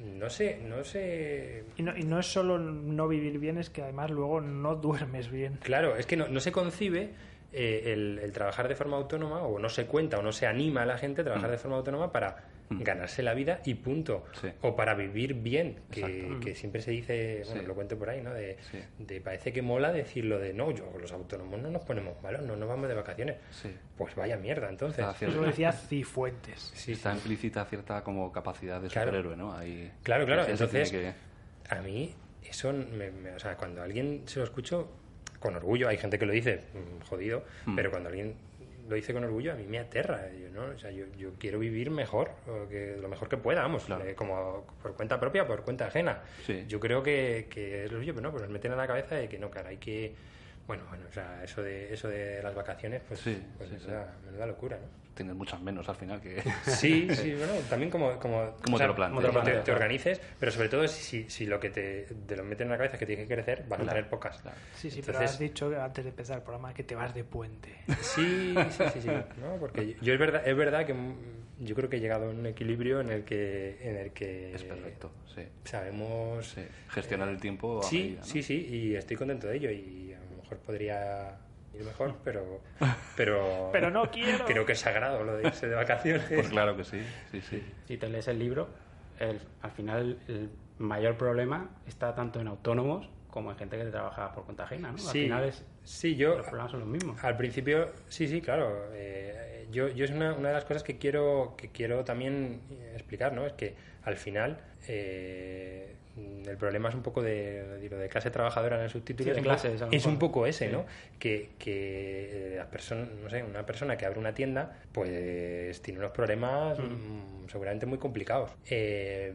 Speaker 6: mm, no sé, no sé.
Speaker 1: Y no, y no es solo no vivir bien, es que además luego no duermes bien.
Speaker 6: Claro, es que no, no se concibe eh, el, el trabajar de forma autónoma, o no se cuenta, o no se anima a la gente a trabajar de forma autónoma para ganarse la vida y punto.
Speaker 5: Mm. Sí.
Speaker 6: O para vivir bien, que,
Speaker 5: Exacto. Mm.
Speaker 6: que siempre se dice, bueno,
Speaker 5: Sí.
Speaker 6: lo cuento por ahí, ¿no? De,
Speaker 5: Sí.
Speaker 6: de parece que mola decirlo de no, yo, los autónomos no nos ponemos malos, no nos vamos de vacaciones.
Speaker 5: Sí.
Speaker 6: Pues vaya mierda, entonces.
Speaker 5: Está,
Speaker 1: Eso
Speaker 5: cierta-
Speaker 1: lo decía Cifuentes.
Speaker 6: Sí,
Speaker 5: está
Speaker 6: sí.
Speaker 5: implícita cierta como capacidad de
Speaker 6: Claro.
Speaker 5: superhéroe, ¿no? Ahí,
Speaker 6: Claro, claro,
Speaker 5: que se tiene
Speaker 6: entonces-
Speaker 5: que-
Speaker 6: A mí, eso, me, me- o sea, cuando a alguien se lo escucho con orgullo, hay gente que lo dice mm, jodido, pero cuando alguien lo dice con orgullo, a mí me aterra. Yo, ¿no? o sea, yo, yo quiero vivir mejor, o que, lo mejor que pueda, vamos, eh, como por cuenta propia, por cuenta ajena.
Speaker 5: Sí.
Speaker 6: Yo creo que, que es lo suyo, pero no, pues nos meten en la cabeza de que no, cara, hay que. Bueno, bueno, o sea, eso de, eso de las vacaciones, pues,
Speaker 5: Sí,
Speaker 6: pues
Speaker 5: sí,
Speaker 6: es
Speaker 5: sí.
Speaker 6: una menuda locura, ¿no?
Speaker 5: tienes muchas menos al final que...
Speaker 6: Sí, sí, bueno, también como, como,
Speaker 5: Como te lo plantees.
Speaker 6: como te,
Speaker 5: Claro.
Speaker 6: te organices, pero sobre todo si, si lo que te, te lo meten en la cabeza es que tienes que crecer, vas a
Speaker 5: Claro,
Speaker 6: tener pocas.
Speaker 5: claro.
Speaker 1: Sí, sí, pero
Speaker 6: Entonces-
Speaker 1: has dicho antes de empezar el programa que te vas de puente.
Speaker 6: Sí, sí, sí, sí, ¿no? Porque yo, yo es verdad, es verdad que mm, yo creo que he llegado a un equilibrio en el que, en el que
Speaker 5: Es perfecto, sí.
Speaker 6: sabemos
Speaker 5: Sí, Gestionar el tiempo a
Speaker 6: Sí,
Speaker 5: medida, ¿no?
Speaker 6: sí, sí, y estoy contento de ello y a lo mejor podría ir mejor, pero pero
Speaker 1: Pero no quiero.
Speaker 6: Creo que es sagrado lo de irse de vacaciones.
Speaker 5: Pues claro que sí, sí, sí.
Speaker 4: Si te lees el libro, el- al final el mayor problema está tanto en autónomos como en gente que trabaja por cuenta ajena, ¿no? Al
Speaker 6: Sí,
Speaker 4: final es,
Speaker 6: sí, yo Ah.
Speaker 4: los problemas son los mismos.
Speaker 6: Al principio, sí, sí, claro. Eh, yo, yo es una, una de las cosas que quiero, que quiero también eh, explicar, ¿no? Es que al final eh, el problema es un poco de, de lo de clase trabajadora en el subtítulo.
Speaker 4: Sí, de
Speaker 6: es un
Speaker 4: clases,
Speaker 6: poco-
Speaker 4: a lo
Speaker 6: es un
Speaker 4: mejor.
Speaker 6: poco ese, ¿no? Que, que eh, las personas, no sé, una persona que abre una tienda, pues tiene unos problemas mm, seguramente muy complicados. Eh,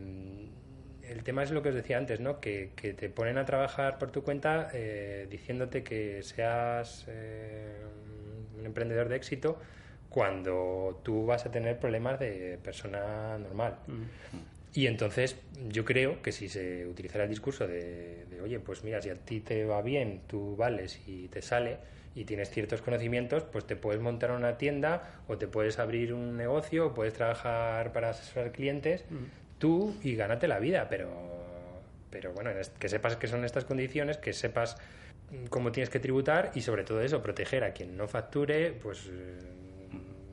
Speaker 6: el tema es lo que os decía antes, ¿no? Que, que te ponen a trabajar por tu cuenta eh, diciéndote que seas eh, un emprendedor de éxito cuando tú vas a tener problemas de persona normal. Y entonces yo creo que si se utilizara el discurso de, de, oye, pues mira, si a ti te va bien, tú vales y te sale y tienes ciertos conocimientos, pues te puedes montar una tienda o te puedes abrir un negocio o puedes trabajar para asesorar clientes, tú y gánate la vida, pero pero bueno, en est- que sepas que son estas condiciones, que sepas mm, cómo tienes que tributar y sobre todo eso, proteger a quien no facture, pues eh,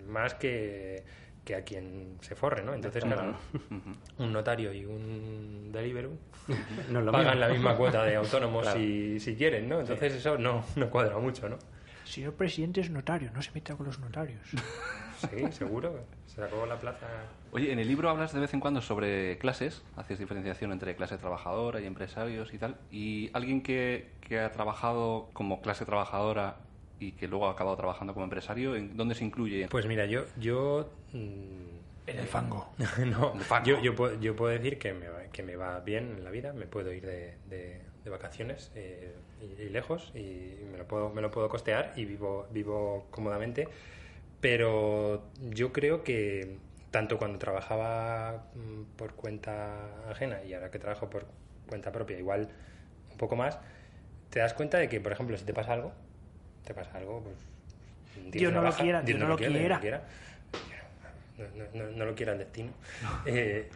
Speaker 6: más que, que a quien se forre, ¿no? Entonces, claro, un notario y un Deliveroo
Speaker 4: No es lo
Speaker 6: pagan
Speaker 4: mismo.
Speaker 6: la misma cuota de autónomos
Speaker 4: Claro.
Speaker 6: si, si quieren, ¿no? Entonces eso no, no cuadra mucho, ¿no?
Speaker 1: Señor presidente es notario, no se meta con los notarios.
Speaker 6: Sí, seguro. Se acabó la plaza.
Speaker 5: Oye, en el libro hablas de vez en cuando sobre clases, haces diferenciación entre clase trabajadora y empresarios y tal, y alguien que, que ha trabajado como clase trabajadora y que luego ha acabado trabajando como empresario, ¿en dónde se incluye?
Speaker 6: Pues mira, yo, yo mm,
Speaker 10: En el fango.
Speaker 6: no,
Speaker 5: Un fango.
Speaker 6: yo, yo, puedo, yo puedo decir que me, va- que me va bien en la vida, me puedo ir de, de- de vacaciones eh, y, y lejos y me lo puedo, me lo puedo costear y vivo, vivo cómodamente, pero yo creo que tanto cuando trabajaba mm, por cuenta ajena y ahora que trabajo por cuenta propia, igual un poco más, te das cuenta de que, por ejemplo, si te pasa algo, te pasa algo, pues...
Speaker 1: Dios no lo
Speaker 6: baja,
Speaker 1: quiera, Dios no lo quiera.
Speaker 6: no, no- no- no lo quiera el destino. Eh,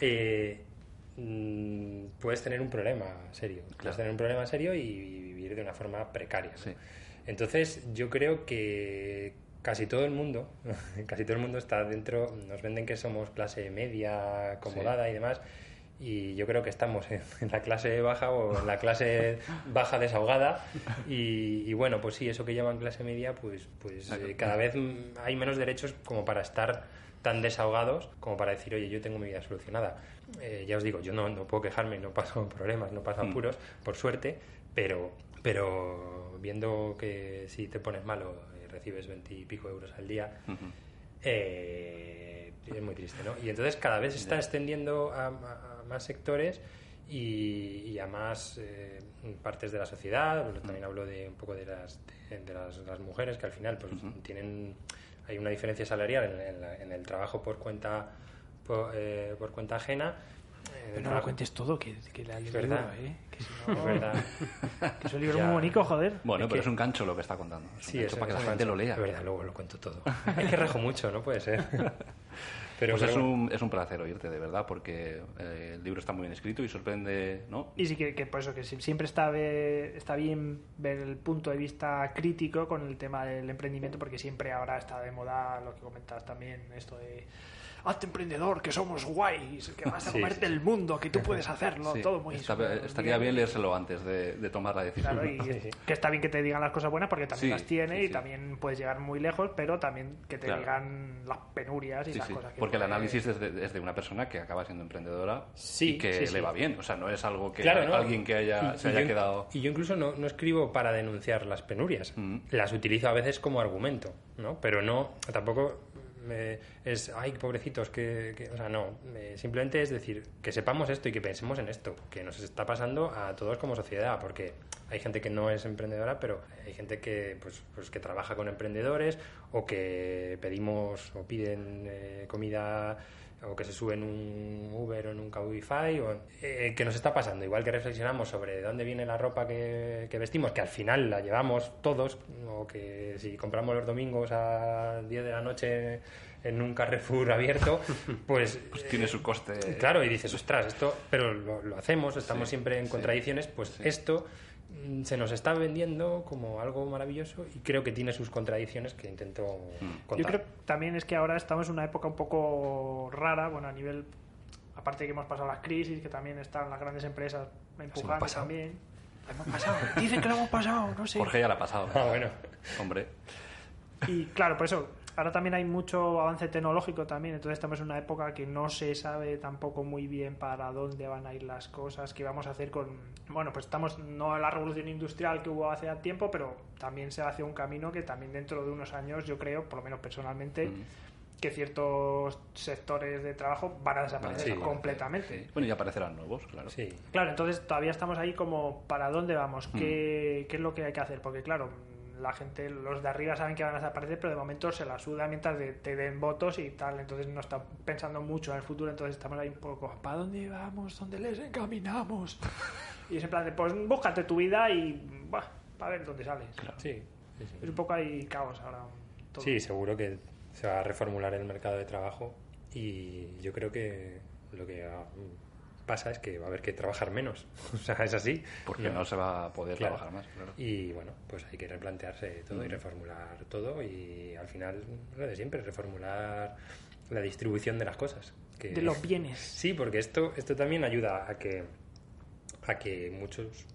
Speaker 6: eh, mm, puedes tener un problema serio. Puedes tener un problema serio y, y vivir de una forma precaria. ¿no?
Speaker 5: Sí.
Speaker 6: Entonces, yo creo que casi todo el mundo, casi todo el mundo está dentro, nos venden que somos clase media, acomodada y demás. Y yo creo que estamos en, en la clase baja o en la clase baja desahogada. Y, y bueno, pues sí, eso que llaman clase media, pues, pues
Speaker 5: Claro.
Speaker 6: eh, cada vez mm, hay menos derechos como para estar tan desahogados como para decir, oye, yo tengo mi vida solucionada. Eh, ya os digo, yo no, no puedo quejarme, no paso problemas, no paso apuros, por suerte, pero, pero viendo que si te pones malo eh, recibes 20 y pico euros al día, eh, es muy triste, ¿no? Y entonces cada vez se está extendiendo a, a- a más sectores y, y a más eh, partes de la sociedad. Bueno, también
Speaker 5: Mm.
Speaker 6: hablo de un poco de las, de, de las, las mujeres que al final pues tienen hay una diferencia salarial en, en la- en el trabajo por cuenta por, eh, por cuenta ajena. eh, del
Speaker 1: Pero no lo
Speaker 6: trabajo-
Speaker 1: cuentes todo, que, que la
Speaker 6: Es
Speaker 1: libro,
Speaker 6: verdad.
Speaker 1: ¿eh? Que si no-
Speaker 6: Es verdad.
Speaker 1: Que es un libro
Speaker 6: Ya.
Speaker 1: muy bonito, joder.
Speaker 5: Bueno,
Speaker 6: Es
Speaker 5: pero
Speaker 6: que-
Speaker 5: es un gancho lo que está contando. Es un
Speaker 6: Sí,
Speaker 5: gancho
Speaker 6: eso
Speaker 5: para que la
Speaker 6: eso
Speaker 5: gente
Speaker 6: es-
Speaker 5: lo lea.
Speaker 6: Es verdad, luego lo cuento todo. es que rajo mucho, no puede ser. Pero
Speaker 5: Pues
Speaker 6: pero
Speaker 5: es
Speaker 6: bueno.
Speaker 5: un, es un placer oírte, de verdad, porque eh, el libro está muy bien escrito y sorprende, ¿no?
Speaker 1: Y sí que, que por eso, que sí- siempre está, ve- está bien ver el punto de vista crítico con el tema del emprendimiento, porque siempre ahora está de moda lo que comentas también, esto de hazte emprendedor, que somos guays, que vas a
Speaker 6: Sí,
Speaker 1: comerte
Speaker 6: sí,
Speaker 1: el mundo, que tú puedes hacerlo,
Speaker 5: Sí.
Speaker 1: todo muy...
Speaker 5: Está-
Speaker 1: súper
Speaker 5: estaría bien
Speaker 1: bien.
Speaker 5: leérselo antes de, de tomar la decisión.
Speaker 1: Claro, y que está bien que te digan las cosas buenas porque también
Speaker 5: Sí,
Speaker 1: las tiene
Speaker 5: sí,
Speaker 1: y
Speaker 5: sí.
Speaker 1: también puedes llegar muy lejos, pero también que te
Speaker 5: Claro.
Speaker 1: digan las penurias y
Speaker 5: Sí,
Speaker 1: esas
Speaker 5: sí,
Speaker 1: cosas. que
Speaker 5: porque el
Speaker 1: no te-
Speaker 5: análisis es de, es de una persona que acaba siendo emprendedora
Speaker 6: Sí,
Speaker 5: y que
Speaker 6: sí,
Speaker 5: le
Speaker 6: sí.
Speaker 5: va bien. O sea, no es algo que
Speaker 6: Claro, ¿no?
Speaker 5: alguien que haya,
Speaker 6: Y-
Speaker 5: se
Speaker 6: y
Speaker 5: haya
Speaker 6: yo-
Speaker 5: quedado... Mm.
Speaker 6: Y yo incluso no, no escribo para denunciar las penurias. Las utilizo a veces como argumento, ¿no? Pero no, tampoco me- es, ay, pobrecitos, que, que-". o sea, no. me- simplemente es decir, que sepamos esto y que pensemos en esto, que nos está pasando a todos como sociedad, porque hay gente que no es emprendedora, pero hay gente que, pues, pues que trabaja con emprendedores o que pedimos o piden eh, comida o que se sube en un Uber o en un Cabify, o eh, que nos está pasando. Igual que reflexionamos sobre de dónde viene la ropa que, que vestimos, que al final la llevamos todos, o que si compramos los domingos a 10 de la noche en un Carrefour abierto, pues... eh,
Speaker 5: Tiene su coste.
Speaker 6: Claro, y dices, ostras, esto, pero lo, lo hacemos, estamos
Speaker 5: Sí,
Speaker 6: siempre en
Speaker 5: sí,
Speaker 6: contradicciones, pues esto mm, se nos está vendiendo como algo maravilloso y creo que tiene sus contradicciones que intento
Speaker 5: Mm.
Speaker 6: contar.
Speaker 1: Yo creo que también es que ahora estamos en una época un poco rara, bueno, a nivel, aparte de que hemos pasado las crisis, que también están las grandes empresas empujando
Speaker 5: pasado.
Speaker 1: también. La hemos pasado. Dicen que la hemos pasado, no sé.
Speaker 5: Jorge ya la ha pasado.
Speaker 6: Ah, bueno.
Speaker 5: Hombre,
Speaker 1: Y claro, por eso, ahora también hay mucho avance tecnológico también, entonces estamos en una época que no se sabe tampoco muy bien para dónde van a ir las cosas, qué vamos a hacer con... Bueno, pues estamos no en la revolución industrial que hubo hace tiempo, pero también se hace un camino que también dentro de unos años, yo creo, por lo menos personalmente, que ciertos sectores de trabajo van a desaparecer
Speaker 6: Sí.
Speaker 1: completamente.
Speaker 5: sí. Bueno, y aparecerán nuevos, claro.
Speaker 6: Sí.
Speaker 1: Claro, entonces todavía estamos ahí como para dónde vamos, ¿Qué, qué es lo que hay que hacer, porque claro, la gente, los de arriba saben que van a desaparecer, pero de momento se la suda mientras de- te den votos y tal, entonces no están pensando mucho en el futuro, entonces estamos ahí un poco, ¿para dónde vamos? ¿Dónde les encaminamos? y es en plan de, pues búscate tu vida y, bah, a ver dónde sales.
Speaker 6: Sí, sí, sí.
Speaker 1: Es un poco ahí caos ahora. todo.
Speaker 6: Sí, seguro que se va a reformular el mercado de trabajo y yo creo que lo que ah, pasa es que va a haber que trabajar menos. O sea, es así.
Speaker 5: Porque no se va a poder
Speaker 6: Claro.
Speaker 5: trabajar más, claro.
Speaker 6: Y bueno, pues hay que replantearse todo y
Speaker 5: Mm.
Speaker 6: reformular todo y al final, lo de siempre, reformular la distribución de las cosas. que-
Speaker 1: De los bienes.
Speaker 6: Sí, porque esto, esto también ayuda a que, a que muchos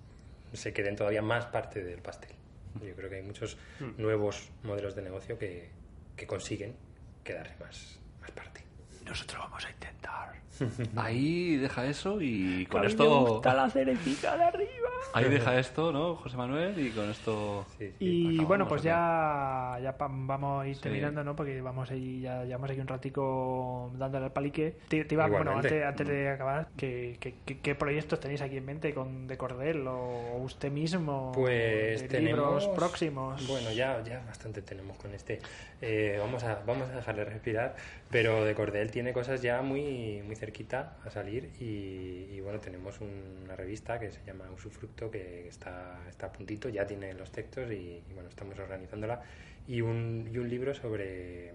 Speaker 6: se queden todavía más parte del pastel.
Speaker 5: Mm.
Speaker 6: Yo creo que hay muchos
Speaker 1: Mm.
Speaker 6: nuevos modelos de negocio que, que consiguen quedarse más, más parte.
Speaker 10: Nosotros vamos a intentar.
Speaker 5: Ahí deja eso y
Speaker 1: A
Speaker 5: con
Speaker 1: mí me
Speaker 5: esto.
Speaker 1: gusta la cerecita de arriba.
Speaker 5: Ahí deja esto, ¿no, José Manuel? Y con esto.
Speaker 6: Sí, sí.
Speaker 1: Y
Speaker 5: acabamos,
Speaker 1: bueno, pues
Speaker 5: ¿o qué?
Speaker 1: ya, ya pam, vamos a ir
Speaker 5: Sí.
Speaker 1: terminando, ¿no? Porque vamos ahí, ya llevamos aquí un ratico dándole al palique. Te, te iba, bueno,
Speaker 6: Igualmente. Mm.
Speaker 1: antes, antes de acabar, ¿qué, qué, qué- qué proyectos tenéis aquí en mente con de Cordel o usted mismo?
Speaker 6: Pues
Speaker 1: de
Speaker 6: tenemos
Speaker 1: libros próximos.
Speaker 6: Bueno, ya, ya bastante tenemos con este. Eh, vamos a vamos a dejarle respirar, pero de Cordel tiene cosas ya muy muy cerquita a salir y, y bueno tenemos un- una revista que se llama Usufructo que está está a puntito, ya tiene los textos y, y, bueno estamos organizándola y un y un libro sobre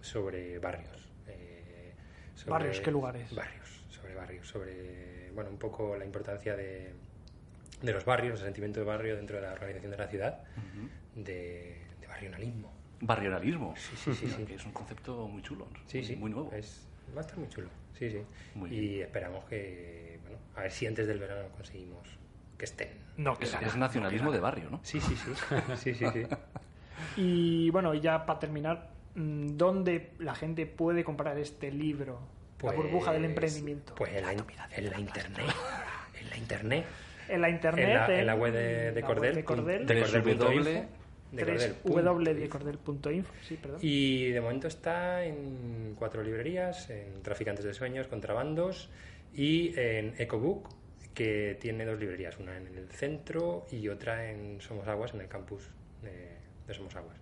Speaker 6: sobre barrios. eh, sobre-
Speaker 1: Barrios, ¿qué lugares?
Speaker 6: Barrios, sobre barrios, sobre bueno un poco la importancia de de los barrios, el sentimiento de barrio dentro de la organización de la ciudad, de, de barrionalismo.
Speaker 5: Barrionalismo.
Speaker 6: sí, sí, sí.
Speaker 5: Que es un concepto muy chulo. ¿no?
Speaker 6: Sí, sí.
Speaker 5: Muy nuevo.
Speaker 6: Pues Es, va a estar muy chulo. Sí, sí.
Speaker 5: Muy
Speaker 6: y esperamos que, bueno, a ver si antes del verano conseguimos que estén.
Speaker 1: no,
Speaker 5: Es,
Speaker 1: claro.
Speaker 5: es nacionalismo de barrio, ¿no?
Speaker 6: Sí, sí, sí. sí, sí, sí.
Speaker 1: Y bueno, y ya para terminar, mm, ¿dónde la gente puede comprar este libro?
Speaker 6: Pues-
Speaker 1: la burbuja del emprendimiento.
Speaker 6: Pues en la, in- en la internet. En la internet.
Speaker 1: en la internet. ¿eh?
Speaker 6: en, la, en la web de, de
Speaker 1: la
Speaker 6: Cordel.
Speaker 1: De Cordel.
Speaker 6: De
Speaker 5: www.
Speaker 6: Cordel.info. De Cordel punto info.
Speaker 1: www.cordel.info. Sí, perdón.
Speaker 6: Y de momento está en cuatro librerías, en Traficantes de Sueños, Contrabandos y en Ecobook, que tiene dos librerías, una en el centro y otra en Somos Aguas, en el campus de, de Somos Aguas.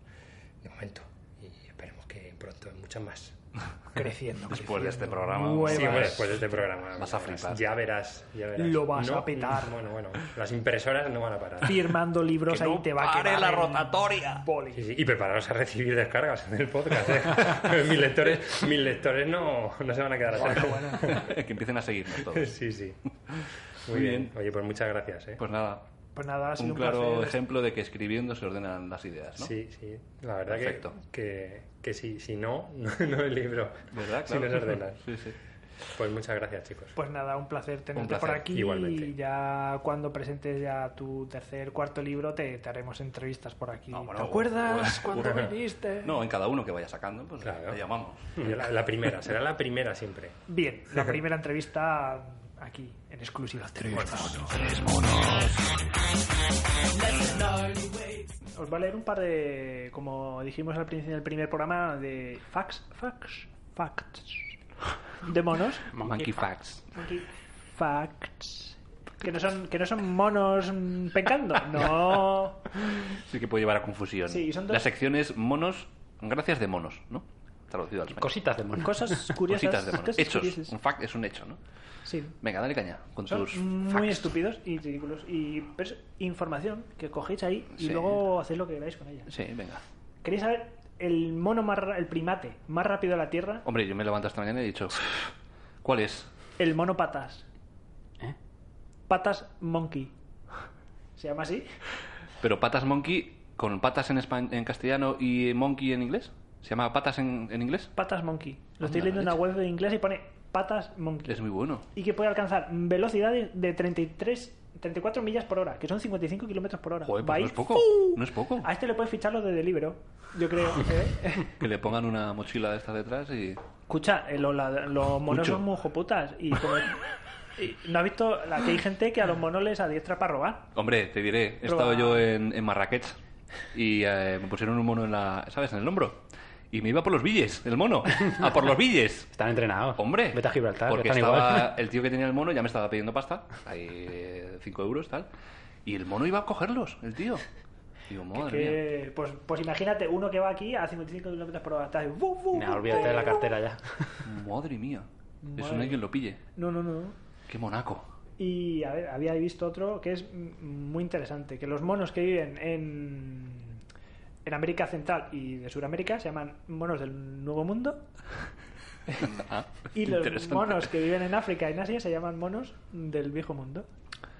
Speaker 6: De momento. Y esperemos que pronto muchas más.
Speaker 1: creciendo.
Speaker 5: Después de este
Speaker 1: creciendo.
Speaker 5: programa.
Speaker 1: Nuevas-
Speaker 6: Sí, bueno, después de este programa.
Speaker 5: Vas a flipar.
Speaker 6: Ya verás, ya verás.
Speaker 1: Lo vas a petar.
Speaker 6: Bueno, bueno, las impresoras no van a parar.
Speaker 1: Firmando libros ahí te va a quedar la rotatoria.
Speaker 6: Sí, sí, y prepararos a recibir descargas en el podcast. ¿eh? mis lectores, mis lectores no, no se van a quedar atrás.
Speaker 5: que empiecen a seguirnos todos.
Speaker 6: Sí, sí.
Speaker 5: Muy
Speaker 6: Muy bien.
Speaker 5: bien.
Speaker 6: Oye, pues muchas gracias. ¿eh?
Speaker 5: Pues nada,
Speaker 1: Pues nada, ha sido
Speaker 5: un
Speaker 1: un,
Speaker 5: claro
Speaker 1: placer.
Speaker 5: ejemplo de que escribiendo se ordenan las ideas, ¿no?
Speaker 6: Sí, sí. La verdad que,
Speaker 5: Perfecto.
Speaker 6: que, que sí, si no, no, no el libro.
Speaker 5: ¿Verdad?
Speaker 6: Si no se
Speaker 5: Claro.
Speaker 6: ordena.
Speaker 5: Sí, sí.
Speaker 6: Pues muchas gracias, chicos.
Speaker 1: Pues nada, un placer tenerte
Speaker 5: Un placer,
Speaker 1: por aquí.
Speaker 6: igualmente.
Speaker 1: Y ya cuando presentes ya tu tercer, cuarto libro, te, te haremos entrevistas por aquí.
Speaker 5: No, bueno,
Speaker 1: ¿Te acuerdas
Speaker 5: bueno,
Speaker 1: cuando
Speaker 5: bueno.
Speaker 1: viniste?
Speaker 5: No, en cada uno que vaya sacando, pues
Speaker 6: Claro.
Speaker 5: le llamamos.
Speaker 4: Pues,
Speaker 6: Yo La, la primera, será la primera siempre.
Speaker 1: Bien, la primera entrevista aquí, en exclusiva. Os va a leer un par de, como dijimos al principio del primer programa, de facts, facts, facts de monos.
Speaker 5: Monkey Facts.
Speaker 1: Facts. Que no son, que no son monos mm, pecando. No.
Speaker 5: Sí que puede llevar a confusión.
Speaker 1: Sí, y son dos-
Speaker 5: La sección es monos, gracias de monos, ¿no? Traducido al español.
Speaker 4: Cositas de mono.
Speaker 1: Cosas curiosas.
Speaker 5: Cositas de monos.
Speaker 1: cosas
Speaker 5: Hechos.
Speaker 1: curiosas.
Speaker 5: Un fact es un hecho, ¿no?
Speaker 1: Sí.
Speaker 5: Venga, dale caña con
Speaker 1: Son
Speaker 5: tus
Speaker 1: muy
Speaker 5: facts.
Speaker 1: estúpidos y ridículos. Y, pero es información que cogéis ahí y
Speaker 5: Sí.
Speaker 1: luego hacéis lo que queráis con ella.
Speaker 5: Sí, venga.
Speaker 1: ¿Queréis saber el mono más ra- el primate más rápido de la Tierra?
Speaker 5: Hombre, yo me levanto esta mañana y he dicho, ¿cuál es?
Speaker 1: El mono patas.
Speaker 4: ¿Eh?
Speaker 1: Patas monkey. ¿Se llama así?
Speaker 5: Pero patas monkey con patas en, espa- en castellano y monkey en inglés. ¿Se llama patas en, en inglés?
Speaker 1: Patas monkey. Lo estoy
Speaker 5: Anda,
Speaker 1: leyendo en
Speaker 5: la
Speaker 1: una web de inglés y pone patas monkey.
Speaker 5: Es muy bueno.
Speaker 1: Y que puede alcanzar velocidades de 33, 34 millas por hora, que son 55 kilómetros por hora.
Speaker 5: Joder,
Speaker 1: Va
Speaker 5: pues
Speaker 1: ahí,
Speaker 5: no es poco.
Speaker 1: ¡fuu!
Speaker 5: No es poco.
Speaker 1: A este le puedes ficharlo desde libro, yo creo. ¿eh?
Speaker 5: Que le pongan una mochila de estas detrás y...
Speaker 1: Escucha, eh, los la- los monos
Speaker 5: Escucho.
Speaker 1: son muy joputas. Y como- y ¿No has visto la que hay gente que a los monos les adiestra para robar?
Speaker 5: Hombre, te diré, he
Speaker 1: Pero-
Speaker 5: estado yo en, en Marrakech y eh, me pusieron un mono en la, ¿sabes? En el hombro. Y me iba por los billes, el mono. A por los billes.
Speaker 4: Están entrenados.
Speaker 5: Hombre,
Speaker 4: Vete a Gibraltar,
Speaker 5: porque
Speaker 4: que están
Speaker 5: estaba
Speaker 4: igual.
Speaker 5: el tío que tenía el mono ya me estaba pidiendo pasta, ahí 5 euros, tal. Y el mono iba a cogerlos, el tío. Digo, madre mía.
Speaker 1: Que, pues, pues imagínate uno que va aquí a 55 kilómetros por hora. Estás ahí, bu, bu,
Speaker 4: Nah,
Speaker 1: bu,
Speaker 4: olvídate de la
Speaker 1: bu.
Speaker 4: cartera ya.
Speaker 5: Madre mía. Eso no
Speaker 1: Madre.
Speaker 5: hay quien lo pille.
Speaker 1: No, no, no.
Speaker 5: Qué monaco.
Speaker 1: Y a ver, había visto otro que es mm, muy interesante, que los monos que viven en, en América Central y de Sudamérica se llaman monos del Nuevo Mundo Y los
Speaker 5: Interesante.
Speaker 1: monos que viven en África y en Asia se llaman monos del viejo mundo.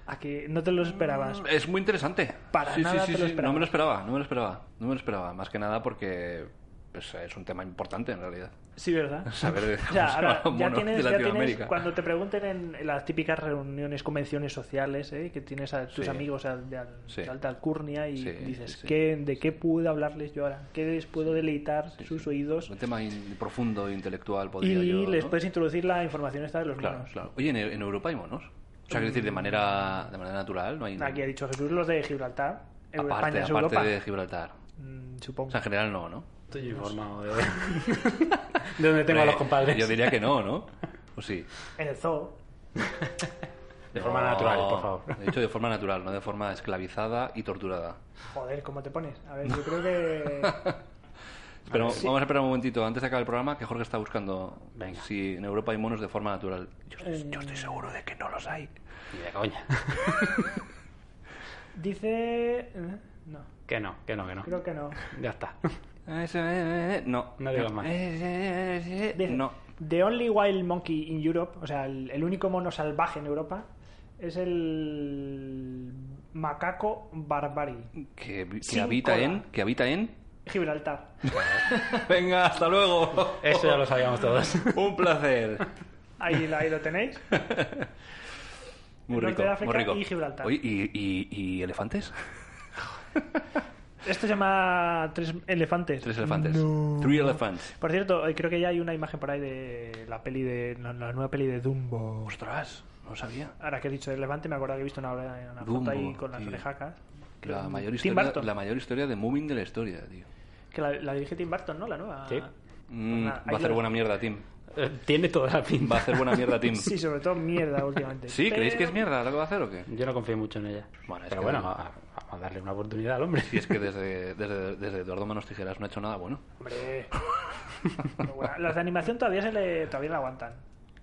Speaker 1: A que no te los esperabas.
Speaker 5: Mm, Es muy interesante.
Speaker 1: Para
Speaker 5: sí,
Speaker 1: nada
Speaker 5: sí,
Speaker 1: te
Speaker 5: sí,
Speaker 1: lo
Speaker 5: sí. No
Speaker 1: esperabas.
Speaker 5: me lo esperaba, no me lo esperaba. No me lo esperaba. Más que nada porque pues, es un tema importante en realidad.
Speaker 1: Sí, ¿verdad?
Speaker 5: Saber de cómo
Speaker 1: O sea,
Speaker 5: se
Speaker 1: ahora
Speaker 5: llaman
Speaker 1: ya
Speaker 5: monos
Speaker 1: tienes,
Speaker 5: de
Speaker 1: ya tienes,
Speaker 5: Latinoamérica.
Speaker 1: cuando te pregunten en en las típicas reuniones, convenciones sociales, ¿eh? que tienes a tus
Speaker 5: Sí.
Speaker 1: amigos al- de, al-
Speaker 5: Sí.
Speaker 1: de alta alcurnia y
Speaker 5: Sí,
Speaker 1: dices,
Speaker 5: sí, sí.
Speaker 1: ¿qué, ¿de qué puedo hablarles yo ahora? ¿Qué les puedo deleitar sus oídos?
Speaker 5: Un tema in- profundo, intelectual,
Speaker 1: Y
Speaker 5: podría yo,
Speaker 1: les
Speaker 5: ¿no?
Speaker 1: puedes introducir la información esta de los
Speaker 5: Claro,
Speaker 1: monos.
Speaker 5: claro. Oye, ¿en, en Europa hay monos? O sea, quiero decir, de manera, de manera natural, no hay...
Speaker 1: Mm. Aquí ha dicho Jesús los de Gibraltar.
Speaker 5: aparte,
Speaker 1: España es
Speaker 5: aparte
Speaker 1: Europa.
Speaker 5: de Gibraltar.
Speaker 1: Mm,
Speaker 5: O
Speaker 1: Supongo.
Speaker 5: sea, en general no, ¿no?
Speaker 4: Estoy informado de, de dónde tengo a los
Speaker 5: Hombre,
Speaker 4: compadres.
Speaker 5: Eh, Yo diría que no, ¿no? O sí.
Speaker 1: En el zoo.
Speaker 4: De forma natural, por favor.
Speaker 5: De hecho, de forma natural, no de forma esclavizada y torturada.
Speaker 1: Joder, ¿cómo te pones? A ver, yo creo que...
Speaker 5: Pero vamos a esperar un momentito antes de acabar el programa que Jorge está buscando
Speaker 4: Venga.
Speaker 5: si en Europa hay monos de forma natural. Yo, yo
Speaker 1: Eh.
Speaker 5: estoy seguro de que no los hay.
Speaker 4: Ni de coña.
Speaker 1: Dice... ¿eh? No,
Speaker 4: que no, que no, que no.
Speaker 1: creo que no.
Speaker 4: Ya está.
Speaker 5: eh, No. Eh,
Speaker 4: No digas más.
Speaker 1: Dice,
Speaker 5: No.
Speaker 1: The only wild monkey in Europe, o sea, el, el único mono salvaje en Europa, es el macaco barbari.
Speaker 5: Que, vi- que
Speaker 1: Sin
Speaker 5: habita
Speaker 1: cola.
Speaker 5: en... Que habita en...
Speaker 1: Gibraltar.
Speaker 5: Venga, hasta luego.
Speaker 4: Eso ya lo sabíamos todos.
Speaker 5: un placer.
Speaker 1: Ahí, ahí lo tenéis.
Speaker 5: Muy
Speaker 1: Norte
Speaker 5: rico,
Speaker 1: de África
Speaker 5: muy rico.
Speaker 1: y Gibraltar.
Speaker 5: Oye, ¿y, y- y elefantes?
Speaker 1: Esto se llama Tres Elefantes.
Speaker 5: Tres elefantes. Three elephants.
Speaker 1: Por cierto, eh, creo que ya hay una imagen por ahí de la peli de la, la nueva peli de Dumbo.
Speaker 5: Ostras, no lo sabía.
Speaker 1: Ahora que he dicho de elefante, me acuerdo que he visto una, una foto
Speaker 5: Dumbo,
Speaker 1: ahí con las
Speaker 5: tío.
Speaker 1: orejacas.
Speaker 5: La mayor,
Speaker 1: Tim
Speaker 5: historia,
Speaker 1: Burton.
Speaker 5: la mayor historia de Moomin de la historia, tío.
Speaker 1: Que la, la dirige Tim Burton, ¿no? La nueva.
Speaker 4: Sí.
Speaker 5: Mm,
Speaker 1: Pues nada, ahí
Speaker 5: va a hacer
Speaker 1: lo-
Speaker 5: buena mierda, Tim.
Speaker 4: Eh, Tiene toda la pinta.
Speaker 5: Va a hacer buena mierda, Tim.
Speaker 1: Sí, sobre todo mierda últimamente.
Speaker 5: ¿Sí? ¿Creéis que
Speaker 1: Pero-
Speaker 5: es mierda lo que va a hacer o qué?
Speaker 4: Yo no confío mucho en ella.
Speaker 5: Bueno, es
Speaker 4: Pero
Speaker 5: que-
Speaker 4: bueno, a- vamos a darle una oportunidad al hombre.
Speaker 5: Si es que desde, desde, desde Eduardo Manos Tijeras no ha hecho nada bueno.
Speaker 1: Hombre. Pero bueno, las de animación todavía se le todavía la aguantan.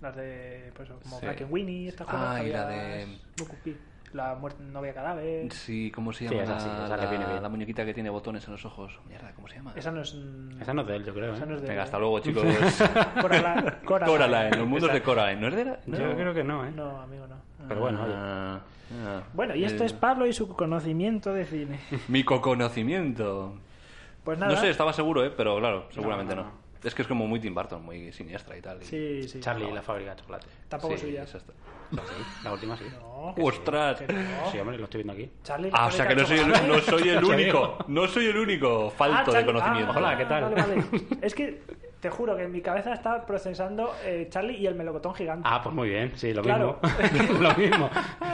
Speaker 1: Las de pues como
Speaker 5: Sí.
Speaker 1: Frankenweenie, estas cosas
Speaker 5: Ah, y
Speaker 1: todavía
Speaker 5: la de-
Speaker 1: es Goku Pi. la muerte novia cadáver.
Speaker 5: Sí, ¿cómo se
Speaker 4: Sí,
Speaker 5: llama?
Speaker 4: esa sí, esa le
Speaker 5: la,
Speaker 4: viene bien.
Speaker 5: la muñequita que tiene botones en los ojos. Mierda, ¿cómo se llama?
Speaker 1: Esa no es mm,
Speaker 4: Esa no es de él, yo creo. ¿eh?
Speaker 1: esa no es de
Speaker 5: Venga, hasta luego, chicos.
Speaker 1: Coraline, Coraline.
Speaker 5: Coraline, los mundos de Coraline. ¿No es de la-
Speaker 4: Yo
Speaker 5: no.
Speaker 4: creo que no, ¿eh?
Speaker 1: No, amigo, no. Ah.
Speaker 4: Pero bueno, oye.
Speaker 5: Ah, ah.
Speaker 1: Bueno, y esto
Speaker 5: Eh,
Speaker 1: es Pablo y su conocimiento de cine.
Speaker 5: Mi coconocimiento.
Speaker 1: Pues nada.
Speaker 5: No sé, estaba seguro, ¿eh? Pero claro, seguramente
Speaker 4: No,
Speaker 5: no.
Speaker 4: no,
Speaker 5: Es que es como muy Tim Burton, muy siniestra y tal. y-
Speaker 1: Sí, sí.
Speaker 4: Charlie y la fábrica de chocolate.
Speaker 1: Tampoco
Speaker 5: sí,
Speaker 1: suya.
Speaker 5: esa está-
Speaker 4: La última sí.
Speaker 1: No.
Speaker 5: ¡Ostras!
Speaker 4: Sí, hombre, lo estoy viendo aquí.
Speaker 1: Charlie y la
Speaker 5: Ah, o sea que
Speaker 1: fábrica
Speaker 5: no soy,
Speaker 1: de
Speaker 5: el,
Speaker 1: chocolate.
Speaker 5: no soy el único. No soy el único falto
Speaker 1: Ah,
Speaker 5: de
Speaker 1: Charlie-
Speaker 5: conocimiento.
Speaker 1: ah,
Speaker 4: Hola, ¿qué tal?
Speaker 1: vale, vale. Es que te juro que en mi cabeza estaba procesando eh, Charlie y el melocotón gigante.
Speaker 4: Ah, pues muy bien, sí, lo
Speaker 1: Claro.
Speaker 4: mismo. lo mismo.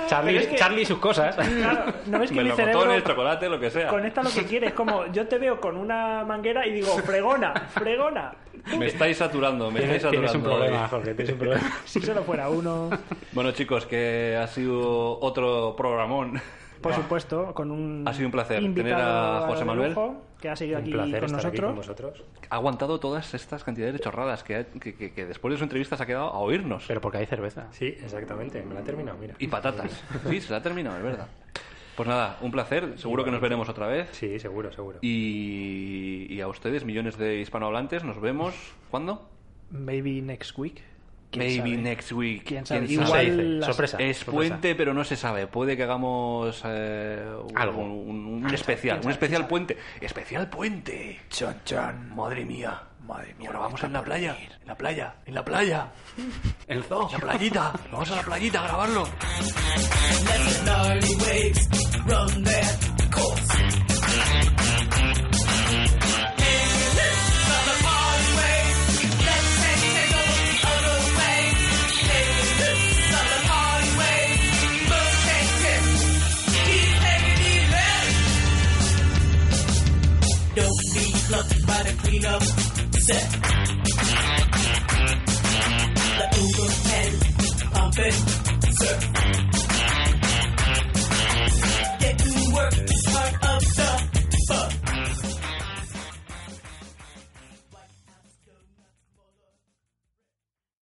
Speaker 4: Charlie,
Speaker 1: Pero es que-
Speaker 4: Charlie y sus cosas.
Speaker 1: Claro, no ves que mi
Speaker 5: Melocotones,
Speaker 1: cerebro
Speaker 5: chocolate, lo que sea.
Speaker 1: conecta lo que quiere. Es como yo te veo con una manguera y digo, fregona, fregona.
Speaker 5: Me estáis saturando, me estáis saturando.
Speaker 4: Tienes, tienes un problema,
Speaker 5: hoy.
Speaker 4: Jorge, tienes un problema.
Speaker 1: Si solo fuera uno,
Speaker 5: Bueno, chicos, que ha sido otro programón.
Speaker 1: por supuesto, con un.
Speaker 5: Ha sido un placer tener
Speaker 1: invitado
Speaker 5: a José
Speaker 1: de
Speaker 5: Manuel.
Speaker 1: lujo, que ha seguido
Speaker 4: Un
Speaker 1: aquí
Speaker 4: placer
Speaker 1: con
Speaker 4: estar aquí con
Speaker 1: nosotros.
Speaker 4: vosotros.
Speaker 5: Ha aguantado todas estas cantidades de chorradas que, ha- que- que- que después de su entrevista se ha quedado a oírnos.
Speaker 4: Pero porque hay cerveza.
Speaker 6: Sí, exactamente. Me la he terminado, mira.
Speaker 5: Y patatas. Sí, se la ha terminado, es verdad. Pues nada, un placer. Seguro que nos veremos otra vez.
Speaker 6: Sí, seguro, seguro.
Speaker 5: Y, y a ustedes, millones de hispanohablantes, nos vemos. ¿Cuándo?
Speaker 1: Maybe next week. ¿Quién
Speaker 5: Maybe
Speaker 1: sabe?
Speaker 5: next week.
Speaker 1: ¿Quién sabe?
Speaker 5: ¿Quién
Speaker 1: Igual
Speaker 5: sabe?
Speaker 4: Se dice,
Speaker 1: las-
Speaker 4: sorpresa.
Speaker 5: Es
Speaker 4: sorpresa.
Speaker 5: puente, pero no se sabe. Puede que hagamos eh, un-
Speaker 4: Algo.
Speaker 5: Un, un especial, un especial puente. Especial puente. Chan, chan. Madre mía. Madre mía. Ahora vamos en la playa. En la playa. En la playa. En el zoo. La playita. Vamos a la playita a grabarlo.
Speaker 3: gnarly waves run their course. Hail from the far away, let's take it all the other way. Hail from the far away, must take it, keep taking it left. Don't be clucked by the cleanup set. The Uber pen pumping surf.